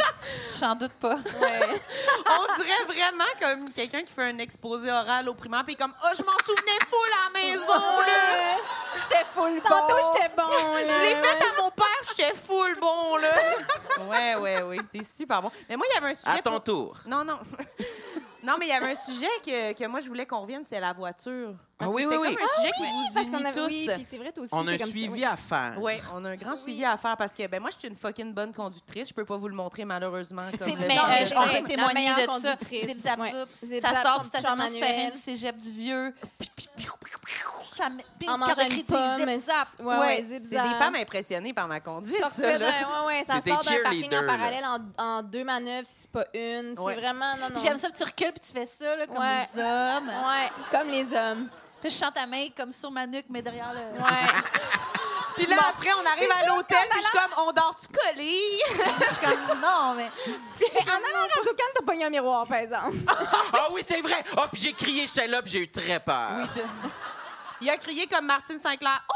[SPEAKER 7] J'en doute pas.
[SPEAKER 5] On dirait vraiment comme quelqu'un qui fait un exposé oral au primaire, puis comme, oh, je m'en souvenais fou à la maison, là.
[SPEAKER 9] J'étais full bon.
[SPEAKER 8] Euh, Tantôt, j'étais bon. là.
[SPEAKER 5] Je l'ai fait à mon père, puis j'étais full bon, là. Ouais, ouais, ouais, t'es super bon. Mais moi, il y avait un
[SPEAKER 6] À
[SPEAKER 5] sujet.
[SPEAKER 6] ton
[SPEAKER 5] pour-
[SPEAKER 6] tour.
[SPEAKER 5] Non, non. (laughs) Non, mais il y avait un sujet que, que moi, je voulais qu'on revienne, c'était la voiture. Parce
[SPEAKER 6] Ah oui,
[SPEAKER 5] que c'était
[SPEAKER 6] oui,
[SPEAKER 5] comme
[SPEAKER 6] oui.
[SPEAKER 5] un sujet qui vous
[SPEAKER 8] (laughs) Parce qu'on
[SPEAKER 5] unit
[SPEAKER 8] a...
[SPEAKER 5] tous.
[SPEAKER 8] Oui, puis c'est vrai, toi aussi.
[SPEAKER 6] On a
[SPEAKER 8] t'es
[SPEAKER 6] un
[SPEAKER 8] comme ça,
[SPEAKER 6] suivi
[SPEAKER 8] oui.
[SPEAKER 6] à faire.
[SPEAKER 5] Oui, on a un grand suivi à faire parce que ben moi je suis une fucking bonne conductrice, je peux pas vous le montrer malheureusement comme
[SPEAKER 7] C'est-
[SPEAKER 5] le-
[SPEAKER 7] mais
[SPEAKER 8] Non, mais
[SPEAKER 7] euh,
[SPEAKER 8] c'est
[SPEAKER 7] on
[SPEAKER 8] la
[SPEAKER 7] peut témoigner
[SPEAKER 8] meilleure
[SPEAKER 7] de ça.
[SPEAKER 8] conductrice.
[SPEAKER 7] Zip, zap,
[SPEAKER 8] Ouais.
[SPEAKER 7] zap.
[SPEAKER 8] Zip,
[SPEAKER 7] Ça
[SPEAKER 8] zap,
[SPEAKER 7] sort
[SPEAKER 8] son
[SPEAKER 7] du
[SPEAKER 8] petit
[SPEAKER 7] stationnement
[SPEAKER 8] char
[SPEAKER 7] supérieur
[SPEAKER 8] manuel.
[SPEAKER 7] du cégep du vieux. Ça me pique,
[SPEAKER 8] En mangeant
[SPEAKER 7] carte de
[SPEAKER 8] une
[SPEAKER 7] crédit,
[SPEAKER 8] pomme.
[SPEAKER 7] zip, zap.
[SPEAKER 8] c'est- Ouais, ouais, zip,
[SPEAKER 5] c'est
[SPEAKER 8] zap.
[SPEAKER 5] des femmes impressionnées par ma conduite ça,
[SPEAKER 8] Sortir
[SPEAKER 5] là.
[SPEAKER 8] d'un, ouais, ouais, ça
[SPEAKER 6] C'était
[SPEAKER 8] sort d'un parking
[SPEAKER 6] cheerleader,
[SPEAKER 8] en
[SPEAKER 6] là.
[SPEAKER 8] parallèle en, en deux manœuvres, si c'est pas une.
[SPEAKER 5] Ouais.
[SPEAKER 8] C'est vraiment, non, non.
[SPEAKER 7] J'aime ça, puis tu recules, puis tu fais ça, là, comme
[SPEAKER 8] Ouais.
[SPEAKER 7] les hommes.
[SPEAKER 8] Ouais, comme les hommes.
[SPEAKER 7] Puis je chante ta main comme sur ma nuque, mais derrière le...
[SPEAKER 8] Ouais.
[SPEAKER 5] Puis là après on arrive à l'hôtel puis je suis comme on dort tu collé.
[SPEAKER 7] (laughs) Je suis comme, non, mais...
[SPEAKER 8] (laughs) Mais en allant à Radio Cannes, t'as pogné un miroir, par exemple.
[SPEAKER 6] Ah oui, c'est vrai! Ah, puis j'ai crié, j'étais là, puis j'ai eu très peur.
[SPEAKER 5] Il a crié comme Martine Sinclair. Oh!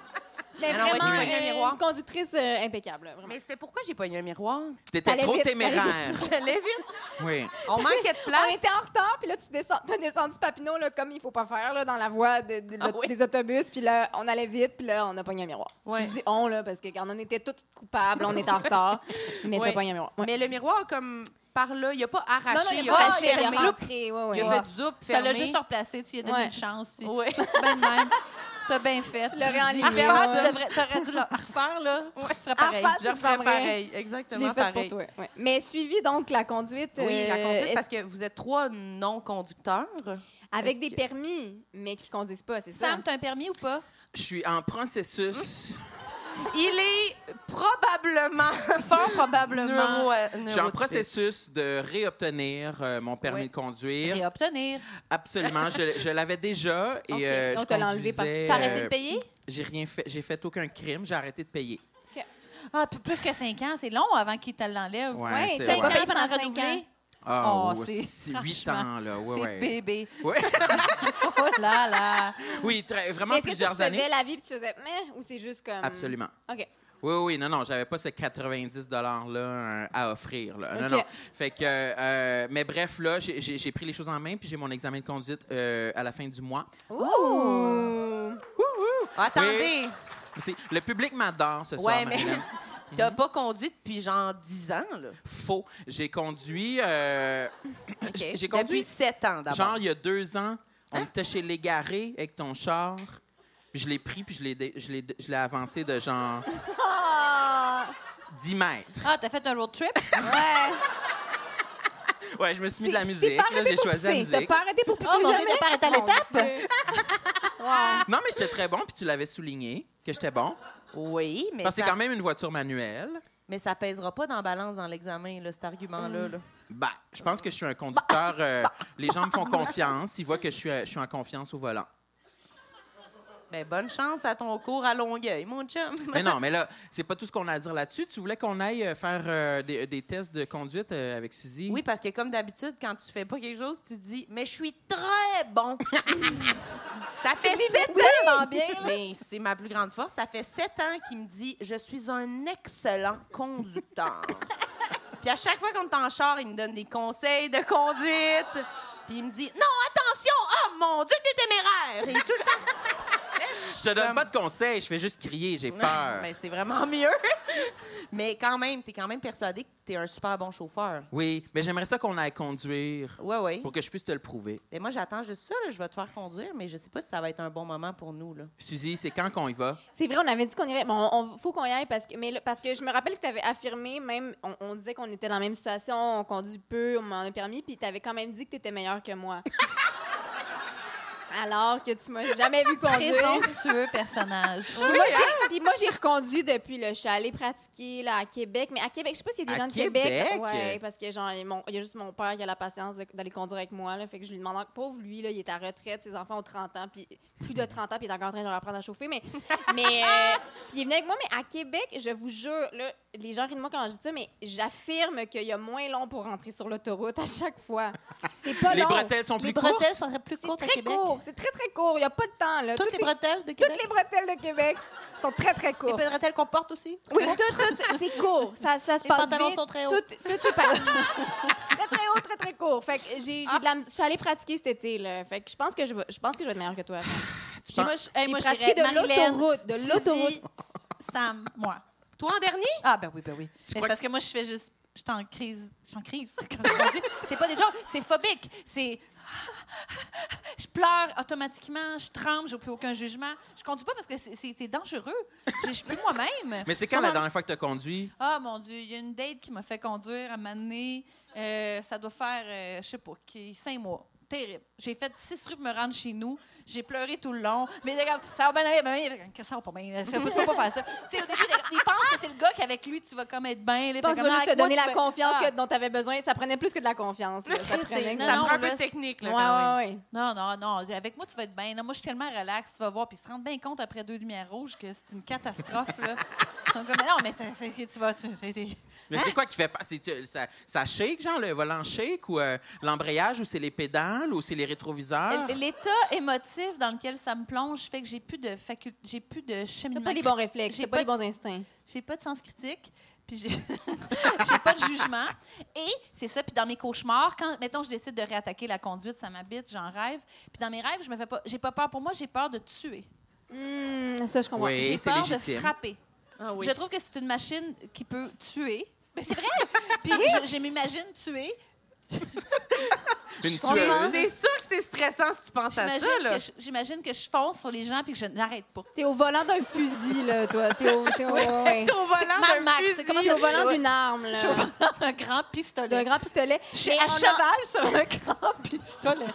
[SPEAKER 8] (laughs) Mais
[SPEAKER 5] Alors, Ah ouais,
[SPEAKER 8] vraiment,
[SPEAKER 5] j'ai pogné un
[SPEAKER 8] euh,
[SPEAKER 5] miroir.
[SPEAKER 8] une conductrice euh, impeccable, là, vraiment.
[SPEAKER 5] Mais c'était pourquoi j'ai pas eu un miroir
[SPEAKER 6] T'étais
[SPEAKER 8] T'allais
[SPEAKER 6] trop
[SPEAKER 8] vite, (laughs)
[SPEAKER 6] téméraire.
[SPEAKER 5] J'allais vite.
[SPEAKER 6] Oui.
[SPEAKER 5] On manquait de
[SPEAKER 8] On était
[SPEAKER 5] place.
[SPEAKER 8] en retard, puis là, tu descends, t'as descendu Papineau, là, comme il faut pas faire, là, dans la voie de- de-
[SPEAKER 5] Ah oui.
[SPEAKER 8] des autobus, puis là, on allait vite, puis là, on a pogné un miroir.
[SPEAKER 5] Ouais.
[SPEAKER 8] Je dis on, là, parce que quand on était toutes coupables, on était
[SPEAKER 5] (laughs)
[SPEAKER 8] en retard, mais
[SPEAKER 5] Ouais.
[SPEAKER 8] t'as pogné un miroir. Ouais.
[SPEAKER 5] Mais le miroir comme par là, il a pas arraché,
[SPEAKER 8] non, non, il
[SPEAKER 5] il
[SPEAKER 8] a pas
[SPEAKER 5] a
[SPEAKER 8] lâché, il
[SPEAKER 5] fermé.
[SPEAKER 8] est rentré, ouais, ouais.
[SPEAKER 5] Il a fait zoup
[SPEAKER 7] Ça l'a
[SPEAKER 5] fermé.
[SPEAKER 7] juste replacé, tu lui as donné
[SPEAKER 8] Ouais.
[SPEAKER 7] une chance. tu-
[SPEAKER 5] Ouais.
[SPEAKER 7] Ça, c'est bien de même. T'as bien fait.
[SPEAKER 8] Tu l'aurais enligné,
[SPEAKER 7] Après,
[SPEAKER 8] ouais.
[SPEAKER 7] tu devrais- (laughs) t'aurais dû le refaire, là. Tu ferais
[SPEAKER 8] À
[SPEAKER 7] pareil.
[SPEAKER 8] refaire,
[SPEAKER 5] Je
[SPEAKER 8] tu le
[SPEAKER 5] referais
[SPEAKER 8] prendrais.
[SPEAKER 5] pareil,
[SPEAKER 8] Je l'ai
[SPEAKER 5] exactement
[SPEAKER 8] fait
[SPEAKER 5] pareil.
[SPEAKER 8] pour toi, ouais. Mais suivi, donc, la conduite.
[SPEAKER 5] Oui, la
[SPEAKER 8] euh,
[SPEAKER 5] conduite,
[SPEAKER 8] est-ce-
[SPEAKER 5] parce que vous êtes trois non-conducteurs.
[SPEAKER 8] Avec
[SPEAKER 5] est-ce
[SPEAKER 8] des
[SPEAKER 5] que-
[SPEAKER 8] permis, mais qui conduisent pas, c'est ça?
[SPEAKER 7] Sam, t'as un permis ou pas?
[SPEAKER 6] Je suis en
[SPEAKER 8] Mmh.
[SPEAKER 6] processus.
[SPEAKER 5] Il est probablement, (laughs) fort probablement, euh,
[SPEAKER 6] Je suis en processus de réobtenir euh, mon permis
[SPEAKER 5] Ouais.
[SPEAKER 6] de conduire.
[SPEAKER 7] Et obtenir.
[SPEAKER 6] Absolument, je, je l'avais déjà et
[SPEAKER 8] (laughs) Ok,
[SPEAKER 6] euh,
[SPEAKER 8] donc
[SPEAKER 6] je
[SPEAKER 8] t'as l'enlevé parce que
[SPEAKER 6] conduisais,
[SPEAKER 7] T'as arrêté
[SPEAKER 6] euh,
[SPEAKER 7] de payer?
[SPEAKER 6] J'ai rien fait, j'ai fait aucun crime, j'ai arrêté de payer.
[SPEAKER 7] Ah, puis plus que 5 ans, c'est long avant qu'il te l'enlève.
[SPEAKER 6] Ouais,
[SPEAKER 8] Ouais,
[SPEAKER 6] c'est-
[SPEAKER 8] cinq
[SPEAKER 6] ouais.
[SPEAKER 8] ans.
[SPEAKER 7] Payer pendant
[SPEAKER 8] Cinq ans.
[SPEAKER 7] renouvelé.
[SPEAKER 6] Ah,
[SPEAKER 7] Oh,
[SPEAKER 6] ouais,
[SPEAKER 7] c'est-
[SPEAKER 6] six- huit
[SPEAKER 7] franchement,
[SPEAKER 6] ans là, ouais,
[SPEAKER 7] c'est
[SPEAKER 6] ouais.
[SPEAKER 7] bébé.
[SPEAKER 6] Ouais. (laughs)
[SPEAKER 7] Oh là là.
[SPEAKER 6] oui, très- vraiment
[SPEAKER 8] Mais Est-ce que tu
[SPEAKER 6] plusieurs
[SPEAKER 8] recevais
[SPEAKER 6] années.
[SPEAKER 8] la vie puis tu faisais mais ou c'est juste comme
[SPEAKER 6] Absolument.
[SPEAKER 8] Euh, OK.
[SPEAKER 6] Oui, oui, non, non, j'avais pas ce 90 $-là euh, à offrir. là. Non,
[SPEAKER 8] Ok.
[SPEAKER 6] non. Fait que, euh, mais bref, là, j'ai- j'ai j'ai pris les choses en main, puis j'ai mon examen de conduite euh, à la fin du mois.
[SPEAKER 8] Ouh!
[SPEAKER 5] Attendez,
[SPEAKER 6] C'est- Le public m'adore ce soir,
[SPEAKER 5] ouais, mais
[SPEAKER 8] (laughs)
[SPEAKER 6] Marilyn.
[SPEAKER 5] t'as
[SPEAKER 6] Mhm.
[SPEAKER 5] pas conduit depuis genre 10 ans, là.
[SPEAKER 6] Faux. J'ai conduit... euh,
[SPEAKER 5] OK.
[SPEAKER 6] J'ai
[SPEAKER 5] Depuis
[SPEAKER 6] conduit
[SPEAKER 5] 7 ans, d'abord.
[SPEAKER 6] Genre, il y a deux ans, on
[SPEAKER 8] Hein?
[SPEAKER 6] était chez l'égaré avec ton char. Puis Je l'ai pris, puis je l'ai, dé- je l'ai, je l'ai avancé de
[SPEAKER 8] (laughs)
[SPEAKER 6] genre
[SPEAKER 8] Ah!
[SPEAKER 6] 10 mètres.
[SPEAKER 7] Ah, t'as fait un road trip?
[SPEAKER 6] Ouais, je me suis mis de la
[SPEAKER 8] Tu t'es
[SPEAKER 6] musique.
[SPEAKER 8] pas
[SPEAKER 6] Là,
[SPEAKER 8] arrêté
[SPEAKER 6] j'ai
[SPEAKER 8] pour
[SPEAKER 6] choisi la
[SPEAKER 8] pisser. T'as
[SPEAKER 6] musique.
[SPEAKER 8] pas arrêté pour pisser
[SPEAKER 7] Oh, mon Dieu,
[SPEAKER 8] jamais?
[SPEAKER 7] t'as pas arrêté à
[SPEAKER 8] Mon
[SPEAKER 7] l'étape?
[SPEAKER 8] Dieu.
[SPEAKER 6] Non, mais j'étais très bon, puis tu l'avais souligné, que j'étais bon.
[SPEAKER 5] Oui, mais
[SPEAKER 6] Parce que
[SPEAKER 5] ça,
[SPEAKER 6] c'est quand même une voiture manuelle.
[SPEAKER 5] mais ça pèsera pas dans la balance dans l'examen, là, cet argument-là. là.
[SPEAKER 6] Bah, je pense que je suis un conducteur. euh, les gens me font confiance. Ils voient que je suis, euh, je suis en confiance au volant.
[SPEAKER 5] Ben, bonne chance à ton cours à Longueuil, mon chum.
[SPEAKER 6] Mais non, mais là, c'est pas tout ce qu'on a à dire là-dessus. Tu voulais qu'on aille euh, faire euh, des, des tests de conduite euh, avec Suzy?
[SPEAKER 5] Oui, parce que comme d'habitude, quand tu fais pas quelque chose, tu dis Mais je suis très bon. (laughs) ça fait sept ans. Mais c'est ma plus grande force. Ça fait sept ans qu'il me dit Je suis un excellent conducteur. (laughs) Puis à chaque fois qu'on est en char, il me donne des conseils de conduite. Puis il me dit Non, attention, oh mon Dieu, t'es téméraire. Et tout le temps. Là,
[SPEAKER 6] Je te
[SPEAKER 5] suis
[SPEAKER 6] donne
[SPEAKER 5] comme-
[SPEAKER 6] pas de conseils, je fais juste crier, j'ai peur.
[SPEAKER 5] Mais Ben, c'est vraiment mieux. (laughs) mais quand même, t'es quand même persuadé que t'es un super bon chauffeur.
[SPEAKER 6] Oui, mais j'aimerais ça qu'on aille conduire
[SPEAKER 5] Ouais, oui.
[SPEAKER 6] pour que je puisse te le prouver.
[SPEAKER 5] Mais Ben, moi, j'attends juste ça. là. Je vais te faire conduire, mais je sais pas si ça va être un bon moment pour nous. Là.
[SPEAKER 6] Suzy, c'est quand qu'on y va?
[SPEAKER 8] C'est vrai, on avait dit qu'on irait. Bon, on, faut qu'on y aille parce que, mais là, parce que je me rappelle que tu avais affirmé, même, on, on disait qu'on était dans la même situation, on conduit peu, on m'en a permis, puis tu avais quand même dit que tu étais meilleur que moi. Alors que tu m'as jamais vu conduire.
[SPEAKER 7] Présomptueux personnage.
[SPEAKER 8] Puis moi,
[SPEAKER 7] hein?
[SPEAKER 8] j'ai- Puis moi, j'ai reconduit depuis. Là. Je suis allée pratiquer là, à Québec. Mais à Québec, je sais pas s'il y a des
[SPEAKER 6] À
[SPEAKER 8] gens de Québec.
[SPEAKER 6] Québec?
[SPEAKER 8] Ouais, parce que genre, mon- il y a juste mon père qui a la patience de- d'aller conduire avec moi. Là, fait que je lui demande, en- pauvre lui, là, il est à retraite, ses enfants ont 30 ans, puis plus de 30 ans, puis il est encore en train de leur apprendre à
[SPEAKER 7] (laughs)
[SPEAKER 8] chauffer. Mais, mais euh, puis il est venu avec moi. Mais à Québec, je vous jure, là, les gens rient de moi quand je dis ça, mais j'affirme qu'il y a moins long pour rentrer sur l'autoroute à chaque fois. C'est pas
[SPEAKER 6] Les
[SPEAKER 8] long.
[SPEAKER 6] bretelles sont
[SPEAKER 7] Les
[SPEAKER 6] plus courtes?
[SPEAKER 7] bretelles seraient plus courtes à
[SPEAKER 8] Très
[SPEAKER 7] Québec.
[SPEAKER 8] court. C'est très, très court. Il n'y a pas de temps. Là.
[SPEAKER 7] Toutes
[SPEAKER 8] Toutes
[SPEAKER 7] les
[SPEAKER 8] les-
[SPEAKER 7] bretelles de
[SPEAKER 8] toutes
[SPEAKER 7] Québec.
[SPEAKER 8] les bretelles de Québec sont très, très
[SPEAKER 7] Les
[SPEAKER 8] courtes.
[SPEAKER 7] bretelles qu'on porte aussi.
[SPEAKER 8] Oui, tout, tout, c'est court. Ça, ça se
[SPEAKER 7] Les
[SPEAKER 8] passe
[SPEAKER 7] pantalons
[SPEAKER 8] vite.
[SPEAKER 7] sont très hauts.
[SPEAKER 8] Tout, tout, tout est pas- (laughs) très, très haut, très, très court. Fait que j'ai, j'ai de la... Je suis allée pratiquer cet été, là. Fait que je pense que je vais, je pense que je vais être meilleure que toi.
[SPEAKER 6] Tu
[SPEAKER 7] Puis
[SPEAKER 6] penses-
[SPEAKER 7] moi, je- hey,
[SPEAKER 8] J'ai
[SPEAKER 7] moi, je
[SPEAKER 8] pratiqué
[SPEAKER 7] dirais
[SPEAKER 8] de
[SPEAKER 7] Marilyn,
[SPEAKER 8] l'autoroute, de
[SPEAKER 7] Suzy,
[SPEAKER 8] l'autoroute.
[SPEAKER 7] Sam, moi.
[SPEAKER 5] Toi en dernier?
[SPEAKER 7] Ah, ben oui, ben oui. Mais
[SPEAKER 6] crois
[SPEAKER 7] c'est parce que moi, je fais juste. Je suis en crise. Je suis en (laughs) crise. quand je conduis. c'est pas des gens. C'est phobique. C'est. (laughs) Je pleure automatiquement. Je tremble. J'ai plus aucun jugement. Je conduis pas parce que c'est- c'est c'est dangereux. Je je suis plus moi-même.
[SPEAKER 6] Mais c'est
[SPEAKER 7] Je
[SPEAKER 6] quand la
[SPEAKER 7] prends mon-
[SPEAKER 6] dernière fois que tu as conduit?
[SPEAKER 7] Ah, mon Dieu. Il y a une date qui m'a fait conduire à m'amener. ça doit faire, euh, je sais pas, qui- cinq mois. Terrible. J'ai fait six rues pour me rendre chez nous. J'ai pleuré tout le long. Mais regarde, ça va bien aller. mais- mais- mais- Ça va pas bien. Ça va pas- tu peux pas faire ça. Tu sais, au début, ils pensent que c'est le gars qu'avec lui, tu vas comme être bien. là.
[SPEAKER 8] Je pense
[SPEAKER 7] Fait
[SPEAKER 8] que
[SPEAKER 7] comme,
[SPEAKER 8] juste
[SPEAKER 7] avec
[SPEAKER 8] te
[SPEAKER 7] moi,
[SPEAKER 8] donner
[SPEAKER 7] tu vas-
[SPEAKER 8] la confiance
[SPEAKER 7] Ah.
[SPEAKER 8] que- dont tu avais besoin. Ça prenait plus que de la confiance.
[SPEAKER 7] (laughs)
[SPEAKER 8] là. Ça prenait...
[SPEAKER 7] Non,
[SPEAKER 8] ça-
[SPEAKER 7] non,
[SPEAKER 5] un peu
[SPEAKER 7] là,
[SPEAKER 5] de technique, là,
[SPEAKER 8] Ouais,
[SPEAKER 5] quand même.
[SPEAKER 8] ouais, ouais.
[SPEAKER 7] Non, non, non. Avec moi, tu vas être bien. Non, Moi, je suis tellement relax, tu vas voir. Puis ils se rendent bien compte après deux lumières rouges que c'est une catastrophe.
[SPEAKER 8] (laughs)
[SPEAKER 7] Là. Ils sont comme, mais non, mais t'as- c'est- tu vas. tu- c'est- t'es-
[SPEAKER 6] Mais c'est quoi qui fait pas? C'est, euh, ça, ça shake, genre, le volant shake ou euh, l'embrayage ou c'est les pédales ou c'est les rétroviseurs?
[SPEAKER 5] Ah.
[SPEAKER 7] L'état émotif dans lequel ça me plonge fait que j'ai plus de faculté, j'ai plus de
[SPEAKER 8] T'as
[SPEAKER 7] cheminement.
[SPEAKER 8] pas les bons réflexes,
[SPEAKER 7] J'ai
[SPEAKER 8] t'as pas les bons instincts.
[SPEAKER 7] J'ai pas de sens critique, puis j'ai (laughs) j'ai pas de jugement. Et c'est ça, puis dans mes cauchemars, quand, mettons, je décide de réattaquer la conduite, ça m'habite, j'en rêve. Puis dans mes rêves, je me fais pas, j'ai pas peur. Pour moi, j'ai peur de tuer. Hmm,
[SPEAKER 8] Hum, ça, je comprends.
[SPEAKER 6] Oui.
[SPEAKER 7] J'ai
[SPEAKER 6] c'est
[SPEAKER 7] peur
[SPEAKER 6] légitime.
[SPEAKER 7] de frapper.
[SPEAKER 5] Ah
[SPEAKER 7] Je trouve que c'est une machine qui peut tuer. Mais c'est vrai! (laughs) Puis je, je m'imagine tuer.
[SPEAKER 6] Une
[SPEAKER 5] C'est
[SPEAKER 6] tueuse?
[SPEAKER 5] c'est sûr que c'est stressant si tu penses à
[SPEAKER 7] J'imagine
[SPEAKER 5] ça. Là.
[SPEAKER 7] que, je- j'imagine que je fonce sur les gens puis que je n'arrête pas.
[SPEAKER 8] T'es au volant d'un fusil, là, toi. T'es au,
[SPEAKER 7] (laughs)
[SPEAKER 8] t'es au,
[SPEAKER 5] (laughs)
[SPEAKER 8] ouais.
[SPEAKER 5] Au volant
[SPEAKER 7] Mad
[SPEAKER 5] d'un
[SPEAKER 7] Max,
[SPEAKER 5] fusil.
[SPEAKER 7] c'est
[SPEAKER 8] T'es au volant d'une arme, là.
[SPEAKER 7] Je suis (laughs) au volant d'un Euh, grand
[SPEAKER 8] D'un
[SPEAKER 7] pistolet.
[SPEAKER 8] grand pistolet.
[SPEAKER 7] Je suis
[SPEAKER 8] Mais
[SPEAKER 7] à
[SPEAKER 8] on a-
[SPEAKER 7] cheval sur un grand (laughs) pistolet.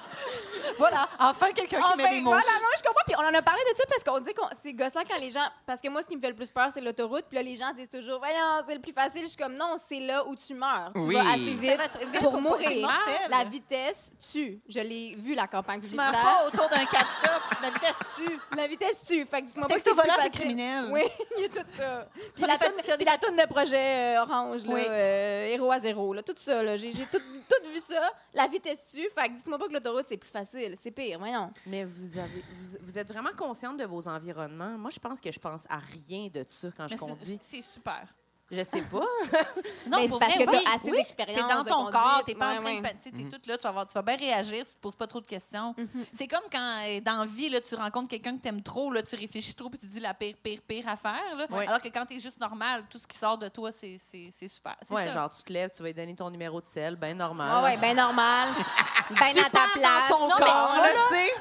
[SPEAKER 7] voilà, enfin quelqu'un qui
[SPEAKER 8] Ah,
[SPEAKER 7] met
[SPEAKER 8] ben,
[SPEAKER 7] des mots.
[SPEAKER 8] Voilà, non, je comprends. Puis on en a parlé de ça parce qu'on dit que c'est gossant quand les gens. Parce que moi, ce qui me fait le plus peur, c'est l'autoroute. Puis là, les gens disent toujours, voyons, c'est le plus facile. Je suis comme, non, c'est là où tu meurs. Tu
[SPEAKER 6] Oui.
[SPEAKER 8] vas assez vite,
[SPEAKER 7] va très vite
[SPEAKER 8] pour
[SPEAKER 7] pour être
[SPEAKER 8] mourir.
[SPEAKER 7] mortel.
[SPEAKER 8] La vitesse tue. Je l'ai vu, la campagne
[SPEAKER 7] Tu meurs
[SPEAKER 8] publicitaire.
[SPEAKER 7] pas autour d'un cat stop. La vitesse tue.
[SPEAKER 8] La vitesse tue. Fait que dis-moi pas que
[SPEAKER 7] Texte
[SPEAKER 8] c'est
[SPEAKER 7] au volant,
[SPEAKER 8] plus
[SPEAKER 7] c'est
[SPEAKER 8] facile.
[SPEAKER 7] criminel.
[SPEAKER 8] Oui, (laughs) il y a tout ça. Puis
[SPEAKER 7] Ça
[SPEAKER 8] la
[SPEAKER 7] fait-
[SPEAKER 8] toune-
[SPEAKER 7] ça
[SPEAKER 8] puis la toune de projet euh, orange, là,
[SPEAKER 7] Oui.
[SPEAKER 8] euh, héros à zéro, là, tout ça, là, j'ai j'ai tout, tout vu ça. La vitesse tue, fait que dites-moi pas que l'autoroute, c'est plus facile, c'est pire, voyons.
[SPEAKER 5] Mais vous, avez, vous, vous êtes vraiment consciente de vos environnements. Moi, je pense que je pense à rien de ça quand je
[SPEAKER 7] Mais c'est-
[SPEAKER 5] conduis.
[SPEAKER 7] C'est super.
[SPEAKER 5] Je sais pas.
[SPEAKER 7] Non,
[SPEAKER 8] Mais
[SPEAKER 7] pour
[SPEAKER 8] Ben, c'est parce
[SPEAKER 7] vrai,
[SPEAKER 8] que t'as
[SPEAKER 7] oui,
[SPEAKER 8] assez
[SPEAKER 7] oui.
[SPEAKER 8] d'expérience
[SPEAKER 7] T'es dans
[SPEAKER 8] de
[SPEAKER 7] ton
[SPEAKER 8] conduite.
[SPEAKER 7] corps, t'es pas en
[SPEAKER 8] Ouais,
[SPEAKER 7] train
[SPEAKER 8] ouais.
[SPEAKER 7] de paniquer, t'es toute là, tu vas, avoir- tu vas bien réagir si tu te poses pas trop de questions. C'est comme quand euh, dans la vie, là, tu rencontres quelqu'un que t'aimes trop, là, tu réfléchis trop puis tu dis la pire, pire, pire affaire. Là.
[SPEAKER 5] Ouais.
[SPEAKER 7] Alors que quand t'es juste normal, tout ce qui sort de toi, c'est c'est- c'est super. C'est
[SPEAKER 5] Ouais,
[SPEAKER 7] ça.
[SPEAKER 5] genre, tu te lèves, tu vas lui donner ton numéro de sel, ben
[SPEAKER 8] Ah
[SPEAKER 5] normal.
[SPEAKER 8] ouais, ben (laughs) normal. ben à ta place.
[SPEAKER 7] son
[SPEAKER 8] Non,
[SPEAKER 7] corps,
[SPEAKER 8] mais-
[SPEAKER 7] là.
[SPEAKER 5] tu sais.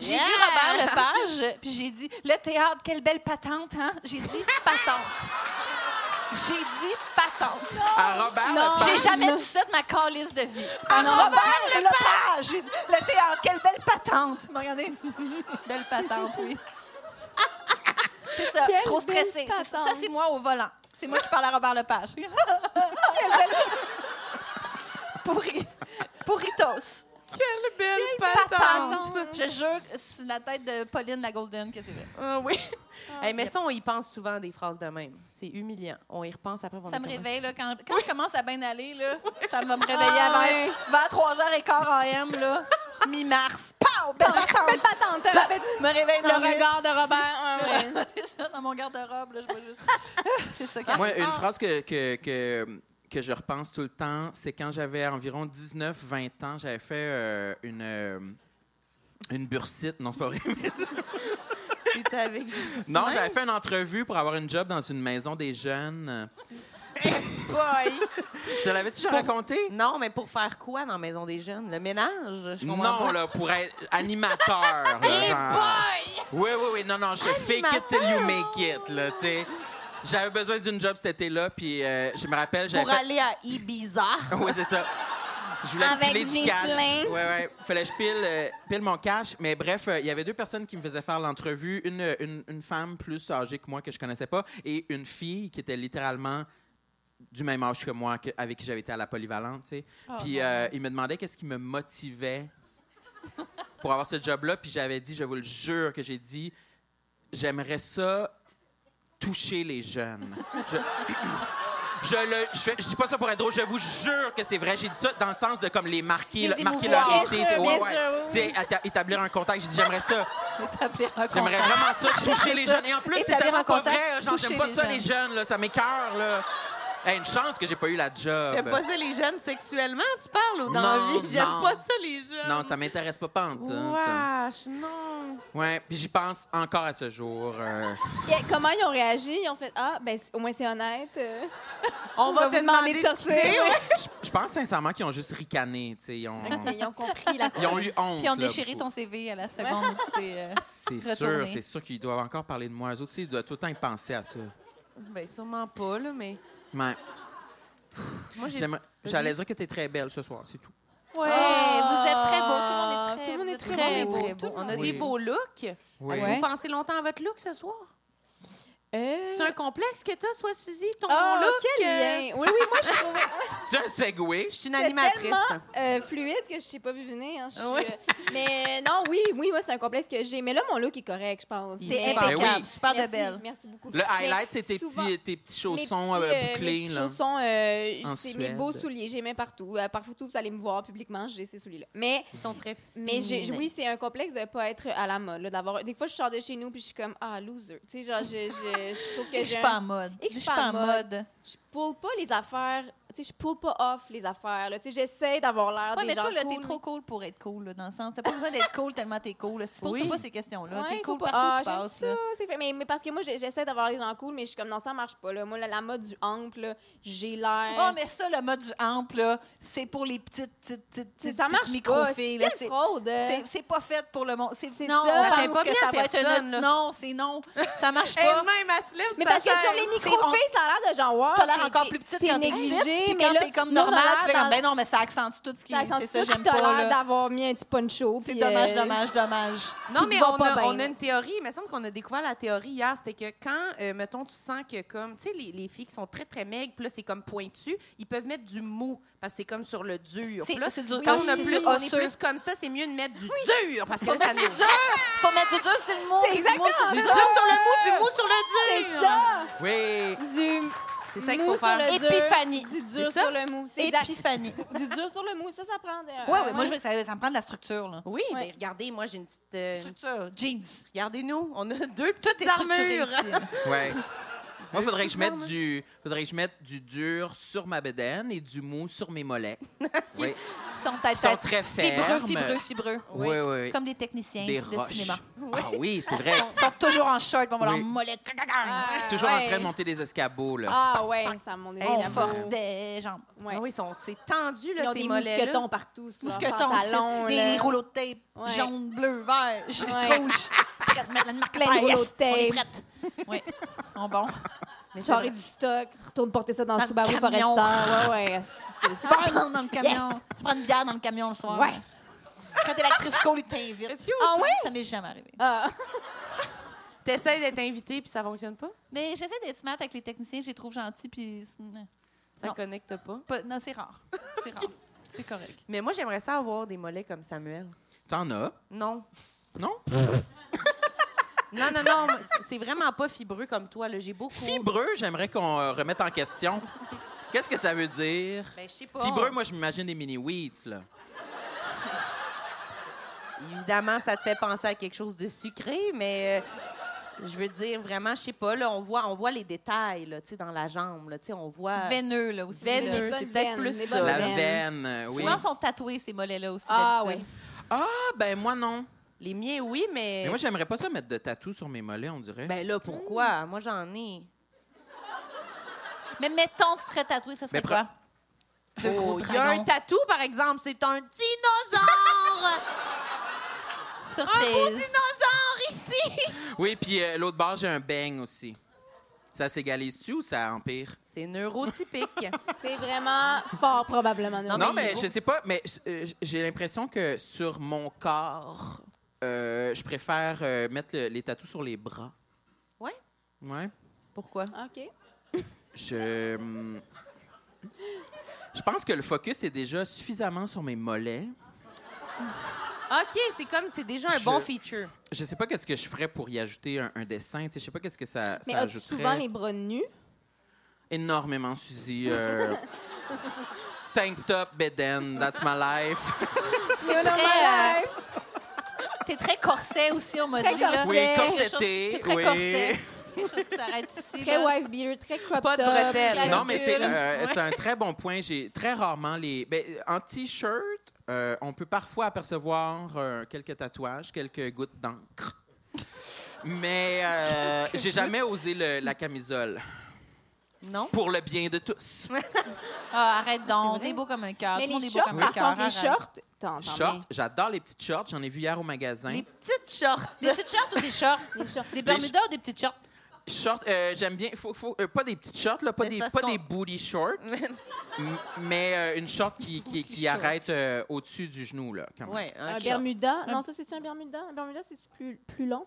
[SPEAKER 7] J'ai vu Robert Lepage, puis j'ai dit le théâtre, quelle belle patente, hein? J'ai (laughs) dit patente. J'ai dit patente.
[SPEAKER 6] À Robert, le père?
[SPEAKER 7] J'ai jamais dit ça de ma calice de vie. À Robert Lepage! J'ai dit, Le théâtre, quelle belle patente! Mais Regardez. (laughs) belle patente, (laughs) oui. C'est ça,
[SPEAKER 8] Quelle
[SPEAKER 7] trop
[SPEAKER 8] belle
[SPEAKER 7] stressée. C'est- Ça,
[SPEAKER 8] patente.
[SPEAKER 7] c'est moi au volant. C'est moi qui parle à Robert (laughs) Lepage. (laughs) Pourri. Pourritos.
[SPEAKER 5] Quelle belle patente.
[SPEAKER 7] Patente. Je jure, c'est la tête de Pauline la Golden que c'est vrai.
[SPEAKER 5] Ah oui. Hey, mais ça, on y pense souvent des phrases de même. C'est humiliant. On y repense après. on
[SPEAKER 7] Ça
[SPEAKER 5] est
[SPEAKER 7] me
[SPEAKER 5] comme-
[SPEAKER 7] réveille, là, quand, quand je commence à bien aller, là, ça va me réveiller
[SPEAKER 8] Ah,
[SPEAKER 7] avant-
[SPEAKER 8] ouais.
[SPEAKER 7] vers 3h15 AM, là, mi-mars. Pow! Belle
[SPEAKER 8] Fais
[SPEAKER 7] patente!
[SPEAKER 8] pas tant, t'as fait
[SPEAKER 7] Je me réveille dans
[SPEAKER 8] Bah, le
[SPEAKER 7] le
[SPEAKER 8] regard de Robert. ouais, ouais.
[SPEAKER 7] C'est ça, dans mon garde-robe, là, je vois juste. c'est ça qui
[SPEAKER 6] euh, Moi, une phrase que, que, que, que je repense tout le temps, c'est quand j'avais environ 19-20 ans, j'avais
[SPEAKER 7] (laughs)
[SPEAKER 6] fait euh, une, euh, une bursite. Non, c'est pas vrai.
[SPEAKER 5] T'étais avec Justine.
[SPEAKER 6] Non, j'avais fait une entrevue pour avoir une job dans une maison des jeunes.
[SPEAKER 5] Boy.
[SPEAKER 6] (laughs) Je l'avais déjà raconté?
[SPEAKER 5] Non, mais pour faire quoi dans la Maison des Jeunes? Le ménage? Je comprends
[SPEAKER 6] Non,
[SPEAKER 5] pas.
[SPEAKER 6] là, pour être animateur. là, genre. Oui, oui, oui. Non, non, je fake it till you make it, là, tu sais. J'avais besoin d'une job cet été-là, puis euh, je me rappelle, j'avais
[SPEAKER 5] Pour
[SPEAKER 6] fait...
[SPEAKER 5] aller à Ibiza.
[SPEAKER 6] (laughs) Oui, c'est ça. Je voulais
[SPEAKER 8] Avec
[SPEAKER 6] piler du cash.
[SPEAKER 8] Ghislain.
[SPEAKER 6] Ouais, ouais. Fallait que je pile, euh, pile mon cash. Mais bref, euh, il y avait deux personnes qui me faisaient faire l'entrevue. Une, euh, une, une femme plus âgée que moi que je connaissais pas et une fille qui était littéralement du même âge que moi, que- avec qui j'avais été à la polyvalente. tu sais.
[SPEAKER 8] Oh,
[SPEAKER 6] Puis euh, il me demandait qu'est-ce qui me motivait pour avoir ce job-là. Puis j'avais dit, je vous le jure que j'ai dit, j'aimerais ça toucher les jeunes. Je... (clears throat) Je le, je, fais- je dis pas ça pour être drôle, je vous jure que c'est vrai. J'ai dit ça dans le sens de comme les marquer,
[SPEAKER 7] Les
[SPEAKER 6] le- marquer
[SPEAKER 7] émouvoir.
[SPEAKER 6] leur
[SPEAKER 8] Bien
[SPEAKER 6] été,
[SPEAKER 8] sûr,
[SPEAKER 6] tu sais,
[SPEAKER 8] bien
[SPEAKER 6] ouais, ouais.
[SPEAKER 8] sûr, oui,
[SPEAKER 6] Tu sais, atta- établir un contact. J'ai dit j'aimerais ça, j'aimerais
[SPEAKER 5] Contact.
[SPEAKER 6] vraiment ça, toucher les jeunes. Et en plus c'est
[SPEAKER 9] Établir un
[SPEAKER 6] tellement pas
[SPEAKER 9] contact,
[SPEAKER 6] vrai, genre j'aime
[SPEAKER 9] toucher
[SPEAKER 6] pas
[SPEAKER 9] les
[SPEAKER 6] ça les jeunes, là, ça m'écœure là. Hey, une chance que j'ai pas eu la job.
[SPEAKER 5] T'aimes pas ça les jeunes sexuellement, tu parles ou dans
[SPEAKER 6] ben. Non,
[SPEAKER 5] la vie? J'aime
[SPEAKER 6] non.
[SPEAKER 5] pas ça les jeunes.
[SPEAKER 6] Non, ça m'intéresse pas pente.
[SPEAKER 5] Wesh, non.
[SPEAKER 6] Ouais, puis j'y pense encore à ce jour. euh.
[SPEAKER 8] (laughs) Yeah, Comment ils ont réagi? Ils ont fait Ah, ben c'est- au moins c'est honnête. euh.
[SPEAKER 5] On va
[SPEAKER 8] vous
[SPEAKER 5] te demander de
[SPEAKER 8] sortir.
[SPEAKER 5] quitter.
[SPEAKER 6] Je pense sincèrement qu'ils ont juste ricané, tu sais, ils ont
[SPEAKER 8] (laughs) Ok, ils ont compris la
[SPEAKER 6] ils ont eu honte.
[SPEAKER 7] Puis on
[SPEAKER 6] là,
[SPEAKER 7] déchiré
[SPEAKER 6] pour-
[SPEAKER 7] ton CV à la seconde. où tu t'es, euh,
[SPEAKER 6] C'est sûr,
[SPEAKER 7] retourné.
[SPEAKER 6] c'est sûr qu'ils doivent encore parler de moi. Eux autres, aussi, ils doivent tout le temps y penser à ça.
[SPEAKER 5] Ben sûrement pas là, mais
[SPEAKER 6] Ouais.
[SPEAKER 5] moi j'ai.
[SPEAKER 6] J'aimerais- J'allais dire que t'es très belle ce soir, c'est tout.
[SPEAKER 7] Ouais,
[SPEAKER 5] Ah!
[SPEAKER 7] vous êtes très beau. Tout le monde est très,
[SPEAKER 8] Tout le monde
[SPEAKER 7] vous
[SPEAKER 8] est
[SPEAKER 7] êtes
[SPEAKER 8] très
[SPEAKER 5] On est
[SPEAKER 8] beau.
[SPEAKER 5] très
[SPEAKER 8] Tout
[SPEAKER 5] beau.
[SPEAKER 8] le
[SPEAKER 5] On a
[SPEAKER 8] monde.
[SPEAKER 5] des beaux looks.
[SPEAKER 6] Oui.
[SPEAKER 8] Ouais.
[SPEAKER 5] Vous pensez longtemps à votre look ce soir?
[SPEAKER 8] Euh,
[SPEAKER 5] C'est un complexe que t'as, soit Suzy, ton
[SPEAKER 8] Oh,
[SPEAKER 7] Ah,
[SPEAKER 5] look?
[SPEAKER 8] quel
[SPEAKER 5] euh,
[SPEAKER 8] lien! Oui, oui, moi,
[SPEAKER 5] (laughs)
[SPEAKER 8] je trouvais
[SPEAKER 6] C'est un segway.
[SPEAKER 5] Je suis une
[SPEAKER 8] c'est
[SPEAKER 5] animatrice.
[SPEAKER 8] tellement, euh, fluide que je t'ai pas vu venir. hein, je suis,
[SPEAKER 5] Ouais.
[SPEAKER 8] euh, mais non, oui, oui, moi, c'est un complexe que j'ai. Mais là, mon look est correct, je pense.
[SPEAKER 5] Il
[SPEAKER 7] T'es
[SPEAKER 5] est
[SPEAKER 6] Ben
[SPEAKER 7] impeccable.
[SPEAKER 6] oui.
[SPEAKER 7] Super de
[SPEAKER 8] Merci,
[SPEAKER 7] belle.
[SPEAKER 8] Merci beaucoup.
[SPEAKER 6] Le highlight,
[SPEAKER 8] Mais
[SPEAKER 6] c'est tes
[SPEAKER 8] souvent-
[SPEAKER 6] petits, tes petits
[SPEAKER 8] mes
[SPEAKER 6] chaussons
[SPEAKER 8] petits,
[SPEAKER 6] euh,
[SPEAKER 8] euh,
[SPEAKER 6] bouclés.
[SPEAKER 8] Mes petits
[SPEAKER 6] là.
[SPEAKER 8] chaussons, euh,
[SPEAKER 6] En
[SPEAKER 8] c'est mes
[SPEAKER 6] Suède.
[SPEAKER 8] beaux souliers, j'ai mets partout. Euh, parfois, tout, vous allez me voir publiquement, j'ai ces souliers-là. Mais,
[SPEAKER 5] Ils sont très
[SPEAKER 8] mais j'ai-
[SPEAKER 5] féminins.
[SPEAKER 8] oui, c'est un complexe de pas être à la mode. là, d'avoir, des fois, je sors de chez nous puis je suis comme ah loser. Tu sais, genre, je, je, je trouve que
[SPEAKER 7] Et
[SPEAKER 8] j'ai
[SPEAKER 7] Je suis
[SPEAKER 8] un-
[SPEAKER 7] pas en mode.
[SPEAKER 8] Et que
[SPEAKER 7] Je suis pas en mode.
[SPEAKER 8] je pull pas les affaires. Tu sais, je pull pas off les affaires. là. Tu sais, j'essaie d'avoir l'air
[SPEAKER 7] Ouais,
[SPEAKER 8] des
[SPEAKER 7] mais
[SPEAKER 8] gens
[SPEAKER 7] toi, là, t'es
[SPEAKER 8] cool.
[SPEAKER 7] trop cool pour être cool, là, dans le sens. T'as pas besoin d'être cool tellement t'es cool. là. Tu te poses
[SPEAKER 5] Oui.
[SPEAKER 7] pas ces questions-là.
[SPEAKER 8] Ouais,
[SPEAKER 7] t'es cool
[SPEAKER 8] faut pas-
[SPEAKER 7] partout où tu
[SPEAKER 8] Ah, j'aime
[SPEAKER 7] passes,
[SPEAKER 8] ça,
[SPEAKER 7] là.
[SPEAKER 8] c'est vrai. Mais, mais parce que moi, j'ai- j'essaie d'avoir les gens cool, mais je suis comme non, ça marche pas. Là. Moi, la, la mode du ample, là, j'ai l'air.
[SPEAKER 7] Oh, mais ça, le mode du ample, là, c'est pour les petites, petites, petites,
[SPEAKER 8] Tu sais,
[SPEAKER 7] petites,
[SPEAKER 8] ça marche pas. C'est
[SPEAKER 7] micro-filles. là.
[SPEAKER 8] quelle
[SPEAKER 7] C'est-
[SPEAKER 8] fraude.
[SPEAKER 7] c'est- C'est pas fait pour le monde. C'est
[SPEAKER 8] C'est
[SPEAKER 7] non,
[SPEAKER 8] ça.
[SPEAKER 7] on
[SPEAKER 8] Ça
[SPEAKER 7] pense
[SPEAKER 5] fait pas
[SPEAKER 7] que
[SPEAKER 5] bien à
[SPEAKER 7] ça va être un
[SPEAKER 5] personne, là.
[SPEAKER 7] os- Non, c'est non. Ça marche
[SPEAKER 5] Elle
[SPEAKER 7] pas.
[SPEAKER 5] même, elle se lève
[SPEAKER 8] Mais
[SPEAKER 5] sa
[SPEAKER 8] parce que
[SPEAKER 5] chaise.
[SPEAKER 8] sur les micro-filles, ça a l'air de genre, wow,
[SPEAKER 7] T'as l'air
[SPEAKER 8] t'es-
[SPEAKER 7] encore
[SPEAKER 8] t'es-
[SPEAKER 7] plus petite
[SPEAKER 8] t'es
[SPEAKER 7] quand t'es
[SPEAKER 8] négligée,
[SPEAKER 7] petite, puis
[SPEAKER 8] mais
[SPEAKER 7] quand
[SPEAKER 8] là,
[SPEAKER 7] t'es comme
[SPEAKER 8] nous, on a
[SPEAKER 7] normal,
[SPEAKER 8] l'air
[SPEAKER 7] tu fais comme,
[SPEAKER 8] dans-
[SPEAKER 7] ben non, mais ça accentue tout ce qui
[SPEAKER 8] T'as senti
[SPEAKER 7] c'est ça,
[SPEAKER 8] tout
[SPEAKER 7] j'aime
[SPEAKER 8] que
[SPEAKER 7] pas.
[SPEAKER 8] t'as l'air
[SPEAKER 7] là.
[SPEAKER 8] d'avoir mis un petit poncho.
[SPEAKER 7] C'est
[SPEAKER 8] puis,
[SPEAKER 7] dommage,
[SPEAKER 8] euh,
[SPEAKER 7] dommage, dommage.
[SPEAKER 5] Non,
[SPEAKER 8] qui
[SPEAKER 5] mais
[SPEAKER 8] te va
[SPEAKER 5] on
[SPEAKER 8] pas
[SPEAKER 5] a,
[SPEAKER 8] bien,
[SPEAKER 5] on a
[SPEAKER 8] là.
[SPEAKER 5] une théorie. Il me semble qu'on a découvert la théorie hier. C'était que quand, euh, mettons, tu sens que, comme, tu sais, les, les filles qui sont très, très maigres, puis là, c'est comme pointu, ils peuvent mettre du mou parce que c'est comme sur le dur.
[SPEAKER 7] C'est-
[SPEAKER 5] Puis là,
[SPEAKER 7] c'est du-
[SPEAKER 5] quand
[SPEAKER 7] oui,
[SPEAKER 5] on, a
[SPEAKER 7] c'est
[SPEAKER 5] plus,
[SPEAKER 7] du
[SPEAKER 5] on est
[SPEAKER 7] osseux.
[SPEAKER 5] plus comme ça, c'est mieux de mettre du dur parce que là, ça nous.
[SPEAKER 7] dur. Faut mettre du dur sur le mot.
[SPEAKER 8] C'est
[SPEAKER 7] puis du mot sur
[SPEAKER 8] exactement
[SPEAKER 7] du
[SPEAKER 5] Du
[SPEAKER 7] dur.
[SPEAKER 5] dur sur le mou, du mou sur le dur.
[SPEAKER 8] C'est ça!
[SPEAKER 6] Oui.
[SPEAKER 8] Du
[SPEAKER 5] C'est ça qu'il
[SPEAKER 8] mou
[SPEAKER 5] faut
[SPEAKER 8] sur
[SPEAKER 5] faire.
[SPEAKER 8] le dur.
[SPEAKER 7] Épiphanie.
[SPEAKER 8] Du dur
[SPEAKER 5] C'est ça?
[SPEAKER 8] sur le mou. C'est exact.
[SPEAKER 7] Épiphanie.
[SPEAKER 8] Du dur sur le mou, ça, ça prend. des-
[SPEAKER 7] Ouais, ouais, moi, je veux que ça, ça me prend de la structure, là.
[SPEAKER 5] Oui, mais
[SPEAKER 8] Ouais.
[SPEAKER 5] regardez, moi, j'ai une petite. euh,
[SPEAKER 7] Structure, jeans.
[SPEAKER 5] Regardez-nous, on a deux petites
[SPEAKER 7] structuré
[SPEAKER 5] armures.
[SPEAKER 7] ici, là.
[SPEAKER 6] Ouais. Moi, faudrait que je mette du, faudrait que je mette du dur sur ma bedaine et du mou sur mes mollets. Oui.
[SPEAKER 7] Ils sont, tête,
[SPEAKER 6] Ils sont
[SPEAKER 7] tête.
[SPEAKER 6] très
[SPEAKER 7] Fibreux,
[SPEAKER 6] fermes.
[SPEAKER 7] fibreux, fibreux.
[SPEAKER 6] Oui, oui, oui.
[SPEAKER 7] Comme des techniciens
[SPEAKER 6] des
[SPEAKER 7] de
[SPEAKER 6] roches.
[SPEAKER 7] cinéma.
[SPEAKER 6] Ah oui, c'est
[SPEAKER 7] (laughs)
[SPEAKER 6] vrai.
[SPEAKER 7] Ils sont toujours en short, puis on va
[SPEAKER 6] Oui.
[SPEAKER 7] leur mollet.
[SPEAKER 8] Ah,
[SPEAKER 6] Toujours en train
[SPEAKER 8] ouais.
[SPEAKER 6] de monter des escabeaux là.
[SPEAKER 8] Ah ouais, ça monte des
[SPEAKER 7] On
[SPEAKER 8] escabeaux.
[SPEAKER 7] force des jambes.
[SPEAKER 8] Ouais.
[SPEAKER 5] Ah oui, ils sont- c'est tendu,
[SPEAKER 8] Ils
[SPEAKER 5] là,
[SPEAKER 8] ont
[SPEAKER 5] ces
[SPEAKER 8] des
[SPEAKER 5] mollets-là.
[SPEAKER 8] mousquetons partout. sur
[SPEAKER 7] Tout
[SPEAKER 8] leurs
[SPEAKER 7] ce que t'en
[SPEAKER 8] pantalons,
[SPEAKER 7] sais,
[SPEAKER 8] là.
[SPEAKER 7] Des rouleaux de tape,
[SPEAKER 8] Ouais.
[SPEAKER 7] jaune, bleu, vert,
[SPEAKER 8] Ouais.
[SPEAKER 7] rouge. (laughs) Prête à mettre la marque
[SPEAKER 8] Plein de
[SPEAKER 7] Yes,
[SPEAKER 8] rouleaux de
[SPEAKER 7] On est
[SPEAKER 8] tape.
[SPEAKER 7] prête. Oui. (laughs) On bon.
[SPEAKER 5] Mais
[SPEAKER 8] Genre, et du stock. Retourne porter ça dans,
[SPEAKER 7] Dans
[SPEAKER 8] le Subaru
[SPEAKER 7] le camion.
[SPEAKER 8] Forester. Ouais, ouais. c'est-
[SPEAKER 7] Ah,
[SPEAKER 8] c'est-
[SPEAKER 7] Prendre dans le camion. Prendre une bière dans le camion le soir.
[SPEAKER 8] Ouais.
[SPEAKER 7] Quand t'es l'actrice cool, ils t'invitent.
[SPEAKER 8] Ah ouais?
[SPEAKER 7] Ça m'est jamais arrivé.
[SPEAKER 8] Ah.
[SPEAKER 5] T'essayes d'être invité, puis ça fonctionne pas?
[SPEAKER 7] Mais j'essaie d'être smart avec les techniciens, je les trouve gentils, puis. Non,
[SPEAKER 5] Ça
[SPEAKER 7] Non.
[SPEAKER 5] connecte pas?
[SPEAKER 7] pas- non, c'est rare.
[SPEAKER 6] (laughs)
[SPEAKER 7] C'est rare. C'est correct.
[SPEAKER 5] Mais moi, j'aimerais ça avoir des mollets comme Samuel.
[SPEAKER 6] T'en as?
[SPEAKER 5] Non.
[SPEAKER 6] Non?
[SPEAKER 5] Non, non, non. moi, c'est- C'est vraiment pas fibreux comme toi. là. J'ai beaucoup.
[SPEAKER 6] Fibreux, j'aimerais qu'on euh, remette en question. Qu'est-ce que ça veut dire?
[SPEAKER 5] Ben, je sais pas.
[SPEAKER 6] Fibreux, moi, je m'imagine des mini-weeds, là.
[SPEAKER 5] Évidemment, ça te fait penser à quelque chose de sucré, mais euh, je veux dire, vraiment, je sais pas. Là, on voit, on voit les détails, là, tu sais, dans la jambe, là, tu sais, on voit.
[SPEAKER 7] Euh, Veineux, là aussi.
[SPEAKER 5] Veineux,
[SPEAKER 8] Les
[SPEAKER 5] c'est
[SPEAKER 8] bonnes
[SPEAKER 5] peut-être
[SPEAKER 8] veines,
[SPEAKER 5] plus
[SPEAKER 8] les
[SPEAKER 5] ça.
[SPEAKER 8] bonnes
[SPEAKER 6] La
[SPEAKER 8] veine.
[SPEAKER 6] veine, euh, oui.
[SPEAKER 7] Souvent, ils sont tatoués, ces mollets-là aussi.
[SPEAKER 8] Ah
[SPEAKER 7] d'habitude.
[SPEAKER 6] Ah, ben moi, non.
[SPEAKER 5] Les miens, oui, mais.
[SPEAKER 6] Mais moi, j'aimerais pas ça mettre de tatou sur mes mollets, on dirait.
[SPEAKER 5] ben là, pourquoi?
[SPEAKER 7] Mm.
[SPEAKER 5] Moi, j'en ai.
[SPEAKER 7] Mais mettons que tu serais tatoué, ça
[SPEAKER 6] Mais
[SPEAKER 7] serait quoi?
[SPEAKER 5] Oh, Il
[SPEAKER 7] gros
[SPEAKER 5] y a
[SPEAKER 7] dragons.
[SPEAKER 5] un tatou, par exemple, c'est un (laughs) dinosaure! un beau
[SPEAKER 7] Surprise.
[SPEAKER 5] dinosaure ici!
[SPEAKER 6] Oui, puis euh, l'autre barre, j'ai un bang aussi. Ça s'égalise-tu ou ça empire?
[SPEAKER 5] C'est (laughs) neurotypique.
[SPEAKER 8] C'est vraiment fort probablement.
[SPEAKER 6] Non, mais, je sais pas, mais euh, j'ai l'impression que sur mon corps, euh, je préfère euh, mettre le- les tatous sur les bras.
[SPEAKER 5] Ouais?
[SPEAKER 6] Ouais.
[SPEAKER 5] Pourquoi?
[SPEAKER 8] Ah, OK.
[SPEAKER 6] Je. hum, Je pense que le focus est déjà suffisamment sur mes mollets.
[SPEAKER 5] OK, c'est comme, c'est déjà un
[SPEAKER 6] Je-
[SPEAKER 5] bon feature.
[SPEAKER 6] Je sais pas qu'est-ce que je ferais pour y ajouter un, un dessin. tu sais, Je sais pas qu'est-ce que ça,
[SPEAKER 8] Mais
[SPEAKER 6] ça
[SPEAKER 8] as-tu
[SPEAKER 6] ajouterait.
[SPEAKER 8] souvent les bras nus?
[SPEAKER 6] Énormément, Suzy.
[SPEAKER 8] (laughs)
[SPEAKER 6] euh, Tank top, beden, that's my life.
[SPEAKER 7] très,
[SPEAKER 8] C'est très...
[SPEAKER 7] T'es très corset aussi, on m'a
[SPEAKER 8] Très
[SPEAKER 7] dit. Là.
[SPEAKER 8] corset.
[SPEAKER 6] Oui,
[SPEAKER 7] T'es
[SPEAKER 8] C'est-
[SPEAKER 6] corseté.
[SPEAKER 7] très
[SPEAKER 6] oui.
[SPEAKER 7] corset. Quelque chose qui s'arrête ici.
[SPEAKER 8] très
[SPEAKER 7] là.
[SPEAKER 8] wife beater, très crop
[SPEAKER 5] Pas de
[SPEAKER 8] top,
[SPEAKER 5] bretelles.
[SPEAKER 8] très
[SPEAKER 6] Non, mais c'est
[SPEAKER 8] recul.
[SPEAKER 6] euh, c'est un très bon point. J'ai très rarement les. ben, en t-shirt, euh, on peut parfois apercevoir euh, quelques tatouages, quelques gouttes d'encre. Mais euh, j'ai jamais osé le- la camisole.
[SPEAKER 5] Non?
[SPEAKER 6] Pour le bien de tous.
[SPEAKER 7] Ah, arrête donc. T'es beau comme un cœur.
[SPEAKER 8] Mais
[SPEAKER 7] Tout le monde
[SPEAKER 8] les
[SPEAKER 7] est beau
[SPEAKER 8] shorts,
[SPEAKER 7] comme un
[SPEAKER 8] par
[SPEAKER 7] cœur.
[SPEAKER 8] contre, les
[SPEAKER 7] arrête.
[SPEAKER 8] shorts, t'entends
[SPEAKER 6] Shorts, j'adore les petites shorts. J'en ai vu hier au magasin.
[SPEAKER 5] Les petites shorts.
[SPEAKER 7] Des petites shorts ou des shorts? Des, Bermudas ou des petites shorts?
[SPEAKER 6] Short, euh, j'aime bien. Faut, faut, euh, pas des petites shorts, là, pas,
[SPEAKER 7] Mais
[SPEAKER 6] des,
[SPEAKER 7] parce
[SPEAKER 6] pas
[SPEAKER 7] qu'on-
[SPEAKER 6] des booty shorts, m- mais euh, une short qui, qui, qui arrête euh, au-dessus du genou. Là, quand même.
[SPEAKER 5] Ouais, un
[SPEAKER 8] Un
[SPEAKER 5] short.
[SPEAKER 8] euh, Bermuda. Non, ça, c'est-tu un Bermuda? Un Bermuda, c'est-tu plus, plus long?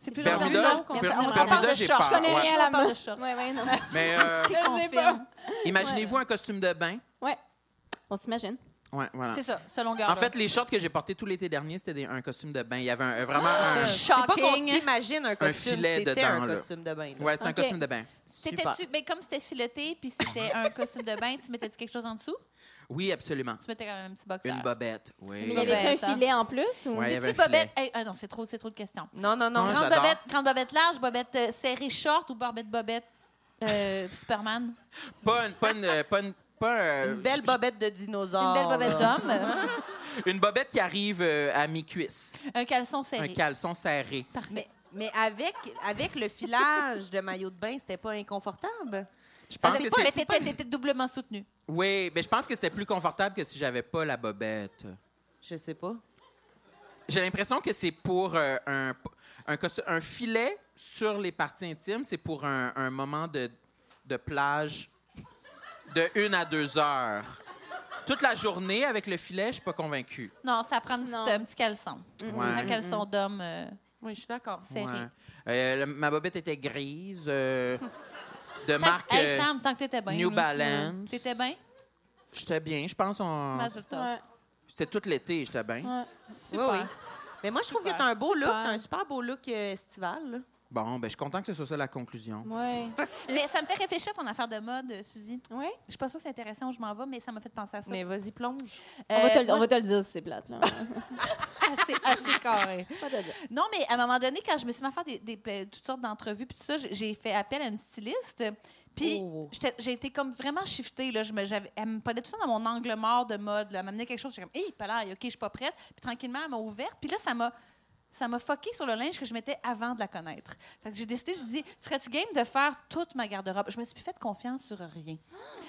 [SPEAKER 7] C'est plus
[SPEAKER 6] Bermuda,
[SPEAKER 7] long.
[SPEAKER 6] Bermuda,
[SPEAKER 7] Bermuda,
[SPEAKER 6] Bermuda, j'ai peur.
[SPEAKER 8] Je connais
[SPEAKER 6] Ah, Ouais.
[SPEAKER 8] rien à la
[SPEAKER 7] parle de
[SPEAKER 8] mode.
[SPEAKER 7] shorts.
[SPEAKER 8] Ouais, ouais, non.
[SPEAKER 5] (laughs)
[SPEAKER 6] Mais euh,
[SPEAKER 8] Je sais pas.
[SPEAKER 7] Confirme.
[SPEAKER 6] imaginez-vous un costume de bain.
[SPEAKER 8] Ouais. On s'imagine.
[SPEAKER 6] Ouais, voilà.
[SPEAKER 7] C'est ça, ce longueur.
[SPEAKER 6] En fait, les shorts que j'ai portés tout l'été dernier, c'était des- un costume de bain. Il y avait un- vraiment un.
[SPEAKER 5] Ah, C'est pas qu'on
[SPEAKER 7] shocking.
[SPEAKER 5] s'imagine un costume,
[SPEAKER 6] filet
[SPEAKER 5] c'était
[SPEAKER 6] dedans,
[SPEAKER 5] un
[SPEAKER 6] là.
[SPEAKER 5] costume de bain. là.
[SPEAKER 6] Ouais, c'est un
[SPEAKER 8] Ok.
[SPEAKER 6] costume de bain.
[SPEAKER 5] Super.
[SPEAKER 7] T'étais-tu, mais comme c'était fileté, puis c'était un costume de bain, tu mettais-tu quelque chose en dessous?
[SPEAKER 6] Oui, absolument.
[SPEAKER 7] Tu mettais quand même un petit
[SPEAKER 6] Une
[SPEAKER 7] boxeur.
[SPEAKER 6] bobette. Oui.
[SPEAKER 8] Mais y
[SPEAKER 7] il
[SPEAKER 8] avait-tu
[SPEAKER 7] avait
[SPEAKER 8] un
[SPEAKER 7] ça.
[SPEAKER 8] filet en plus? Ou...
[SPEAKER 6] Ouais, Ben, il y avait un
[SPEAKER 7] C'est-tu
[SPEAKER 6] filet.
[SPEAKER 7] bobette? Hey, ah non, c'est trop, c'est trop de questions.
[SPEAKER 5] Non, non, non.
[SPEAKER 6] Ouais.
[SPEAKER 7] Grande
[SPEAKER 6] j'adore.
[SPEAKER 7] bobette, grande bobette large, bobette euh, serrée short ou bobette bobette euh, Superman?
[SPEAKER 6] Pas une. Pas une, euh, pas une- pas, euh,
[SPEAKER 5] Une belle bobette de dinosaure.
[SPEAKER 7] Une
[SPEAKER 6] Oh.
[SPEAKER 7] belle bobette
[SPEAKER 5] là.
[SPEAKER 7] d'homme,
[SPEAKER 6] Une bobette qui arrive euh, à mi-cuisse.
[SPEAKER 7] un caleçon
[SPEAKER 6] Un
[SPEAKER 7] serré.
[SPEAKER 6] caleçon serré.
[SPEAKER 7] Parfait.
[SPEAKER 5] (laughs) Mais avec, avec le filage de maillot de bain, c'était pas inconfortable.
[SPEAKER 6] Je
[SPEAKER 7] Parce
[SPEAKER 6] pense
[SPEAKER 7] que
[SPEAKER 6] que
[SPEAKER 7] quoi, Ah, mais
[SPEAKER 6] c'est.
[SPEAKER 7] t'étais, t'étais doublement soutenu.
[SPEAKER 6] Oui, mais je pense que c'était plus confortable que si j'avais pas la bobette.
[SPEAKER 5] Je sais pas.
[SPEAKER 6] J'ai l'impression que c'est pour euh, un, un, costu- un filet sur les parties intimes, c'est pour un, un moment de, de plage de une à deux heures. Toute la journée avec le filet, je suis pas convaincu.
[SPEAKER 7] Non, ça prend une petite-
[SPEAKER 8] Non.
[SPEAKER 7] un petit caleçon.
[SPEAKER 6] Ouais.
[SPEAKER 7] Un caleçon d'homme euh,
[SPEAKER 5] Oui, je suis d'accord.
[SPEAKER 7] serré.
[SPEAKER 6] Ouais. Euh, le- ma bobette était grise, euh, de
[SPEAKER 7] Tant-
[SPEAKER 6] marque.
[SPEAKER 7] hey,
[SPEAKER 6] euh,
[SPEAKER 7] Sam, tant que t'étais bien.
[SPEAKER 6] New
[SPEAKER 7] là.
[SPEAKER 6] Balance.
[SPEAKER 7] T'étais bien?
[SPEAKER 6] j'étais bien, je pense. On...
[SPEAKER 7] Mazel tov.
[SPEAKER 8] Ouais.
[SPEAKER 6] C'était tout l'été, j'étais bien.
[SPEAKER 8] Ouais.
[SPEAKER 7] Super.
[SPEAKER 5] Oui, oui. Mais moi, je trouve que
[SPEAKER 7] Super.
[SPEAKER 5] t'as un beau look,
[SPEAKER 8] Super.
[SPEAKER 5] t'as un super beau look euh, estival. là.
[SPEAKER 6] Bon, ben, je suis content que ce soit ça la conclusion.
[SPEAKER 8] Ouais.
[SPEAKER 7] Mais ça me fait réfléchir à ton affaire de mode, euh, Suzy.
[SPEAKER 8] Ouais.
[SPEAKER 7] Je suis pas sûre que c'est intéressant où je m'en vais, mais ça m'a fait penser à ça.
[SPEAKER 5] Mais vas-y, plonge.
[SPEAKER 8] On va te
[SPEAKER 7] Euh,
[SPEAKER 8] le- on va te le dire si c'est plate. Là.
[SPEAKER 7] (laughs) assez, assez carré.
[SPEAKER 8] On va te le dire.
[SPEAKER 7] Non, mais à un moment donné, quand je me suis mis à faire des, des- euh, toutes sortes d'entrevues, puis tout ça, j'ai- j'ai fait appel à une styliste. Puis
[SPEAKER 5] Oh.
[SPEAKER 7] j'étais- j'ai été comme vraiment shiftée. Là. Je me, j'avais- elle me prenait tout ça dans mon angle mort de mode. Là. Elle m'amenait quelque chose. J'étais comme, hé, pas là, OK, je suis pas prête. Puis tranquillement, elle m'a ouverte. Puis là, ça m'a. Ça m'a foqué sur le linge que je mettais avant de la connaître. Fait que j'ai décidé, je me dis, serais-tu game de faire toute ma garde-robe? Je me suis plus fait confiance sur rien.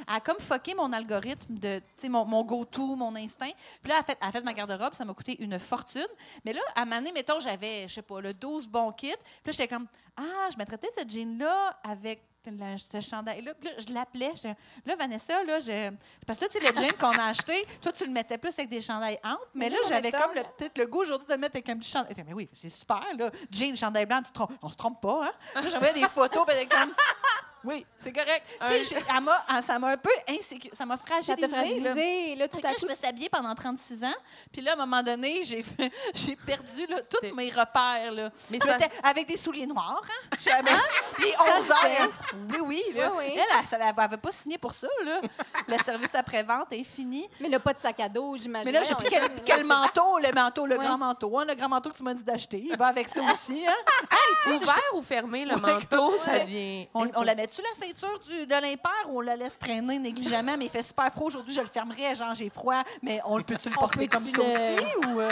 [SPEAKER 7] Elle a comme foqué mon algorithme de, tu sais, mon, mon go-to, mon instinct. Puis là, elle a fait, elle a fait ma garde-robe, ça m'a coûté une fortune. Mais là, à ma année, mettons, j'avais, je sais pas, le 12 bons kits. Puis là, j'étais comme, ah, je mettrais peut-être ce jean-là avec la- ce chandail-là. Puis là, je l'appelais. j'étais, Là, Vanessa, là, je. Parce que là, tu sais, le jean qu'on a acheté, toi, tu le mettais plus avec des chandails amples. Mais là,
[SPEAKER 8] là,
[SPEAKER 7] j'avais
[SPEAKER 8] mettons,
[SPEAKER 7] comme le- peut-être le goût aujourd'hui de le mettre avec un petit chandail. J'étais, Mais oui, c'est super, là. Jean, chandail blanc, tu te trompes. On se trompe pas, hein? Là, j'envoyais des photos, puis elle était comme, oui, c'est correct. Tu sais, je- elle m'a- elle- ça m'a un peu insécure. Ça m'a
[SPEAKER 8] Ça
[SPEAKER 7] fragilisée.
[SPEAKER 8] t'a
[SPEAKER 7] là.
[SPEAKER 8] fragilisé. Là, tout
[SPEAKER 7] Fait que
[SPEAKER 8] à
[SPEAKER 7] là, je
[SPEAKER 8] coup,
[SPEAKER 7] me suis habillée pendant 36 ans. Puis là, à un moment donné, j'ai fait- (laughs) j'ai perdu là, tous mes repères. Là.
[SPEAKER 5] Mais
[SPEAKER 7] Je
[SPEAKER 5] c'est
[SPEAKER 7] m'étais- avec des souliers noirs, (laughs) hein? Jamais. Puis 11
[SPEAKER 8] Ça, je
[SPEAKER 7] heures. Oui, oui. là.
[SPEAKER 8] Oui, oui.
[SPEAKER 7] Elle, elle savait- elle n'avait pas signé pour ça. Là. Le service après-vente est fini.
[SPEAKER 8] Mais n'a pas de sac à dos, j'imagine.
[SPEAKER 7] Mais là, j'ai
[SPEAKER 8] Ouais,
[SPEAKER 7] pris
[SPEAKER 8] on-
[SPEAKER 7] quel, quel manteau, le manteau, le
[SPEAKER 8] Ouais.
[SPEAKER 7] grand manteau. hein, le grand manteau que tu m'as dit d'acheter. Il va avec ça aussi. Hein?
[SPEAKER 5] Ouvert ou fermé, le manteau, ça devient...
[SPEAKER 7] On, on la met mettrais-tu la ceinture du- de l'impair ou on la laisse traîner négligemment, mais il fait super froid aujourd'hui, je le fermerai, genre j'ai froid, mais on le peut-tu le porter comme ça aussi? Ou... euh,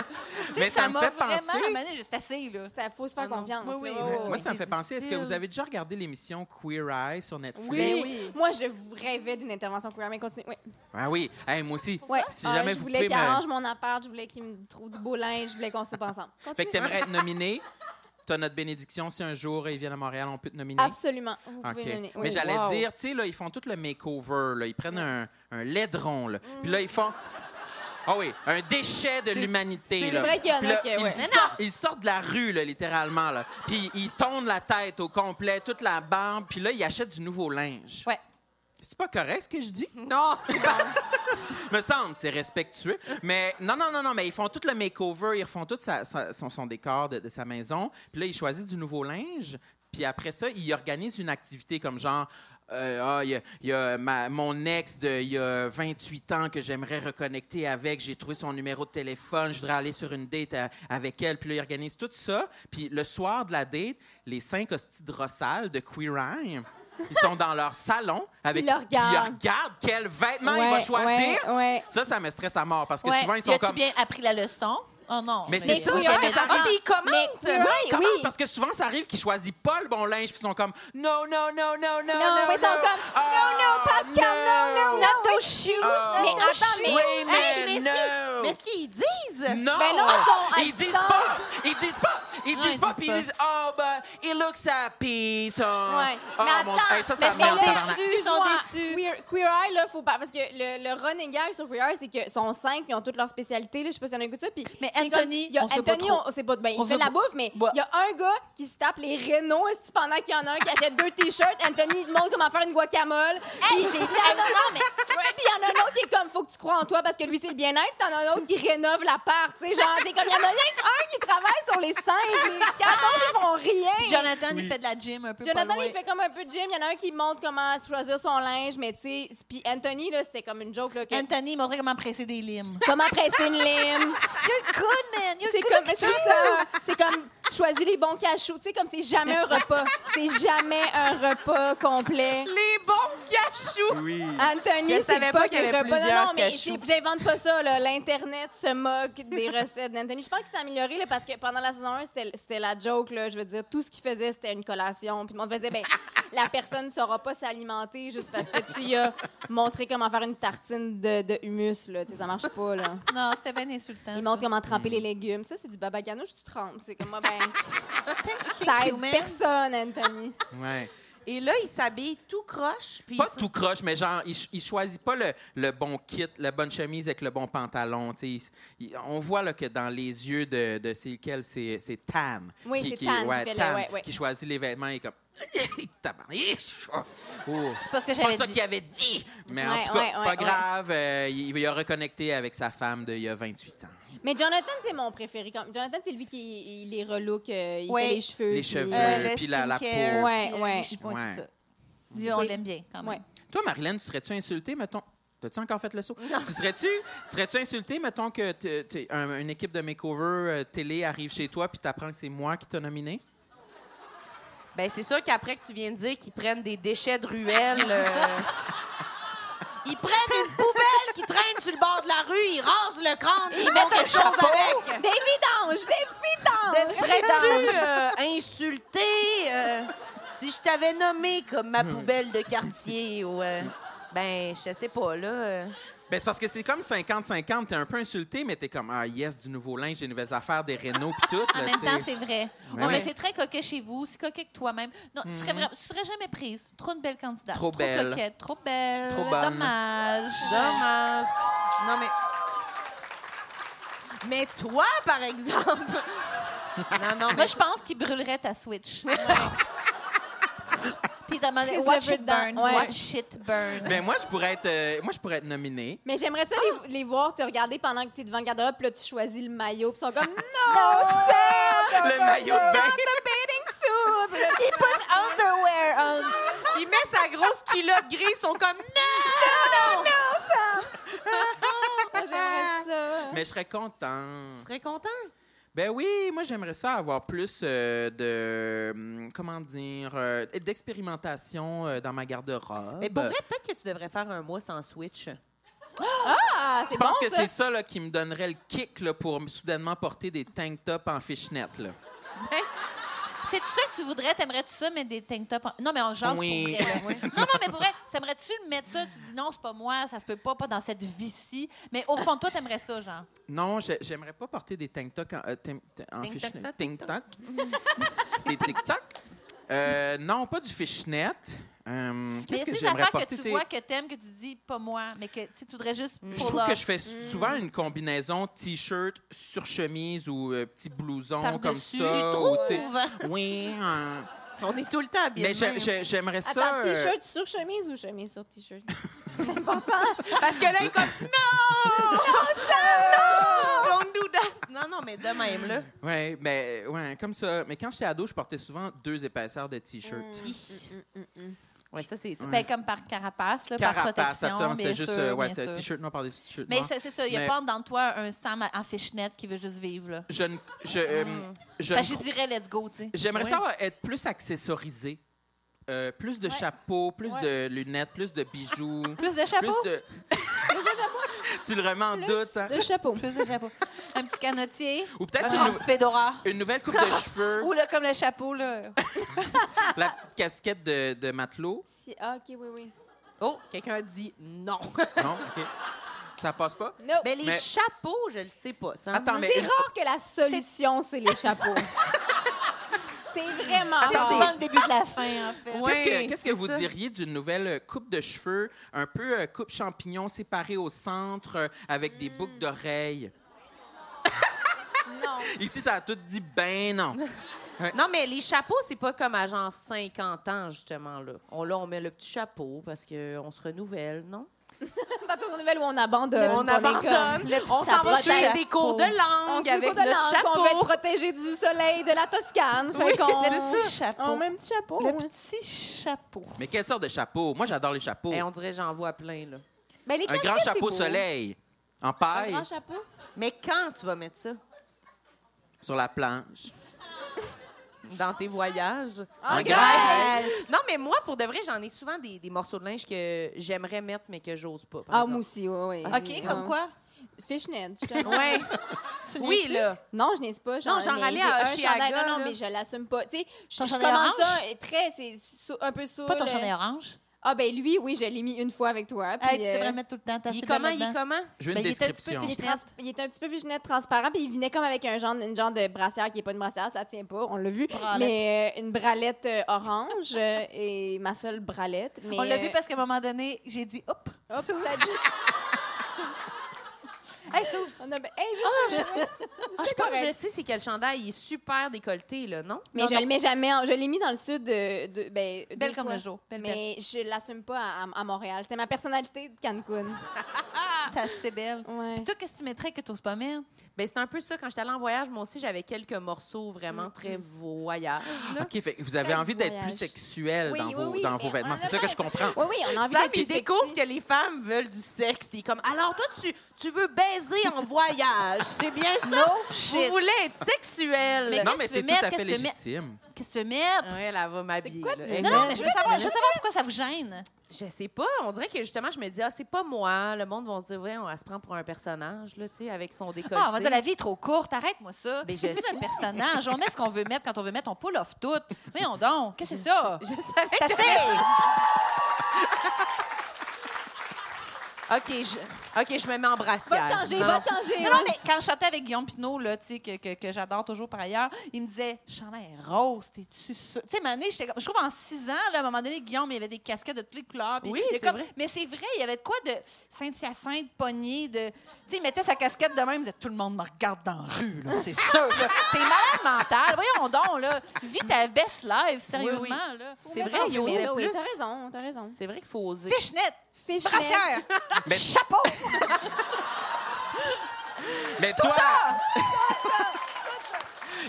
[SPEAKER 7] tu sais,
[SPEAKER 6] Mais ça me
[SPEAKER 7] m'a
[SPEAKER 6] fait
[SPEAKER 7] vraiment
[SPEAKER 6] penser-
[SPEAKER 7] amené, j'étais assez, là.
[SPEAKER 8] Il faut se faire confiance.
[SPEAKER 7] Oui, oui,
[SPEAKER 8] là.
[SPEAKER 7] oui,
[SPEAKER 8] Ouais,
[SPEAKER 7] oui.
[SPEAKER 6] Moi,
[SPEAKER 8] ouais.
[SPEAKER 6] ça me
[SPEAKER 7] Oh, c'est
[SPEAKER 6] fait penser. Est-ce que
[SPEAKER 7] difficile.
[SPEAKER 6] vous avez déjà regardé l'émission Queer Eye sur Netflix?
[SPEAKER 8] Ben oui. Moi, je vous rêvais d'une intervention queer, mais continue. Oui.
[SPEAKER 6] Ah oui. Hey, moi aussi.
[SPEAKER 8] Ouais.
[SPEAKER 6] Si
[SPEAKER 8] Ah,
[SPEAKER 6] jamais
[SPEAKER 8] je
[SPEAKER 6] vous
[SPEAKER 8] voulais
[SPEAKER 6] pouvez
[SPEAKER 8] qu'il
[SPEAKER 6] me-
[SPEAKER 8] arrange mon appart, je voulais qu'il me trouve du beau linge, je voulais qu'on soupe ensemble.
[SPEAKER 6] Fait que
[SPEAKER 8] Continue.
[SPEAKER 6] t'aimerais être nominé. T'as notre bénédiction. Si un jour ils viennent à Montréal, on peut te nominer.
[SPEAKER 8] Absolument. Vous pouvez
[SPEAKER 6] OK.
[SPEAKER 8] me nominer.
[SPEAKER 6] Mais
[SPEAKER 8] Oui.
[SPEAKER 6] j'allais
[SPEAKER 5] wow.
[SPEAKER 6] dire, tu sais, là, ils font tout le makeover. Là. Ils prennent un, un laidron, là. Puis là, ils font. Ah oui, un déchet de l'humanité.
[SPEAKER 8] c'est
[SPEAKER 6] là.
[SPEAKER 8] vrai qu'il y en a
[SPEAKER 6] Puis là,
[SPEAKER 8] que- ouais.
[SPEAKER 6] ils, sortent, ils sortent de la rue, là, littéralement. Là. Puis ils tondent la tête au complet, toute la barbe. Puis là, ils achètent du nouveau linge.
[SPEAKER 7] Ouais.
[SPEAKER 6] C'est pas correct ce que je dis?
[SPEAKER 5] Non, c'est pas...
[SPEAKER 6] (laughs) me semble, c'est respectueux. Mais non, non, non, non, mais ils font tout le makeover, ils refont tout sa- sa- son, son décor de, de sa maison. Puis là, ils choisissent du nouveau linge. Puis après ça, ils organisent une activité comme genre. euh, Ah, il y a, il y a ma- mon ex de il y a 28 ans que j'aimerais reconnecter avec. J'ai trouvé son numéro de téléphone. Je voudrais aller sur une date à- avec elle. Puis là, ils organisent tout ça. Puis le soir de la date, les cinq hosties de Rossal de Queer Eye, ils sont dans leur salon avec.
[SPEAKER 8] Ils le
[SPEAKER 6] puis ils
[SPEAKER 8] regardent.
[SPEAKER 6] regardent quel vêtement il va
[SPEAKER 8] Ouais,
[SPEAKER 6] choisir.
[SPEAKER 8] ouais, ouais.
[SPEAKER 6] Ça, ça me stresse à mort parce que
[SPEAKER 7] Ouais.
[SPEAKER 6] souvent, ils
[SPEAKER 7] Y
[SPEAKER 6] sont
[SPEAKER 7] a-tu
[SPEAKER 6] comme.
[SPEAKER 7] bien appris la leçon? Oh non.
[SPEAKER 6] Mais c'est ça,
[SPEAKER 8] oui,
[SPEAKER 6] parce
[SPEAKER 8] ouais,
[SPEAKER 6] que ça
[SPEAKER 8] ah,
[SPEAKER 6] arrive.
[SPEAKER 8] puis ils commentent. Mais
[SPEAKER 6] Ouais,
[SPEAKER 8] oui,
[SPEAKER 6] comment?
[SPEAKER 8] oui.
[SPEAKER 6] Parce que souvent, ça arrive qu'ils choisissent pas le bon linge, puis ils sont comme non, non, non, non, non, non.
[SPEAKER 8] Non, mais ils sont comme,
[SPEAKER 6] Ah,
[SPEAKER 8] non, non, Pascal, non, non, non.
[SPEAKER 7] Not those shoes,
[SPEAKER 6] Ah.
[SPEAKER 7] not
[SPEAKER 8] Mais
[SPEAKER 7] those
[SPEAKER 8] attends,
[SPEAKER 7] shoes.
[SPEAKER 8] mais-
[SPEAKER 6] Oui,
[SPEAKER 8] Hey,
[SPEAKER 6] mais
[SPEAKER 8] mais
[SPEAKER 6] non.
[SPEAKER 7] Mais ce qu'ils disent,
[SPEAKER 6] Non!
[SPEAKER 8] Ben non, ils sont à
[SPEAKER 6] ils disent
[SPEAKER 8] distance.
[SPEAKER 6] pas! Ils disent pas! Ils
[SPEAKER 7] Non,
[SPEAKER 6] disent
[SPEAKER 7] ils
[SPEAKER 6] pas,
[SPEAKER 7] disent
[SPEAKER 6] puis ils
[SPEAKER 7] pas.
[SPEAKER 6] disent Oh, ben, he looks happy, son.
[SPEAKER 8] Ouais.
[SPEAKER 6] Oh,
[SPEAKER 8] mais
[SPEAKER 6] mon
[SPEAKER 8] attends,
[SPEAKER 6] Hey, ça, ça
[SPEAKER 7] mais
[SPEAKER 8] mais
[SPEAKER 6] merde,
[SPEAKER 7] sont
[SPEAKER 6] tabarnak.
[SPEAKER 7] déçus, ils sont
[SPEAKER 8] Excuse-moi,
[SPEAKER 7] déçus.
[SPEAKER 8] Queer, Queer Eye, là, faut pas. Parce que le, le running gag sur Queer Eye, c'est que sont cinq, puis ils ont toutes leurs spécialités, là. Je sais pas si y en a un goût de ça. Puis,
[SPEAKER 7] Mais
[SPEAKER 8] c'est comme-
[SPEAKER 7] Anthony,
[SPEAKER 8] il y a
[SPEAKER 7] on sait pas
[SPEAKER 8] Anthony,
[SPEAKER 7] trop.
[SPEAKER 8] on sait pas. Ben, il
[SPEAKER 7] On
[SPEAKER 8] fait
[SPEAKER 7] sait
[SPEAKER 8] de la
[SPEAKER 7] pas.
[SPEAKER 8] bouffe, mais
[SPEAKER 7] Ouais.
[SPEAKER 8] il y a un gars qui se tape les rénaux, esti, pendant qu'il y en a un qui achète deux t-shirts. Anthony, il te montre comment faire une guacamole. Puis, il y en a-
[SPEAKER 7] non, mais
[SPEAKER 8] (laughs) Ouais, puis il y en a un autre qui est comme faut que tu crois en toi parce que lui c'est le bien-être, t'en as un autre qui rénove l'appart, tu sais, genre c'est comme il y en a rien qu'un qui travaille sur les cinq, les quatre autres ils font rien.
[SPEAKER 7] Jonathan, il fait de la gym un peu.
[SPEAKER 8] Jonathan,
[SPEAKER 7] pas loin.
[SPEAKER 8] il fait comme un peu de gym. Il y en a un qui montre comment se choisir son linge, mais tu sais. Puis Anthony, là, c'était comme une joke, là. que-
[SPEAKER 7] Anthony, il montrait comment presser des (laughs) limes.
[SPEAKER 8] (laughs) Comment presser une lime.
[SPEAKER 7] You're good, man. You're
[SPEAKER 8] C'est comme, c'est ça. C'est comme, choisis les bons cachous. Tu sais, comme c'est jamais un repas. C'est jamais un repas complet.
[SPEAKER 5] Les bons cachous!
[SPEAKER 6] Oui.
[SPEAKER 8] Anthony,
[SPEAKER 5] Je
[SPEAKER 8] c'est
[SPEAKER 5] savais
[SPEAKER 8] pas
[SPEAKER 5] pas qu'il y
[SPEAKER 8] des
[SPEAKER 5] avait
[SPEAKER 8] repas. Non, non,
[SPEAKER 5] plusieurs
[SPEAKER 8] mais
[SPEAKER 5] cachous.
[SPEAKER 8] c'est- j'invente pas ça, là. L'Internet se moque des (laughs) recettes d'Anthony. Je pense qu'il s'est amélioré, là, parce que pendant la saison 1, c'était c'était la joke, là. Je veux dire, tout ce qu'il faisait, c'était une collation. Puis le monde faisait, ben, (laughs) la personne ne saura pas s'alimenter juste parce que tu y as montré comment faire une tartine de, de humus, là. Tu sais, ça marche
[SPEAKER 7] (laughs)
[SPEAKER 8] pas, là.
[SPEAKER 7] Non, c'était bien insultant.
[SPEAKER 8] Il montre
[SPEAKER 7] ça.
[SPEAKER 8] comment tremper les légumes. Ça, c'est du baba ganoush, tu trempes. C'est comme moi, ben, ça
[SPEAKER 7] Thank
[SPEAKER 8] aide
[SPEAKER 7] you, man.
[SPEAKER 8] personne, Anthony.
[SPEAKER 6] Ouais.
[SPEAKER 5] Et là, il s'habille tout croche. Puis
[SPEAKER 6] Pas
[SPEAKER 5] il-
[SPEAKER 6] tout croche, mais genre, il, ch- il choisit pas le, le bon kit, la bonne chemise avec le bon pantalon. tu sais. Il s- il- on voit là, que dans les yeux de, de c'est lequel, c'est c'est Tan.
[SPEAKER 8] Oui, c'est Tan qui fait le-
[SPEAKER 6] Tan
[SPEAKER 8] ouais, ouais.
[SPEAKER 6] qui choisit les vêtements et comme. (laughs) Tabarnak. Oh. C'est
[SPEAKER 7] pas ce que
[SPEAKER 6] pas
[SPEAKER 7] j'avais
[SPEAKER 6] ça
[SPEAKER 7] dit.
[SPEAKER 6] qu'il avait dit. Mais en
[SPEAKER 8] Ouais,
[SPEAKER 6] tout cas,
[SPEAKER 8] ouais,
[SPEAKER 6] c'est
[SPEAKER 8] ouais,
[SPEAKER 6] pas
[SPEAKER 8] ouais.
[SPEAKER 6] grave. euh, il, il a reconnecté avec sa femme d'il y a 28 ans.
[SPEAKER 8] Mais Jonathan, c'est mon préféré. Comme- Jonathan, c'est lui qui il les relook, euh, il
[SPEAKER 7] Ouais.
[SPEAKER 8] fait les cheveux.
[SPEAKER 6] Les
[SPEAKER 8] puis-
[SPEAKER 6] cheveux,
[SPEAKER 7] Euh, le
[SPEAKER 6] puis la, la peau.
[SPEAKER 7] skincare,
[SPEAKER 8] Ouais,
[SPEAKER 7] puis, euh,
[SPEAKER 8] ouais.
[SPEAKER 7] les cheveux, tout
[SPEAKER 6] Ouais.
[SPEAKER 7] ça. Lui, on
[SPEAKER 8] Oui.
[SPEAKER 7] l'aime bien quand même.
[SPEAKER 8] Ouais.
[SPEAKER 6] Toi, Marilyn, tu serais-tu insultée, mettons? T'as-tu encore fait le saut? Tu serais-tu serais -tu insultée, mettons, que t'es- t'es- un- une équipe de makeover euh, télé arrive chez toi puis t'apprends que c'est moi qui t'ai nominée?
[SPEAKER 5] Ben, c'est sûr qu'après que tu viens de dire qu'ils prennent des déchets de ruelles.
[SPEAKER 7] (laughs)
[SPEAKER 5] euh,
[SPEAKER 7] Ils prennent une poubelle qui traîne sur le bord de la rue, ils rasent le crâne, ils mettent quelque chose avec.
[SPEAKER 8] Des vidanges! Des
[SPEAKER 5] (laughs)
[SPEAKER 8] vidanges!
[SPEAKER 5] Serais-tu euh, insulté euh, si je t'avais nommé comme ma poubelle de quartier ou euh, ben je sais pas là. euh.
[SPEAKER 6] Ben, c'est parce que c'est comme 50-50. T'es un peu insultée, mais t'es comme, ah yes, du nouveau linge, des nouvelles affaires, des rénaux puis tout.
[SPEAKER 7] En
[SPEAKER 6] là,
[SPEAKER 7] même
[SPEAKER 6] t'sais.
[SPEAKER 7] temps, c'est
[SPEAKER 6] Ben
[SPEAKER 7] vrai. Ouais,
[SPEAKER 6] oui. Mm-hmm.
[SPEAKER 7] mais c'est très coquet chez vous, c'est coquet que toi-même. Non, tu, serais vra- tu serais jamais prise. Trop une belle candidate.
[SPEAKER 6] Trop belle.
[SPEAKER 7] coquette, trop belle.
[SPEAKER 6] Trop bonne.
[SPEAKER 7] Dommage.
[SPEAKER 5] Dommage. Non mais mais toi par exemple. (laughs) Non non mais
[SPEAKER 7] Moi, je pense qu'il brûlerait ta
[SPEAKER 5] (laughs)
[SPEAKER 7] Switch. Puis il demandait
[SPEAKER 8] Crise
[SPEAKER 7] Watch
[SPEAKER 8] le feu
[SPEAKER 7] it burn.
[SPEAKER 8] dedans. Ouais.
[SPEAKER 7] Watch it burn.
[SPEAKER 6] Ben, moi, je pourrais être, euh, moi, je pourrais être nominée.
[SPEAKER 8] Mais j'aimerais ça les, les voir te regarder pendant que t'es devant le garde-robe, puis là, tu choisis le maillot, puis ils sont comme Non, c'est
[SPEAKER 6] le maillot de bain.
[SPEAKER 7] (laughs)
[SPEAKER 5] underwear on. Il met sa grosse culotte grise, ils sont comme non.
[SPEAKER 8] J'aimerais ça. Ah,
[SPEAKER 6] Mais je serais content.
[SPEAKER 5] Tu serais content
[SPEAKER 6] Ben oui, moi j'aimerais ça avoir plus euh, de hum, comment dire euh, d'expérimentation euh, dans ma garde-robe.
[SPEAKER 5] Mais pour vrai, peut-être que tu devrais faire un mois sans Switch.
[SPEAKER 8] Ah,
[SPEAKER 6] Je
[SPEAKER 8] c'est bon,
[SPEAKER 6] pense que
[SPEAKER 8] ça.
[SPEAKER 6] c'est ça là, qui me donnerait le kick là, pour m- soudainement porter des tank tops en fishnet. Là.
[SPEAKER 7] C'est-tu ça que tu voudrais? T'aimerais-tu ça mettre des tank tops? en- Non, mais on jase
[SPEAKER 6] Oui.
[SPEAKER 7] pour vrai.
[SPEAKER 6] (laughs)
[SPEAKER 7] là. Non, non, mais pour vrai, t'aimerais-tu mettre ça? Tu dis non, c'est pas moi, ça se peut pas, pas dans cette vie-ci. Mais au fond de toi, t'aimerais ça, genre.
[SPEAKER 6] Non, j'ai- j'aimerais pas porter des tank tops en, euh, tim- t- en
[SPEAKER 5] Tank
[SPEAKER 6] fishnet.
[SPEAKER 5] toc,
[SPEAKER 6] Tank toc. des tic-tac. Euh, non, pas du fishnet. Hum, Qu'est-ce
[SPEAKER 7] mais
[SPEAKER 6] que
[SPEAKER 7] si
[SPEAKER 6] j'aimerais porter?
[SPEAKER 7] que
[SPEAKER 6] tu
[SPEAKER 7] tu
[SPEAKER 6] sais?
[SPEAKER 7] vois que t'aimes, que tu dis pas moi, mais que tu sais, tu voudrais juste.
[SPEAKER 6] Je
[SPEAKER 7] pour
[SPEAKER 6] trouve
[SPEAKER 7] leur-
[SPEAKER 6] que je fais souvent une combinaison t-shirt sur chemise ou euh, petit blouson comme
[SPEAKER 7] Par-dessus.
[SPEAKER 6] ça.
[SPEAKER 7] Tu
[SPEAKER 6] ou, tu sais, oui. hein.
[SPEAKER 5] On est tout le temps bien.
[SPEAKER 6] mais j'ai- j'ai- j'aimerais ça.
[SPEAKER 8] Attends,
[SPEAKER 6] euh,
[SPEAKER 8] t-shirt sur chemise ou chemise sur t-shirt?
[SPEAKER 5] Parce que là, il
[SPEAKER 6] (laughs)
[SPEAKER 5] est comme non, non, Sam, non, don't do that. Non, non, mais de même là.
[SPEAKER 6] ouais, mais ouais, comme ça. Mais quand j'étais ado, je portais souvent deux épaisseurs de t-shirt.
[SPEAKER 7] Mm.
[SPEAKER 5] Ouais, ça c'est.
[SPEAKER 7] Ben, comme par carapace, là, par
[SPEAKER 6] Carapace,
[SPEAKER 7] protection.
[SPEAKER 6] absolument.
[SPEAKER 7] bien
[SPEAKER 6] C'était juste
[SPEAKER 7] sûr,
[SPEAKER 6] euh, ouais,
[SPEAKER 7] bien
[SPEAKER 6] c'est
[SPEAKER 7] sûr.
[SPEAKER 6] t-shirt noir par-dessus t-shirt
[SPEAKER 7] Mais
[SPEAKER 6] noir.
[SPEAKER 7] c'est c'est ça, il y a
[SPEAKER 6] Mais-
[SPEAKER 7] pas dans toi un Sam en fishnet qui veut juste vivre, là.
[SPEAKER 6] Je ne. Je, euh, je ne
[SPEAKER 7] Mm. Parce que
[SPEAKER 6] crois-
[SPEAKER 7] je dirais let's go, tu sais.
[SPEAKER 6] J'aimerais savoir être plus accessorisé. Euh, plus de chapeaux, plus de lunettes, plus de bijoux.
[SPEAKER 7] Plus de chapeau,
[SPEAKER 6] Plus de.
[SPEAKER 8] Plus de chapeau.
[SPEAKER 6] (laughs) Tu le remets en
[SPEAKER 8] Plus
[SPEAKER 6] doute, hein?
[SPEAKER 8] de chapeau.
[SPEAKER 7] un petit canotier,
[SPEAKER 6] Ou peut-être
[SPEAKER 7] un
[SPEAKER 6] une,
[SPEAKER 7] fedora.
[SPEAKER 6] une nouvelle coupe
[SPEAKER 7] (laughs)
[SPEAKER 6] de cheveux,
[SPEAKER 7] Ou là, comme le chapeau, là.
[SPEAKER 6] la petite casquette de, de matelot.
[SPEAKER 8] Si- Ah, OK, oui, oui.
[SPEAKER 5] Oh, quelqu'un dit non.
[SPEAKER 6] Non, OK. Ça passe pas?
[SPEAKER 8] No.
[SPEAKER 5] Mais Ben, les
[SPEAKER 6] Mais-
[SPEAKER 5] chapeaux, je le sais pas. Sam.
[SPEAKER 6] Attends, mais
[SPEAKER 8] C'est rare que la solution, c'est les chapeaux. c'est vraiment
[SPEAKER 7] C'est
[SPEAKER 6] Ah.
[SPEAKER 8] rare.
[SPEAKER 7] souvent le début de la fin, en fait.
[SPEAKER 6] qu'est-ce que,
[SPEAKER 5] Ouais,
[SPEAKER 6] qu'est-ce
[SPEAKER 5] c'est
[SPEAKER 6] que vous
[SPEAKER 5] ça.
[SPEAKER 6] diriez d'une nouvelle euh, coupe de cheveux, un peu euh, coupe champignon séparée au centre euh, avec des boucles d'oreilles?
[SPEAKER 8] Non.
[SPEAKER 6] Ici, ça a tout dit ben non.
[SPEAKER 5] Non, mais les chapeaux, c'est pas comme à genre 50 ans, justement, là. On, là, on met le petit chapeau parce qu'on se renouvelle, non?
[SPEAKER 8] À partir de nouvelle où on abandonne.
[SPEAKER 5] on
[SPEAKER 8] on est comme-
[SPEAKER 5] abandonne. On
[SPEAKER 8] ça
[SPEAKER 5] s'en va
[SPEAKER 8] protège.
[SPEAKER 5] suivre des cours de
[SPEAKER 8] On
[SPEAKER 5] langue
[SPEAKER 8] se
[SPEAKER 5] avec
[SPEAKER 8] court de
[SPEAKER 5] notre
[SPEAKER 8] langue, On veut être
[SPEAKER 5] chapeau.
[SPEAKER 8] protégé du soleil de la Toscane. Fait qu'on...
[SPEAKER 7] Petit
[SPEAKER 8] On
[SPEAKER 7] chapeau.
[SPEAKER 8] met un petit chapeau.
[SPEAKER 7] Le
[SPEAKER 8] ouais.
[SPEAKER 7] petit chapeau.
[SPEAKER 6] Mais quelle sorte de chapeau? Moi, j'adore les chapeaux.
[SPEAKER 5] Et Eh, Ben, on dirait j'en vois plein, là.
[SPEAKER 8] Ben,
[SPEAKER 6] Un
[SPEAKER 8] les
[SPEAKER 6] grand
[SPEAKER 8] casquettes, c'est hein.
[SPEAKER 6] chapeau
[SPEAKER 8] beau.
[SPEAKER 6] soleil en
[SPEAKER 8] Un
[SPEAKER 6] paille
[SPEAKER 8] grand chapeau.
[SPEAKER 5] Mais quand tu vas mettre ça?
[SPEAKER 6] sur la planche.
[SPEAKER 5] Dans tes voyages?
[SPEAKER 6] En
[SPEAKER 8] Ah, ok. Ben,
[SPEAKER 6] Grèce.
[SPEAKER 5] Non, mais moi, pour de vrai, j'en ai souvent des, des morceaux de linge que j'aimerais mettre, mais que j'ose pas. par
[SPEAKER 8] Ah,
[SPEAKER 5] exemple.
[SPEAKER 8] moi aussi, oui, oui.
[SPEAKER 5] Ah,
[SPEAKER 7] OK, comme quoi?
[SPEAKER 8] Fishnet, (laughs)
[SPEAKER 5] (laughs)
[SPEAKER 8] justement.
[SPEAKER 5] Ouais. oui, là.
[SPEAKER 8] Non, je n'ai pas.
[SPEAKER 5] Non, genre
[SPEAKER 8] mais
[SPEAKER 5] aller
[SPEAKER 8] j'ai
[SPEAKER 5] à
[SPEAKER 8] un
[SPEAKER 5] Oshiaga,
[SPEAKER 8] chandail. Non, non,
[SPEAKER 5] là.
[SPEAKER 8] mais je l'assume pas. Tu sais, je,
[SPEAKER 7] Ton
[SPEAKER 8] je
[SPEAKER 7] chandail
[SPEAKER 8] commande
[SPEAKER 7] orange?
[SPEAKER 8] ça et très, c'est sou- un peu sourd.
[SPEAKER 7] Pas ton chandail orange.
[SPEAKER 8] Ah, ben lui, oui, je l'ai mis une fois avec toi. puis,
[SPEAKER 7] Hey, tu
[SPEAKER 8] euh,
[SPEAKER 7] devrais le mettre tout le temps. t'as
[SPEAKER 5] Il est comment? Il
[SPEAKER 7] assez bien
[SPEAKER 5] est
[SPEAKER 7] là-dedans.
[SPEAKER 5] comment?
[SPEAKER 6] Je veux une
[SPEAKER 7] Ben, il était un petit peu
[SPEAKER 6] description.
[SPEAKER 8] il est,
[SPEAKER 7] fiché.
[SPEAKER 8] trans- il est un petit peu viginette transparent, puis il venait comme avec un genre, une genre de brassière qui n'est pas une brassière, ça tient pas, on l'a vu.
[SPEAKER 7] Bralette.
[SPEAKER 8] Mais euh, une bralette euh, orange euh, et ma seule bralette. Mais,
[SPEAKER 7] On l'a vu
[SPEAKER 8] euh,
[SPEAKER 7] parce qu'à un moment donné, j'ai dit hop.
[SPEAKER 8] hop, t'as dit-
[SPEAKER 7] Hey, s'ouvre.
[SPEAKER 8] (laughs) on a. ben, hey, je- (laughs)
[SPEAKER 5] Ah, je,
[SPEAKER 8] correct.
[SPEAKER 5] pense que je sais c'est quel chandail. Il est super décolleté, là, non?
[SPEAKER 8] Mais je le mets jamais. en- Je l'ai mis dans le sud de. de- ben, deux
[SPEAKER 7] Belle comme
[SPEAKER 8] fois.
[SPEAKER 7] le jour. Belle, belle.
[SPEAKER 8] Mais je l'assume pas à, à- à Montréal. C'était ma personnalité de Cancun.
[SPEAKER 7] T'es assez belle.
[SPEAKER 8] Ouais.
[SPEAKER 7] Puis toi, qu'est-ce que tu mettrais que t'oses pas mettre?
[SPEAKER 5] Ben, c'est un peu ça. Quand j'étais allée en voyage, moi aussi, j'avais quelques morceaux vraiment
[SPEAKER 7] Mm-hmm.
[SPEAKER 5] très voyage.
[SPEAKER 7] Ah,
[SPEAKER 5] Là.
[SPEAKER 6] OK, fait que vous avez
[SPEAKER 8] Quel
[SPEAKER 6] envie d'être
[SPEAKER 8] voyage.
[SPEAKER 6] plus sexuel
[SPEAKER 8] Oui,
[SPEAKER 6] dans,
[SPEAKER 8] oui,
[SPEAKER 6] vos,
[SPEAKER 8] oui,
[SPEAKER 6] dans
[SPEAKER 8] mais
[SPEAKER 6] vos vêtements.
[SPEAKER 8] on
[SPEAKER 6] C'est ça
[SPEAKER 8] le
[SPEAKER 6] que je comprends.
[SPEAKER 8] Oui, oui, on a envie
[SPEAKER 5] Sam,
[SPEAKER 8] d'être
[SPEAKER 5] il
[SPEAKER 8] plus sexy.
[SPEAKER 5] découvre que les femmes veulent du sexe. Il est comme, alors toi, tu, tu veux baiser en voyage. C'est bien ça? Vous voulez être sexuel.
[SPEAKER 7] Mais-
[SPEAKER 6] Non,
[SPEAKER 7] Qu'est-ce
[SPEAKER 6] mais
[SPEAKER 7] que
[SPEAKER 6] c'est tout
[SPEAKER 7] tu mets?
[SPEAKER 6] à fait
[SPEAKER 7] Qu'est-ce que tu mets?
[SPEAKER 6] légitime.
[SPEAKER 7] Qu'est-ce que tu veux mettre?
[SPEAKER 5] Ouais, elle va m'habiller.
[SPEAKER 8] quoi,
[SPEAKER 5] là.
[SPEAKER 8] tu veux
[SPEAKER 5] Elle-
[SPEAKER 7] Non, non, mais je veux savoir, je veux savoir pourquoi ça vous gêne.
[SPEAKER 5] Je sais pas. On dirait que justement, je me dis, ah, c'est pas moi. Le monde va se dire, ouais, on elle se prend pour un personnage, là, tu sais, avec son décolleté.
[SPEAKER 7] Ah, on va dire la vie est trop courte, arrête-moi ça.
[SPEAKER 5] Mais je
[SPEAKER 7] (laughs) C'est
[SPEAKER 5] sais.
[SPEAKER 7] un personnage, on met ce qu'on veut mettre quand on veut mettre, on pull off
[SPEAKER 5] (laughs)
[SPEAKER 7] tout. Voyons donc, qu'est-ce que c'est ça?
[SPEAKER 5] Je savais.
[SPEAKER 7] (laughs) Ça fait-
[SPEAKER 5] OK, je, OK, je me mets en brassière.
[SPEAKER 8] Va te changer,
[SPEAKER 5] Non,
[SPEAKER 8] va
[SPEAKER 5] non.
[SPEAKER 8] te changer.
[SPEAKER 7] Non, non, mais quand je chantais avec Guillaume Pinot, là, tu sais, que, que, que j'adore toujours par ailleurs, il me disait Chanel rose, t'es-tu ça? Tu sais, Mané, j'étais comme- je trouve en six ans, là, à un moment donné, Guillaume, il y avait des casquettes de toutes les couleurs. puis
[SPEAKER 5] Oui,
[SPEAKER 7] il y a
[SPEAKER 5] c'est vrai.
[SPEAKER 7] Mais c'est vrai, il y avait de quoi de Saint-Hyacinthe, poignée, de. Tu sais, il mettait sa casquette de même, il disait Tout le monde me regarde dans la rue, là, c'est sûr, là. T'es malade mental. Voyons donc, là. Vis ta best life, sérieusement,
[SPEAKER 5] Oui,
[SPEAKER 7] là.
[SPEAKER 5] C'est
[SPEAKER 8] Mais
[SPEAKER 5] vrai,
[SPEAKER 8] ça,
[SPEAKER 5] il
[SPEAKER 8] oui,
[SPEAKER 5] osait
[SPEAKER 8] là, oui,
[SPEAKER 5] plus.
[SPEAKER 8] T'as raison, t'as raison.
[SPEAKER 5] C'est vrai qu'il faut oser.
[SPEAKER 7] Fishnet,
[SPEAKER 8] Fishnet.
[SPEAKER 7] brassière,
[SPEAKER 6] Mais-
[SPEAKER 7] chapeau.
[SPEAKER 6] Mais toi... (laughs)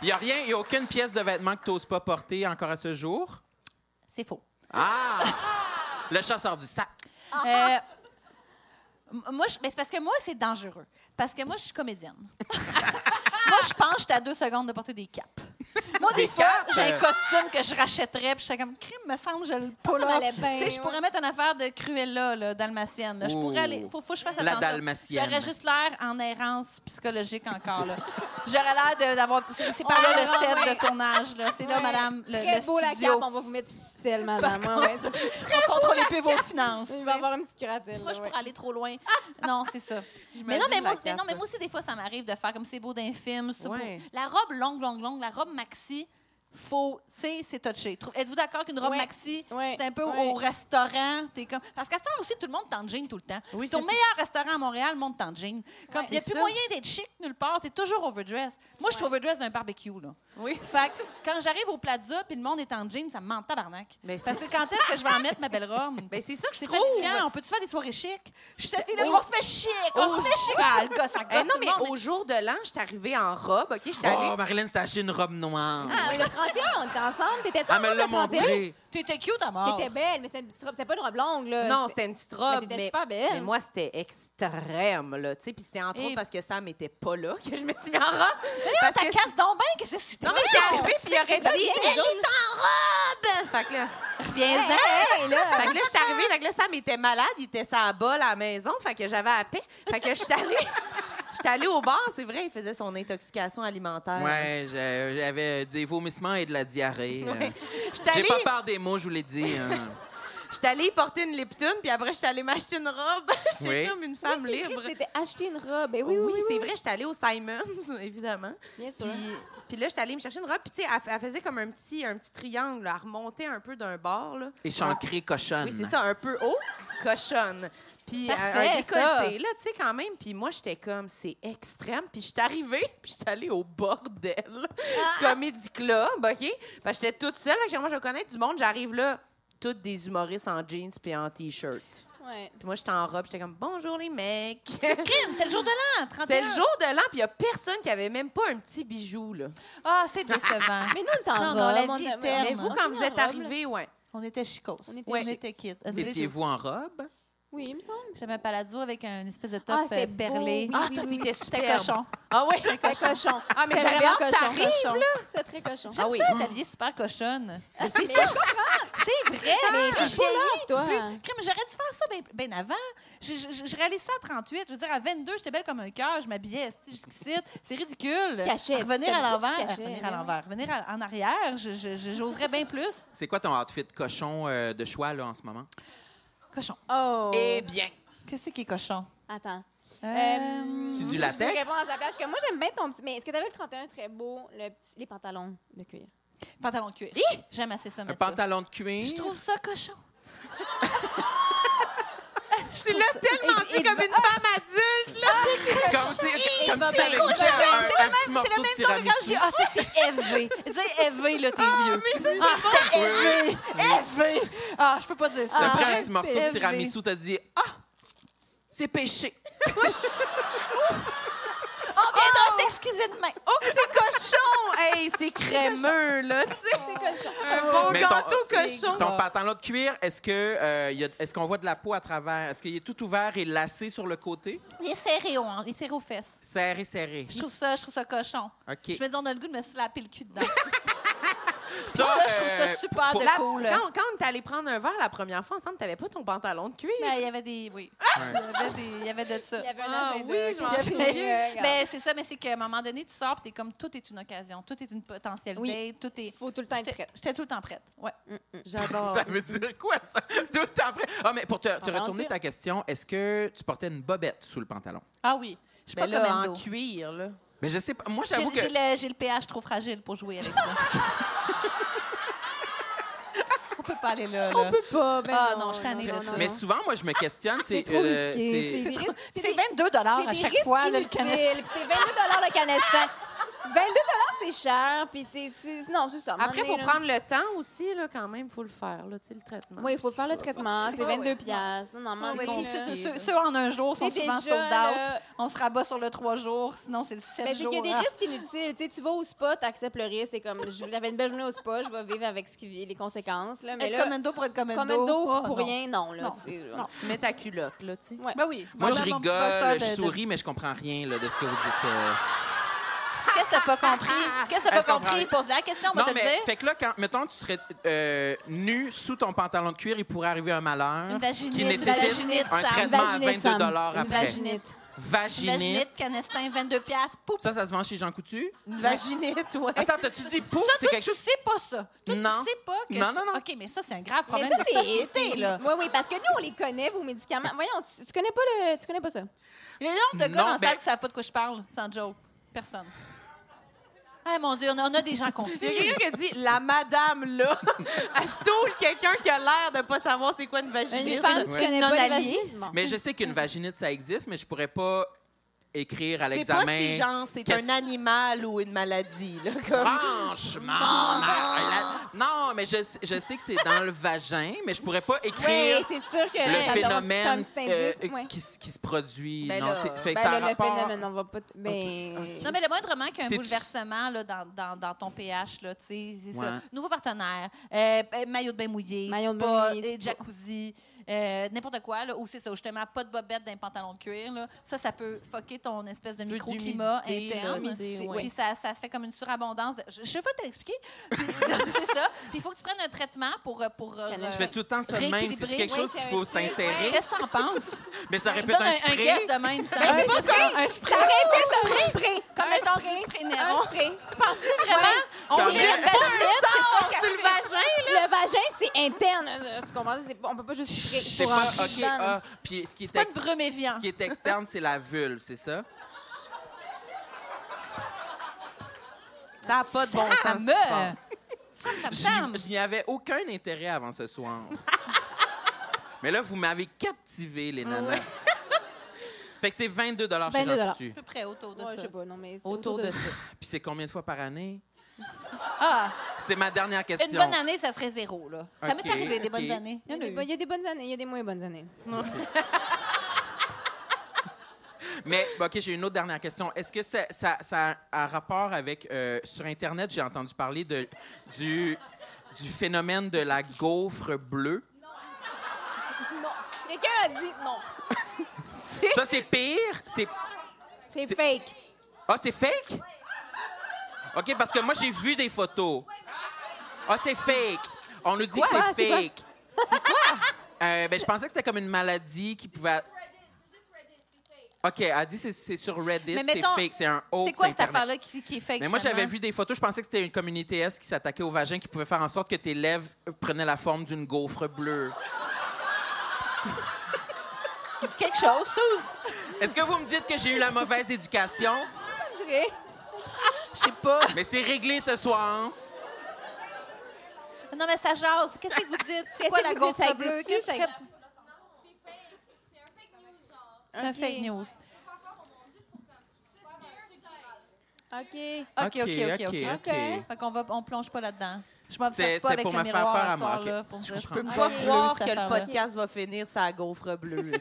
[SPEAKER 6] Il n'y a rien, il n'y a aucune pièce de vêtement que tu n'oses pas porter encore à ce jour.
[SPEAKER 7] C'est faux.
[SPEAKER 6] Ah! Le chasseur du sac.
[SPEAKER 7] Euh, m- (laughs) moi, je- mais c'est parce que moi, c'est dangereux. Parce que moi, je suis comédienne. moi, Moi, je pense que j'étais à deux secondes de porter des capes. Moi, des, fois, j'ai
[SPEAKER 6] Euh.
[SPEAKER 7] un costume que je rachèterais, puis je comme, crime, me semble, je le pull up.
[SPEAKER 8] m'allait bien,
[SPEAKER 7] Tu sais, je pourrais
[SPEAKER 8] ouais.
[SPEAKER 7] mettre une affaire de Cruella, là, dalmatienne. là. Je pourrais
[SPEAKER 6] Ouh.
[SPEAKER 7] aller. Faut, faut que je fasse
[SPEAKER 6] La
[SPEAKER 7] attention.
[SPEAKER 6] dalmatienne.
[SPEAKER 7] J'aurais juste l'air en errance psychologique encore, là. J'aurais l'air de- d'avoir. C'est c'est par là le
[SPEAKER 8] Ah,
[SPEAKER 7] set
[SPEAKER 8] ouais.
[SPEAKER 7] de tournage, là. C'est là,
[SPEAKER 8] Ouais.
[SPEAKER 7] madame. Le,
[SPEAKER 8] Très
[SPEAKER 7] le
[SPEAKER 8] beau
[SPEAKER 7] studio.
[SPEAKER 8] la cape, on va vous mettre sous tutelle, madame. Ouais, ouais, ça, c'est-
[SPEAKER 7] On contrôle plus vos finances.
[SPEAKER 8] il va y avoir une petite curatelle. là,
[SPEAKER 7] proche
[SPEAKER 8] ouais.
[SPEAKER 7] pour aller
[SPEAKER 5] (laughs)
[SPEAKER 7] trop loin. Non, c'est ça. (laughs) Mais non, mais,
[SPEAKER 5] la
[SPEAKER 7] moi,
[SPEAKER 5] carte,
[SPEAKER 7] mais non, mais moi aussi, des fois, ça m'arrive de faire comme c'est beau d'infime. ça, pour-
[SPEAKER 5] Ouais.
[SPEAKER 7] La robe longue, longue, longue, la robe maxi, faut, c'est, c'est touché. Trou- Êtes-vous d'accord qu'une robe
[SPEAKER 8] Ouais.
[SPEAKER 7] maxi,
[SPEAKER 8] Ouais.
[SPEAKER 7] c'est un peu
[SPEAKER 8] Ouais.
[SPEAKER 7] au restaurant? t'es comme... Parce qu'à ce temps aussi, tout le monde est en jean tout le temps.
[SPEAKER 5] Oui,
[SPEAKER 7] Ton
[SPEAKER 5] c'est
[SPEAKER 7] meilleur restaurant à Montréal, le monde est en jean. Il n'y a
[SPEAKER 5] c'est
[SPEAKER 7] plus
[SPEAKER 5] ça.
[SPEAKER 7] moyen d'être chic nulle part. Tu es toujours overdress. Moi, je suis overdress d'un barbecue. Là.
[SPEAKER 5] Oui.
[SPEAKER 7] Fait que quand j'arrive au Plaza puis le monde est en jean, ça me mente tabarnak.
[SPEAKER 5] Mais
[SPEAKER 7] Parce que quand est-ce que je vais en mettre ma
[SPEAKER 5] (laughs)
[SPEAKER 7] belle robe?
[SPEAKER 5] Ben, c'est ça que je
[SPEAKER 7] C'est
[SPEAKER 5] trouve.
[SPEAKER 7] fatigant. On peut-tu faire des soirées chic? Je te fais là, on se fait chic.
[SPEAKER 5] Oh,
[SPEAKER 7] On se fait chic. Ah, le gars, ça gosse
[SPEAKER 5] Eh non,
[SPEAKER 7] tout
[SPEAKER 5] mais
[SPEAKER 7] le monde.
[SPEAKER 5] au jour de l'an, je suis arrivée en robe, OK? Je
[SPEAKER 7] Ah!
[SPEAKER 5] suis
[SPEAKER 6] Oh,
[SPEAKER 5] allée.
[SPEAKER 6] Marilyn s'est acheté une robe noire. Ah,
[SPEAKER 8] Ah, ouais, le 31, on était ensemble. T'étais-tu
[SPEAKER 6] Elle
[SPEAKER 8] ensemble
[SPEAKER 6] me
[SPEAKER 8] le
[SPEAKER 6] l'a
[SPEAKER 8] 31?
[SPEAKER 6] montré.
[SPEAKER 7] T'étais cute à mort.
[SPEAKER 8] T'étais belle, mais c'était une petite robe. euh, C'était pas une robe longue, là.
[SPEAKER 5] Non, c'était une petite robe.
[SPEAKER 8] Mais t'étais super belle.
[SPEAKER 5] mais moi, c'était extrême, là. Tu sais, puis c'était entre
[SPEAKER 7] Et-
[SPEAKER 5] autres parce que Sam était pas là que je me suis mis en robe.
[SPEAKER 7] Parce
[SPEAKER 5] Parce
[SPEAKER 7] ça
[SPEAKER 5] que
[SPEAKER 7] casse donc bien. Qu'est-ce que c'est?
[SPEAKER 5] Non, mais je suis arrivée, puis il aurait dit « Elle est en robe! » Fait que là...
[SPEAKER 7] Viens-en.
[SPEAKER 5] Fait que là, je suis arrivée, fait que là, Sam était malade, il était sa bol à la maison, fait que j'avais à paix. Fait que je suis allée, je suis allée au bar, c'est vrai, il faisait son intoxication alimentaire.
[SPEAKER 6] Ouais, j'ai- j'avais des vomissements et de la diarrhée. euh.
[SPEAKER 5] Ouais. Je suis
[SPEAKER 6] J'ai
[SPEAKER 5] allée,
[SPEAKER 6] pas peur des mots, je vous l'ai dit. hein.
[SPEAKER 7] (laughs)
[SPEAKER 5] je suis allée porter une Lipton, puis après, je suis allée m'acheter une robe. (laughs) J'étais
[SPEAKER 6] Oui.
[SPEAKER 5] comme une
[SPEAKER 8] Oui,
[SPEAKER 5] femme
[SPEAKER 8] c'est écrit
[SPEAKER 5] libre. Oh
[SPEAKER 8] que C'était acheter une robe. Eh
[SPEAKER 5] Oui,
[SPEAKER 8] oui, oui, oui,
[SPEAKER 5] c'est
[SPEAKER 8] oui,
[SPEAKER 5] vrai, j'étais allée au Simons, (laughs) évidemment.
[SPEAKER 8] Bien sûr.
[SPEAKER 5] Puis, puis là, j'étais allée me chercher une robe. Puis, tu sais, elle, elle faisait comme un petit, un petit triangle, là, elle remontait un peu d'un bord. Là.
[SPEAKER 6] Échancré cochonne.
[SPEAKER 5] Oui, c'est ça, un peu haut, cochonne. Puis euh, un- un
[SPEAKER 7] Parfait,
[SPEAKER 5] décolleté, là, tu sais, quand même. Puis moi, j'étais comme, c'est extrême. Puis je suis arrivée, (laughs) puis je suis allée au
[SPEAKER 8] (laughs)
[SPEAKER 5] bordel, Comedy Club, OK? Parce que j'étais toute seule, fait que moi, je connais du monde. J'arrive là, toutes des humoristes en jeans puis en T-shirt.
[SPEAKER 8] Ouais.
[SPEAKER 5] Puis moi, j'étais en robe, j'étais comme, bonjour les mecs!
[SPEAKER 8] (laughs)
[SPEAKER 7] Crime, c'était le jour de l'an.
[SPEAKER 5] (laughs)
[SPEAKER 7] 31.
[SPEAKER 5] C'est le jour de l'an, puis il y a personne qui avait même pas un petit bijou, là.
[SPEAKER 7] Ah, c'est décevant.
[SPEAKER 8] Mais nous, on était en
[SPEAKER 7] Non,
[SPEAKER 8] robe.
[SPEAKER 7] non, la
[SPEAKER 8] on
[SPEAKER 7] vie
[SPEAKER 8] a-
[SPEAKER 7] est terne.
[SPEAKER 5] Mais vous,
[SPEAKER 8] on
[SPEAKER 5] quand
[SPEAKER 8] était
[SPEAKER 5] vous
[SPEAKER 8] en
[SPEAKER 5] êtes
[SPEAKER 8] robe,
[SPEAKER 5] arrivés, ouais.
[SPEAKER 7] On était chicos.
[SPEAKER 8] On était
[SPEAKER 7] Ouais.
[SPEAKER 8] chic.
[SPEAKER 7] On était kids.
[SPEAKER 6] Étiez-vous en robe?
[SPEAKER 8] Oui, il me semble.
[SPEAKER 7] (laughs) J'avais un palazzo avec une espèce de top
[SPEAKER 8] Ah, c'était
[SPEAKER 7] euh,
[SPEAKER 8] beau,
[SPEAKER 7] perlé.
[SPEAKER 8] oui.
[SPEAKER 5] Ah, toi, t'étais
[SPEAKER 7] C'était
[SPEAKER 5] superbe.
[SPEAKER 7] cochon.
[SPEAKER 5] Ah
[SPEAKER 8] (laughs)
[SPEAKER 5] oui?
[SPEAKER 8] C'était cochon.
[SPEAKER 5] Ah, mais
[SPEAKER 8] C'était
[SPEAKER 5] j'avais
[SPEAKER 8] vraiment
[SPEAKER 5] hâte
[SPEAKER 8] cochon.
[SPEAKER 5] t'arrives,
[SPEAKER 8] Cochon. C'était très cochon.
[SPEAKER 7] J'aime
[SPEAKER 5] Ah oui.
[SPEAKER 7] ça, t'habillée super cochonne. Ah!
[SPEAKER 5] C'est ça!
[SPEAKER 7] Hum. C'est vrai.
[SPEAKER 8] Mais
[SPEAKER 7] je
[SPEAKER 8] t'es pas love, toi.
[SPEAKER 7] Crime, j'aurais dû faire ça bien avant. Je, je- je réalise ça à 38. Je veux dire, à 22, j'étais belle comme un cœur. Je m'habillais esti, jusqu'ici. C'est ridicule.
[SPEAKER 8] Cachette.
[SPEAKER 7] Revenir à
[SPEAKER 8] T'as beaucoup de
[SPEAKER 7] l'envers.
[SPEAKER 8] cachets,
[SPEAKER 7] Revenir
[SPEAKER 8] mais
[SPEAKER 7] à
[SPEAKER 8] oui.
[SPEAKER 7] l'envers. Revenir à- en arrière, je- je- je- j'oserais bien plus.
[SPEAKER 6] C'est quoi ton outfit cochon euh, de choix là, en ce moment?
[SPEAKER 7] Cochon.
[SPEAKER 8] Oh.
[SPEAKER 7] Hum.
[SPEAKER 6] Eh bien,
[SPEAKER 7] Qu'est-ce qui est cochon?
[SPEAKER 8] Attends.
[SPEAKER 7] Euh,
[SPEAKER 6] c'est du
[SPEAKER 8] Je vais
[SPEAKER 6] latex?
[SPEAKER 8] répondre à sa place. que Moi, j'aime bien ton petit. Mais est-ce que t'avais le 31 très beau, le petit- les pantalons de cuir?
[SPEAKER 7] Pantalon de cuir. J'aime assez ça,
[SPEAKER 6] Un
[SPEAKER 7] mettre ça.
[SPEAKER 6] pantalon de cuir?
[SPEAKER 7] Je trouve ça cochon.
[SPEAKER 5] Tu l'as tellement
[SPEAKER 8] Et- et-
[SPEAKER 5] dit comme une femme
[SPEAKER 8] (laughs)
[SPEAKER 5] adulte, là!
[SPEAKER 6] Comme si, comme si
[SPEAKER 7] C'est
[SPEAKER 6] t'avais
[SPEAKER 7] cochon.
[SPEAKER 6] goûté à un, un petit morceau de
[SPEAKER 7] C'est la même chose que
[SPEAKER 6] tiramisu.
[SPEAKER 7] quand j'ai dit, ah, ça, c'est élevé. Dis élevé, là, t'es vieux. Ah, c'est élevé. Élevé. Ah, je peux pas dire ça.
[SPEAKER 6] T'as pris un
[SPEAKER 7] Après,
[SPEAKER 6] petit morceau de
[SPEAKER 7] élevé.
[SPEAKER 6] tiramisu, t'as dit « Ah! C'est péché!
[SPEAKER 7] On viendra
[SPEAKER 6] Ah!
[SPEAKER 7] s'excuser demain.
[SPEAKER 5] Oh, c'est cochon! Hey, c'est crémeux, là, tu sais.
[SPEAKER 8] C'est cochon.
[SPEAKER 5] Un bon
[SPEAKER 6] Mais ton-
[SPEAKER 5] gâteau cochon. »
[SPEAKER 6] Ton
[SPEAKER 7] Ah.
[SPEAKER 6] pantalon de cuir, est-ce que euh, y a- est-ce qu'on voit de la peau à travers? Est-ce qu'il est tout ouvert et lacé sur le côté?
[SPEAKER 7] Il est serré,
[SPEAKER 6] hein,
[SPEAKER 7] on, il est serré aux fesses.
[SPEAKER 6] Serré, serré.
[SPEAKER 7] Je trouve ça, je trouve ça cochon.
[SPEAKER 6] OK.
[SPEAKER 7] Je me dis, on a le goût de me slapper le cul dedans.
[SPEAKER 6] Ça,
[SPEAKER 7] ça, je trouve ça
[SPEAKER 6] euh,
[SPEAKER 7] super
[SPEAKER 6] pour-
[SPEAKER 7] de
[SPEAKER 5] La-
[SPEAKER 7] cool.
[SPEAKER 5] Quand, quand t'es allé prendre un verre la première fois ensemble, t'avais pas ton pantalon de cuir.
[SPEAKER 8] Ben,
[SPEAKER 7] Mais Ben, il y avait des,
[SPEAKER 6] Ouais.
[SPEAKER 7] oui, il y avait des, il y avait de ça.
[SPEAKER 8] Il y avait un
[SPEAKER 5] Ah,
[SPEAKER 8] agenda.
[SPEAKER 5] oui, je m'en
[SPEAKER 7] souviens.
[SPEAKER 8] Ben,
[SPEAKER 7] Ben, c'est ça, mais c'est qu'à un moment donné, tu sors, puis t'es comme, tout est une occasion, tout est une potentielle
[SPEAKER 8] Oui.
[SPEAKER 7] date, tout est...
[SPEAKER 8] faut tout le temps être
[SPEAKER 7] J'étais-
[SPEAKER 8] prête. Mm,
[SPEAKER 7] J'étais tout le temps prête, ouais.
[SPEAKER 5] J'adore.
[SPEAKER 6] Ça veut dire quoi, ça? (laughs) Tout le temps après. Ah, mais pour te, te
[SPEAKER 8] va en
[SPEAKER 6] retourner
[SPEAKER 8] cuir.
[SPEAKER 6] ta question, est-ce que tu portais une bobette sous le pantalon?
[SPEAKER 7] Ah oui, je suis
[SPEAKER 8] ben
[SPEAKER 5] Mais
[SPEAKER 7] pas
[SPEAKER 5] là, en
[SPEAKER 7] commando.
[SPEAKER 5] cuir, là.
[SPEAKER 6] Mais je sais pas. Moi,
[SPEAKER 7] J'ai
[SPEAKER 6] j'avoue que.
[SPEAKER 7] j'ai le, j'ai le pH trop fragile pour jouer avec ça.
[SPEAKER 8] (laughs)
[SPEAKER 7] on peut pas aller là, là.
[SPEAKER 8] On peut pas. Ben
[SPEAKER 7] Ah, non,
[SPEAKER 8] non,
[SPEAKER 7] je t'en ai raison.
[SPEAKER 6] Mais souvent, moi, je
[SPEAKER 7] Ah,
[SPEAKER 6] me questionne. C'est
[SPEAKER 8] trop
[SPEAKER 6] euh,
[SPEAKER 8] risqué.
[SPEAKER 6] c'est-
[SPEAKER 8] C'est des risques-
[SPEAKER 7] Puis
[SPEAKER 8] c'est
[SPEAKER 7] C'est
[SPEAKER 8] des-
[SPEAKER 7] 22 dollars
[SPEAKER 8] c'est
[SPEAKER 7] à
[SPEAKER 8] des
[SPEAKER 7] chaque
[SPEAKER 8] risques
[SPEAKER 7] fois, là, le
[SPEAKER 8] inutiles,
[SPEAKER 7] canette.
[SPEAKER 8] puis c'est 22 le canestan. 22 c'est cher, puis c'est... c'est- Non, c'est ça. à un
[SPEAKER 5] Après,
[SPEAKER 8] moment
[SPEAKER 5] faut
[SPEAKER 8] donné, là.
[SPEAKER 5] prendre le temps aussi, là, quand même. Faut le faire, là, tu sais, le traitement.
[SPEAKER 8] Oui, il faut faire le traitement. C'est 22 piastres. Non, non, à un moment
[SPEAKER 7] Puis
[SPEAKER 8] donné,
[SPEAKER 7] ceux-
[SPEAKER 8] là.
[SPEAKER 7] ceux, ceux- ceux en un jour sont
[SPEAKER 8] C'est
[SPEAKER 7] souvent
[SPEAKER 8] déjà,
[SPEAKER 7] sold out.
[SPEAKER 8] là.
[SPEAKER 7] On se rabat sur le trois jours, sinon c'est le sept
[SPEAKER 8] Mais ben, c'est
[SPEAKER 7] jours.
[SPEAKER 8] qu'il y a des
[SPEAKER 7] hein.
[SPEAKER 8] risques inutiles. Tu sais, tu vas au spa, tu acceptes le risque. T'es comme, je- j'avais une belle journée au spa, je vais vivre avec ce qui, vit- les conséquences. Là. Mais
[SPEAKER 7] Être
[SPEAKER 8] là,
[SPEAKER 7] commando pour être commando.
[SPEAKER 8] comme un dos
[SPEAKER 7] Ah,
[SPEAKER 6] oh,
[SPEAKER 8] pour
[SPEAKER 7] non.
[SPEAKER 8] rien, non. Là, euh,
[SPEAKER 7] Non,
[SPEAKER 8] tu sais, là.
[SPEAKER 7] non.
[SPEAKER 5] Tu mets ta culotte, là, tu sais.
[SPEAKER 8] Ouais.
[SPEAKER 7] Ben oui.
[SPEAKER 6] Moi, je
[SPEAKER 7] Voilà mon petit
[SPEAKER 6] rigole,
[SPEAKER 7] boxeur
[SPEAKER 6] je
[SPEAKER 7] de- de-
[SPEAKER 6] souris, mais je comprends rien là, de ce que vous dites. euh.
[SPEAKER 7] Qu'est-ce que t'as pas
[SPEAKER 8] (laughs)
[SPEAKER 7] compris? Qu'est-ce que
[SPEAKER 6] Ah,
[SPEAKER 7] t'as
[SPEAKER 6] je
[SPEAKER 7] pas
[SPEAKER 6] comprends.
[SPEAKER 7] compris? Pose la question, on va
[SPEAKER 6] Non,
[SPEAKER 7] te le
[SPEAKER 6] mais
[SPEAKER 7] dire.
[SPEAKER 6] fait que là, quand, mettons, tu serais euh, nu sous ton pantalon de cuir, il pourrait arriver un malheur
[SPEAKER 7] Une vaginite,
[SPEAKER 6] qui
[SPEAKER 7] une
[SPEAKER 6] nécessite
[SPEAKER 7] vaginite,
[SPEAKER 6] un
[SPEAKER 7] ça.
[SPEAKER 6] traitement à 22 dollars
[SPEAKER 8] Une
[SPEAKER 6] après.
[SPEAKER 8] vaginite.
[SPEAKER 6] Vaginite.
[SPEAKER 7] Vaginite, canestin, 22 piastres. Poup.
[SPEAKER 6] Ça, ça se vend chez Jean Coutu.
[SPEAKER 5] Une vaginite, ouais.
[SPEAKER 6] Attends, t'as-tu dit pouf?
[SPEAKER 7] Ça,
[SPEAKER 6] C'est
[SPEAKER 7] toi,
[SPEAKER 6] quelque
[SPEAKER 7] tu
[SPEAKER 6] chose.
[SPEAKER 7] sais pas ça. Toi,
[SPEAKER 6] Non.
[SPEAKER 7] tu sais pas que...
[SPEAKER 6] Non, non, non.
[SPEAKER 7] OK, mais ça, c'est un grave
[SPEAKER 8] Mais
[SPEAKER 7] problème
[SPEAKER 8] ça,
[SPEAKER 7] de
[SPEAKER 8] c'est...
[SPEAKER 7] société, là.
[SPEAKER 8] Oui, oui, parce que nous, on les connaît, vos médicaments. Voyons, tu, tu connais pas le... Tu connais pas ça?
[SPEAKER 7] Le nombre de gars
[SPEAKER 6] Non,
[SPEAKER 7] dans la
[SPEAKER 6] ben-
[SPEAKER 7] salle qui savent pas de quoi je parle, sans joke. Personne. Ah, mon Dieu, on a, on a
[SPEAKER 6] (laughs)
[SPEAKER 7] des gens
[SPEAKER 5] Il y a
[SPEAKER 7] confus.
[SPEAKER 5] quelqu'un qui a dit la madame là. (laughs) Elle stoule quelqu'un qui a l'air de pas savoir c'est quoi une vaginite.
[SPEAKER 8] Une femme qui
[SPEAKER 6] Ouais.
[SPEAKER 8] connaît
[SPEAKER 7] Une
[SPEAKER 8] pas les
[SPEAKER 7] non-alliée.
[SPEAKER 8] vagines? Bon.
[SPEAKER 6] Mais je sais qu'une vaginite, ça existe, mais je pourrais pas écrire à
[SPEAKER 5] C'est pas
[SPEAKER 6] l'examen.
[SPEAKER 5] si genre c'est
[SPEAKER 6] Qu'est-ce-
[SPEAKER 5] un animal ou une maladie là. Comme...
[SPEAKER 6] Franchement, Marie-Hélène- non, mais je, je sais que c'est dans le vagin, mais je pourrais pas écrire
[SPEAKER 8] Oui, c'est sûr que...
[SPEAKER 6] le
[SPEAKER 8] là, ça doit- t'as un
[SPEAKER 6] phénomène
[SPEAKER 8] petit indice,
[SPEAKER 6] euh,
[SPEAKER 8] ouais.
[SPEAKER 6] qui, se- qui se produit.
[SPEAKER 5] Ben
[SPEAKER 6] non,
[SPEAKER 5] là,
[SPEAKER 6] c'est, fait que
[SPEAKER 8] Ben,
[SPEAKER 6] ça a
[SPEAKER 8] le, le
[SPEAKER 6] rapport-
[SPEAKER 8] phénomène, on va pas... t- Ben...
[SPEAKER 7] Non, mais le moindrement qu'il y a
[SPEAKER 6] C'est-
[SPEAKER 7] un bouleversement là, dans, dans, dans ton pH, là, tu sais, c'est
[SPEAKER 6] Ouais.
[SPEAKER 7] ça. Nouveau partenaire, euh, euh, maillot de bain mouillé,
[SPEAKER 8] Maillot de
[SPEAKER 7] spa,
[SPEAKER 8] bain mouillé,
[SPEAKER 7] euh,
[SPEAKER 8] spa.
[SPEAKER 7] jacuzzi, euh, n'importe quoi. Là, ou c'est ça, ou justement, pas de bobette d'un pantalon de cuir. Là. Ça, ça peut fucker ton espèce de microclimat
[SPEAKER 5] d'humidité, là,
[SPEAKER 7] interne.
[SPEAKER 5] tu sais,
[SPEAKER 7] Puis
[SPEAKER 5] ouais.
[SPEAKER 7] puis ça, ça fait comme une surabondance. de- Je, je sais pas te l'expliquer. (laughs) Puis- c'est ça. Puis il faut que tu prennes un traitement pour... euh, pour euh,
[SPEAKER 8] Canal.
[SPEAKER 6] Tu fais tout le temps ça de même. C'est
[SPEAKER 7] Rééquilibrer.
[SPEAKER 6] quelque
[SPEAKER 8] Oui,
[SPEAKER 6] chose
[SPEAKER 8] c'est
[SPEAKER 6] qu'il
[SPEAKER 8] un
[SPEAKER 6] faut
[SPEAKER 8] truc, ouais.
[SPEAKER 6] s'insérer.
[SPEAKER 7] Qu'est-ce que t'en penses?
[SPEAKER 6] Mais ça répète
[SPEAKER 7] Donne
[SPEAKER 6] un
[SPEAKER 7] un, un
[SPEAKER 6] spray.
[SPEAKER 7] guess de même. ça.
[SPEAKER 8] c'est pas ça.
[SPEAKER 7] Un spray.
[SPEAKER 8] Un spray!
[SPEAKER 7] Comme
[SPEAKER 8] un
[SPEAKER 7] un temps
[SPEAKER 8] spray.
[SPEAKER 7] du spray
[SPEAKER 8] Un
[SPEAKER 7] Néron.
[SPEAKER 8] spray.
[SPEAKER 7] Tu penses-tu vraiment? On
[SPEAKER 6] T'en
[SPEAKER 7] voulait
[SPEAKER 6] mets
[SPEAKER 7] la vaginette, c'est pas
[SPEAKER 5] sur le vagin.
[SPEAKER 8] Le vagin, c'est interne. Euh, Tu comprends? C'est pas- On peut pas juste spray
[SPEAKER 6] C'est
[SPEAKER 8] pour
[SPEAKER 6] pas
[SPEAKER 8] rentrer
[SPEAKER 6] OK.
[SPEAKER 8] dedans, là.
[SPEAKER 6] Ah, puis ce qui est,
[SPEAKER 7] pas
[SPEAKER 6] ex-
[SPEAKER 7] une brume
[SPEAKER 6] ce
[SPEAKER 7] évian.
[SPEAKER 6] qui est externe, c'est la vulve, c'est ça?
[SPEAKER 5] Ça
[SPEAKER 6] Ah,
[SPEAKER 5] a pas de bon
[SPEAKER 7] Ça
[SPEAKER 5] sens. ce qui se
[SPEAKER 7] me...
[SPEAKER 5] passe.
[SPEAKER 7] Ça me
[SPEAKER 6] Je
[SPEAKER 7] charme.
[SPEAKER 6] n'y- je n'y avais aucun intérêt avant ce soir.
[SPEAKER 7] (laughs)
[SPEAKER 6] Mais là, vous m'avez captivé,
[SPEAKER 7] Ah
[SPEAKER 6] les nanas. Fait que c'est 22 chez
[SPEAKER 8] 22
[SPEAKER 6] Jean
[SPEAKER 8] dollars.
[SPEAKER 6] Coutu.
[SPEAKER 7] À peu près autour de
[SPEAKER 8] Ouais, je
[SPEAKER 7] ça.
[SPEAKER 8] sais pas, non, mais c'est
[SPEAKER 5] Autour de ça.
[SPEAKER 6] Puis c'est combien de fois par année?
[SPEAKER 7] Ah,
[SPEAKER 6] C'est ma dernière question.
[SPEAKER 7] une bonne année, ça serait zéro, là. Ça
[SPEAKER 6] Ok,
[SPEAKER 7] m'est arrivé, des
[SPEAKER 6] ok.
[SPEAKER 7] bonnes années. Il y
[SPEAKER 8] Il y,
[SPEAKER 7] en
[SPEAKER 8] a
[SPEAKER 7] a
[SPEAKER 8] des,
[SPEAKER 7] eu.
[SPEAKER 8] bo- il y a des bonnes années, il y a des moins bonnes années.
[SPEAKER 6] Mais, bon, OK, j'ai une autre dernière question. Est-ce que ça, ça- ça a un rapport avec... euh, sur Internet, j'ai entendu parler de, du, du phénomène de la gaufre bleue.
[SPEAKER 8] Non. Quelqu'un a dit non.
[SPEAKER 6] Ça, c'est pire? C'est...
[SPEAKER 8] C'est
[SPEAKER 6] C'est-
[SPEAKER 8] fake.
[SPEAKER 6] Ah, c'est fake? OK, parce que moi, j'ai vu des photos. Ah, c'est fake. On nous dit que
[SPEAKER 8] quoi?
[SPEAKER 6] c'est
[SPEAKER 8] C'est quoi?
[SPEAKER 6] fake. C'est quoi? ben, je pensais que c'était comme une maladie qui pouvait... OK, elle dit c'est c'est sur Reddit,
[SPEAKER 7] Mais
[SPEAKER 6] c'est
[SPEAKER 7] mettons,
[SPEAKER 6] fake, c'est un hoax
[SPEAKER 7] C'est quoi cette
[SPEAKER 6] Internet.
[SPEAKER 7] affaire-là qui, qui est fake?
[SPEAKER 6] Mais moi, j'avais
[SPEAKER 7] finalement?
[SPEAKER 6] vu des photos, je pensais que c'était une communauté S qui s'attaquait au vagin qui pouvait faire en sorte que tes lèvres prenaient la forme d'une gaufre bleue.
[SPEAKER 7] Dis quelque chose, Suze.
[SPEAKER 6] Est-ce que vous me dites que j'ai eu la mauvaise éducation?
[SPEAKER 8] On dirait.
[SPEAKER 5] Je sais pas.
[SPEAKER 6] Mais c'est réglé ce soir. hein?
[SPEAKER 7] Non, mais ça jase. Qu'est-ce que vous dites? C'est quoi
[SPEAKER 8] que
[SPEAKER 7] la
[SPEAKER 8] vous dites? Ça
[SPEAKER 7] gaufre bleue?
[SPEAKER 8] existe-tu?
[SPEAKER 7] Qu'est-ce
[SPEAKER 8] Ça
[SPEAKER 7] que-
[SPEAKER 8] existe-
[SPEAKER 7] C'est un
[SPEAKER 8] Ok.
[SPEAKER 7] fake news.
[SPEAKER 8] OK.
[SPEAKER 7] OK, OK, OK,
[SPEAKER 6] OK.
[SPEAKER 7] OK.
[SPEAKER 6] OK.
[SPEAKER 7] Fait qu'on va, on plonge pas là-dedans. Je
[SPEAKER 6] C'était-
[SPEAKER 7] m'observe pas
[SPEAKER 6] c'était
[SPEAKER 7] avec
[SPEAKER 6] pour
[SPEAKER 7] le
[SPEAKER 6] me faire
[SPEAKER 7] miroir
[SPEAKER 6] peur
[SPEAKER 7] à
[SPEAKER 6] à moi,
[SPEAKER 7] soir,
[SPEAKER 6] OK.
[SPEAKER 7] là, pour
[SPEAKER 6] Je
[SPEAKER 7] dire,
[SPEAKER 6] comprends.
[SPEAKER 5] Je
[SPEAKER 7] peux
[SPEAKER 5] peux
[SPEAKER 7] pas
[SPEAKER 5] pas
[SPEAKER 8] Allez.
[SPEAKER 5] croire
[SPEAKER 7] cette
[SPEAKER 5] que le
[SPEAKER 7] affaire-là.
[SPEAKER 5] podcast va finir sa gaufre
[SPEAKER 8] (laughs)
[SPEAKER 5] bleue.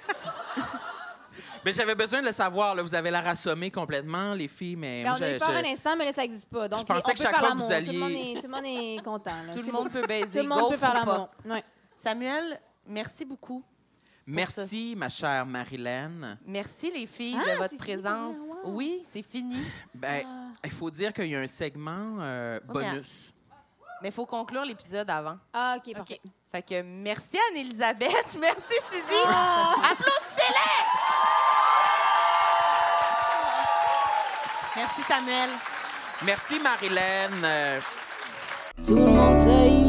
[SPEAKER 6] Mais j'avais besoin de le savoir. Là. Vous avez la rassommée complètement, les filles, mais
[SPEAKER 8] Ben,
[SPEAKER 6] moi,
[SPEAKER 8] on a eu
[SPEAKER 6] je-
[SPEAKER 8] peur
[SPEAKER 6] je-
[SPEAKER 8] un instant, mais là, ça n'existe pas. Donc,
[SPEAKER 6] Je pensais
[SPEAKER 8] on
[SPEAKER 6] que
[SPEAKER 8] peut
[SPEAKER 6] chaque
[SPEAKER 8] faire
[SPEAKER 6] fois que vous
[SPEAKER 8] l'amour. Tout le monde
[SPEAKER 6] alliez-
[SPEAKER 8] est, tout le monde est content. là.
[SPEAKER 5] Tout
[SPEAKER 8] C'est
[SPEAKER 5] le monde peut
[SPEAKER 8] beau. Tout
[SPEAKER 5] baiser,
[SPEAKER 8] le monde peut
[SPEAKER 5] gaufre
[SPEAKER 8] faire
[SPEAKER 5] ou pas.
[SPEAKER 8] l'amour. Ouais.
[SPEAKER 5] Samuel, merci beaucoup.
[SPEAKER 6] Merci, ma chère Marilyn.
[SPEAKER 5] Merci les filles
[SPEAKER 8] Ah,
[SPEAKER 5] de votre
[SPEAKER 8] c'est fini,
[SPEAKER 5] présence.
[SPEAKER 8] ouais, wow.
[SPEAKER 5] Oui, c'est fini.
[SPEAKER 6] Ben,
[SPEAKER 5] Ah.
[SPEAKER 6] il faut dire qu'il y a un segment euh, bonus.
[SPEAKER 5] Mais il faut conclure l'épisode avant.
[SPEAKER 8] Ah, OK, parfait.
[SPEAKER 5] Fait que merci Anne-Elisabeth, (laughs) merci Suzy.
[SPEAKER 8] Ah,
[SPEAKER 5] Applaudissez-les!
[SPEAKER 2] Merci, Samuel.
[SPEAKER 6] Merci, Marilyn. Euh,
[SPEAKER 3] Tout le monde sait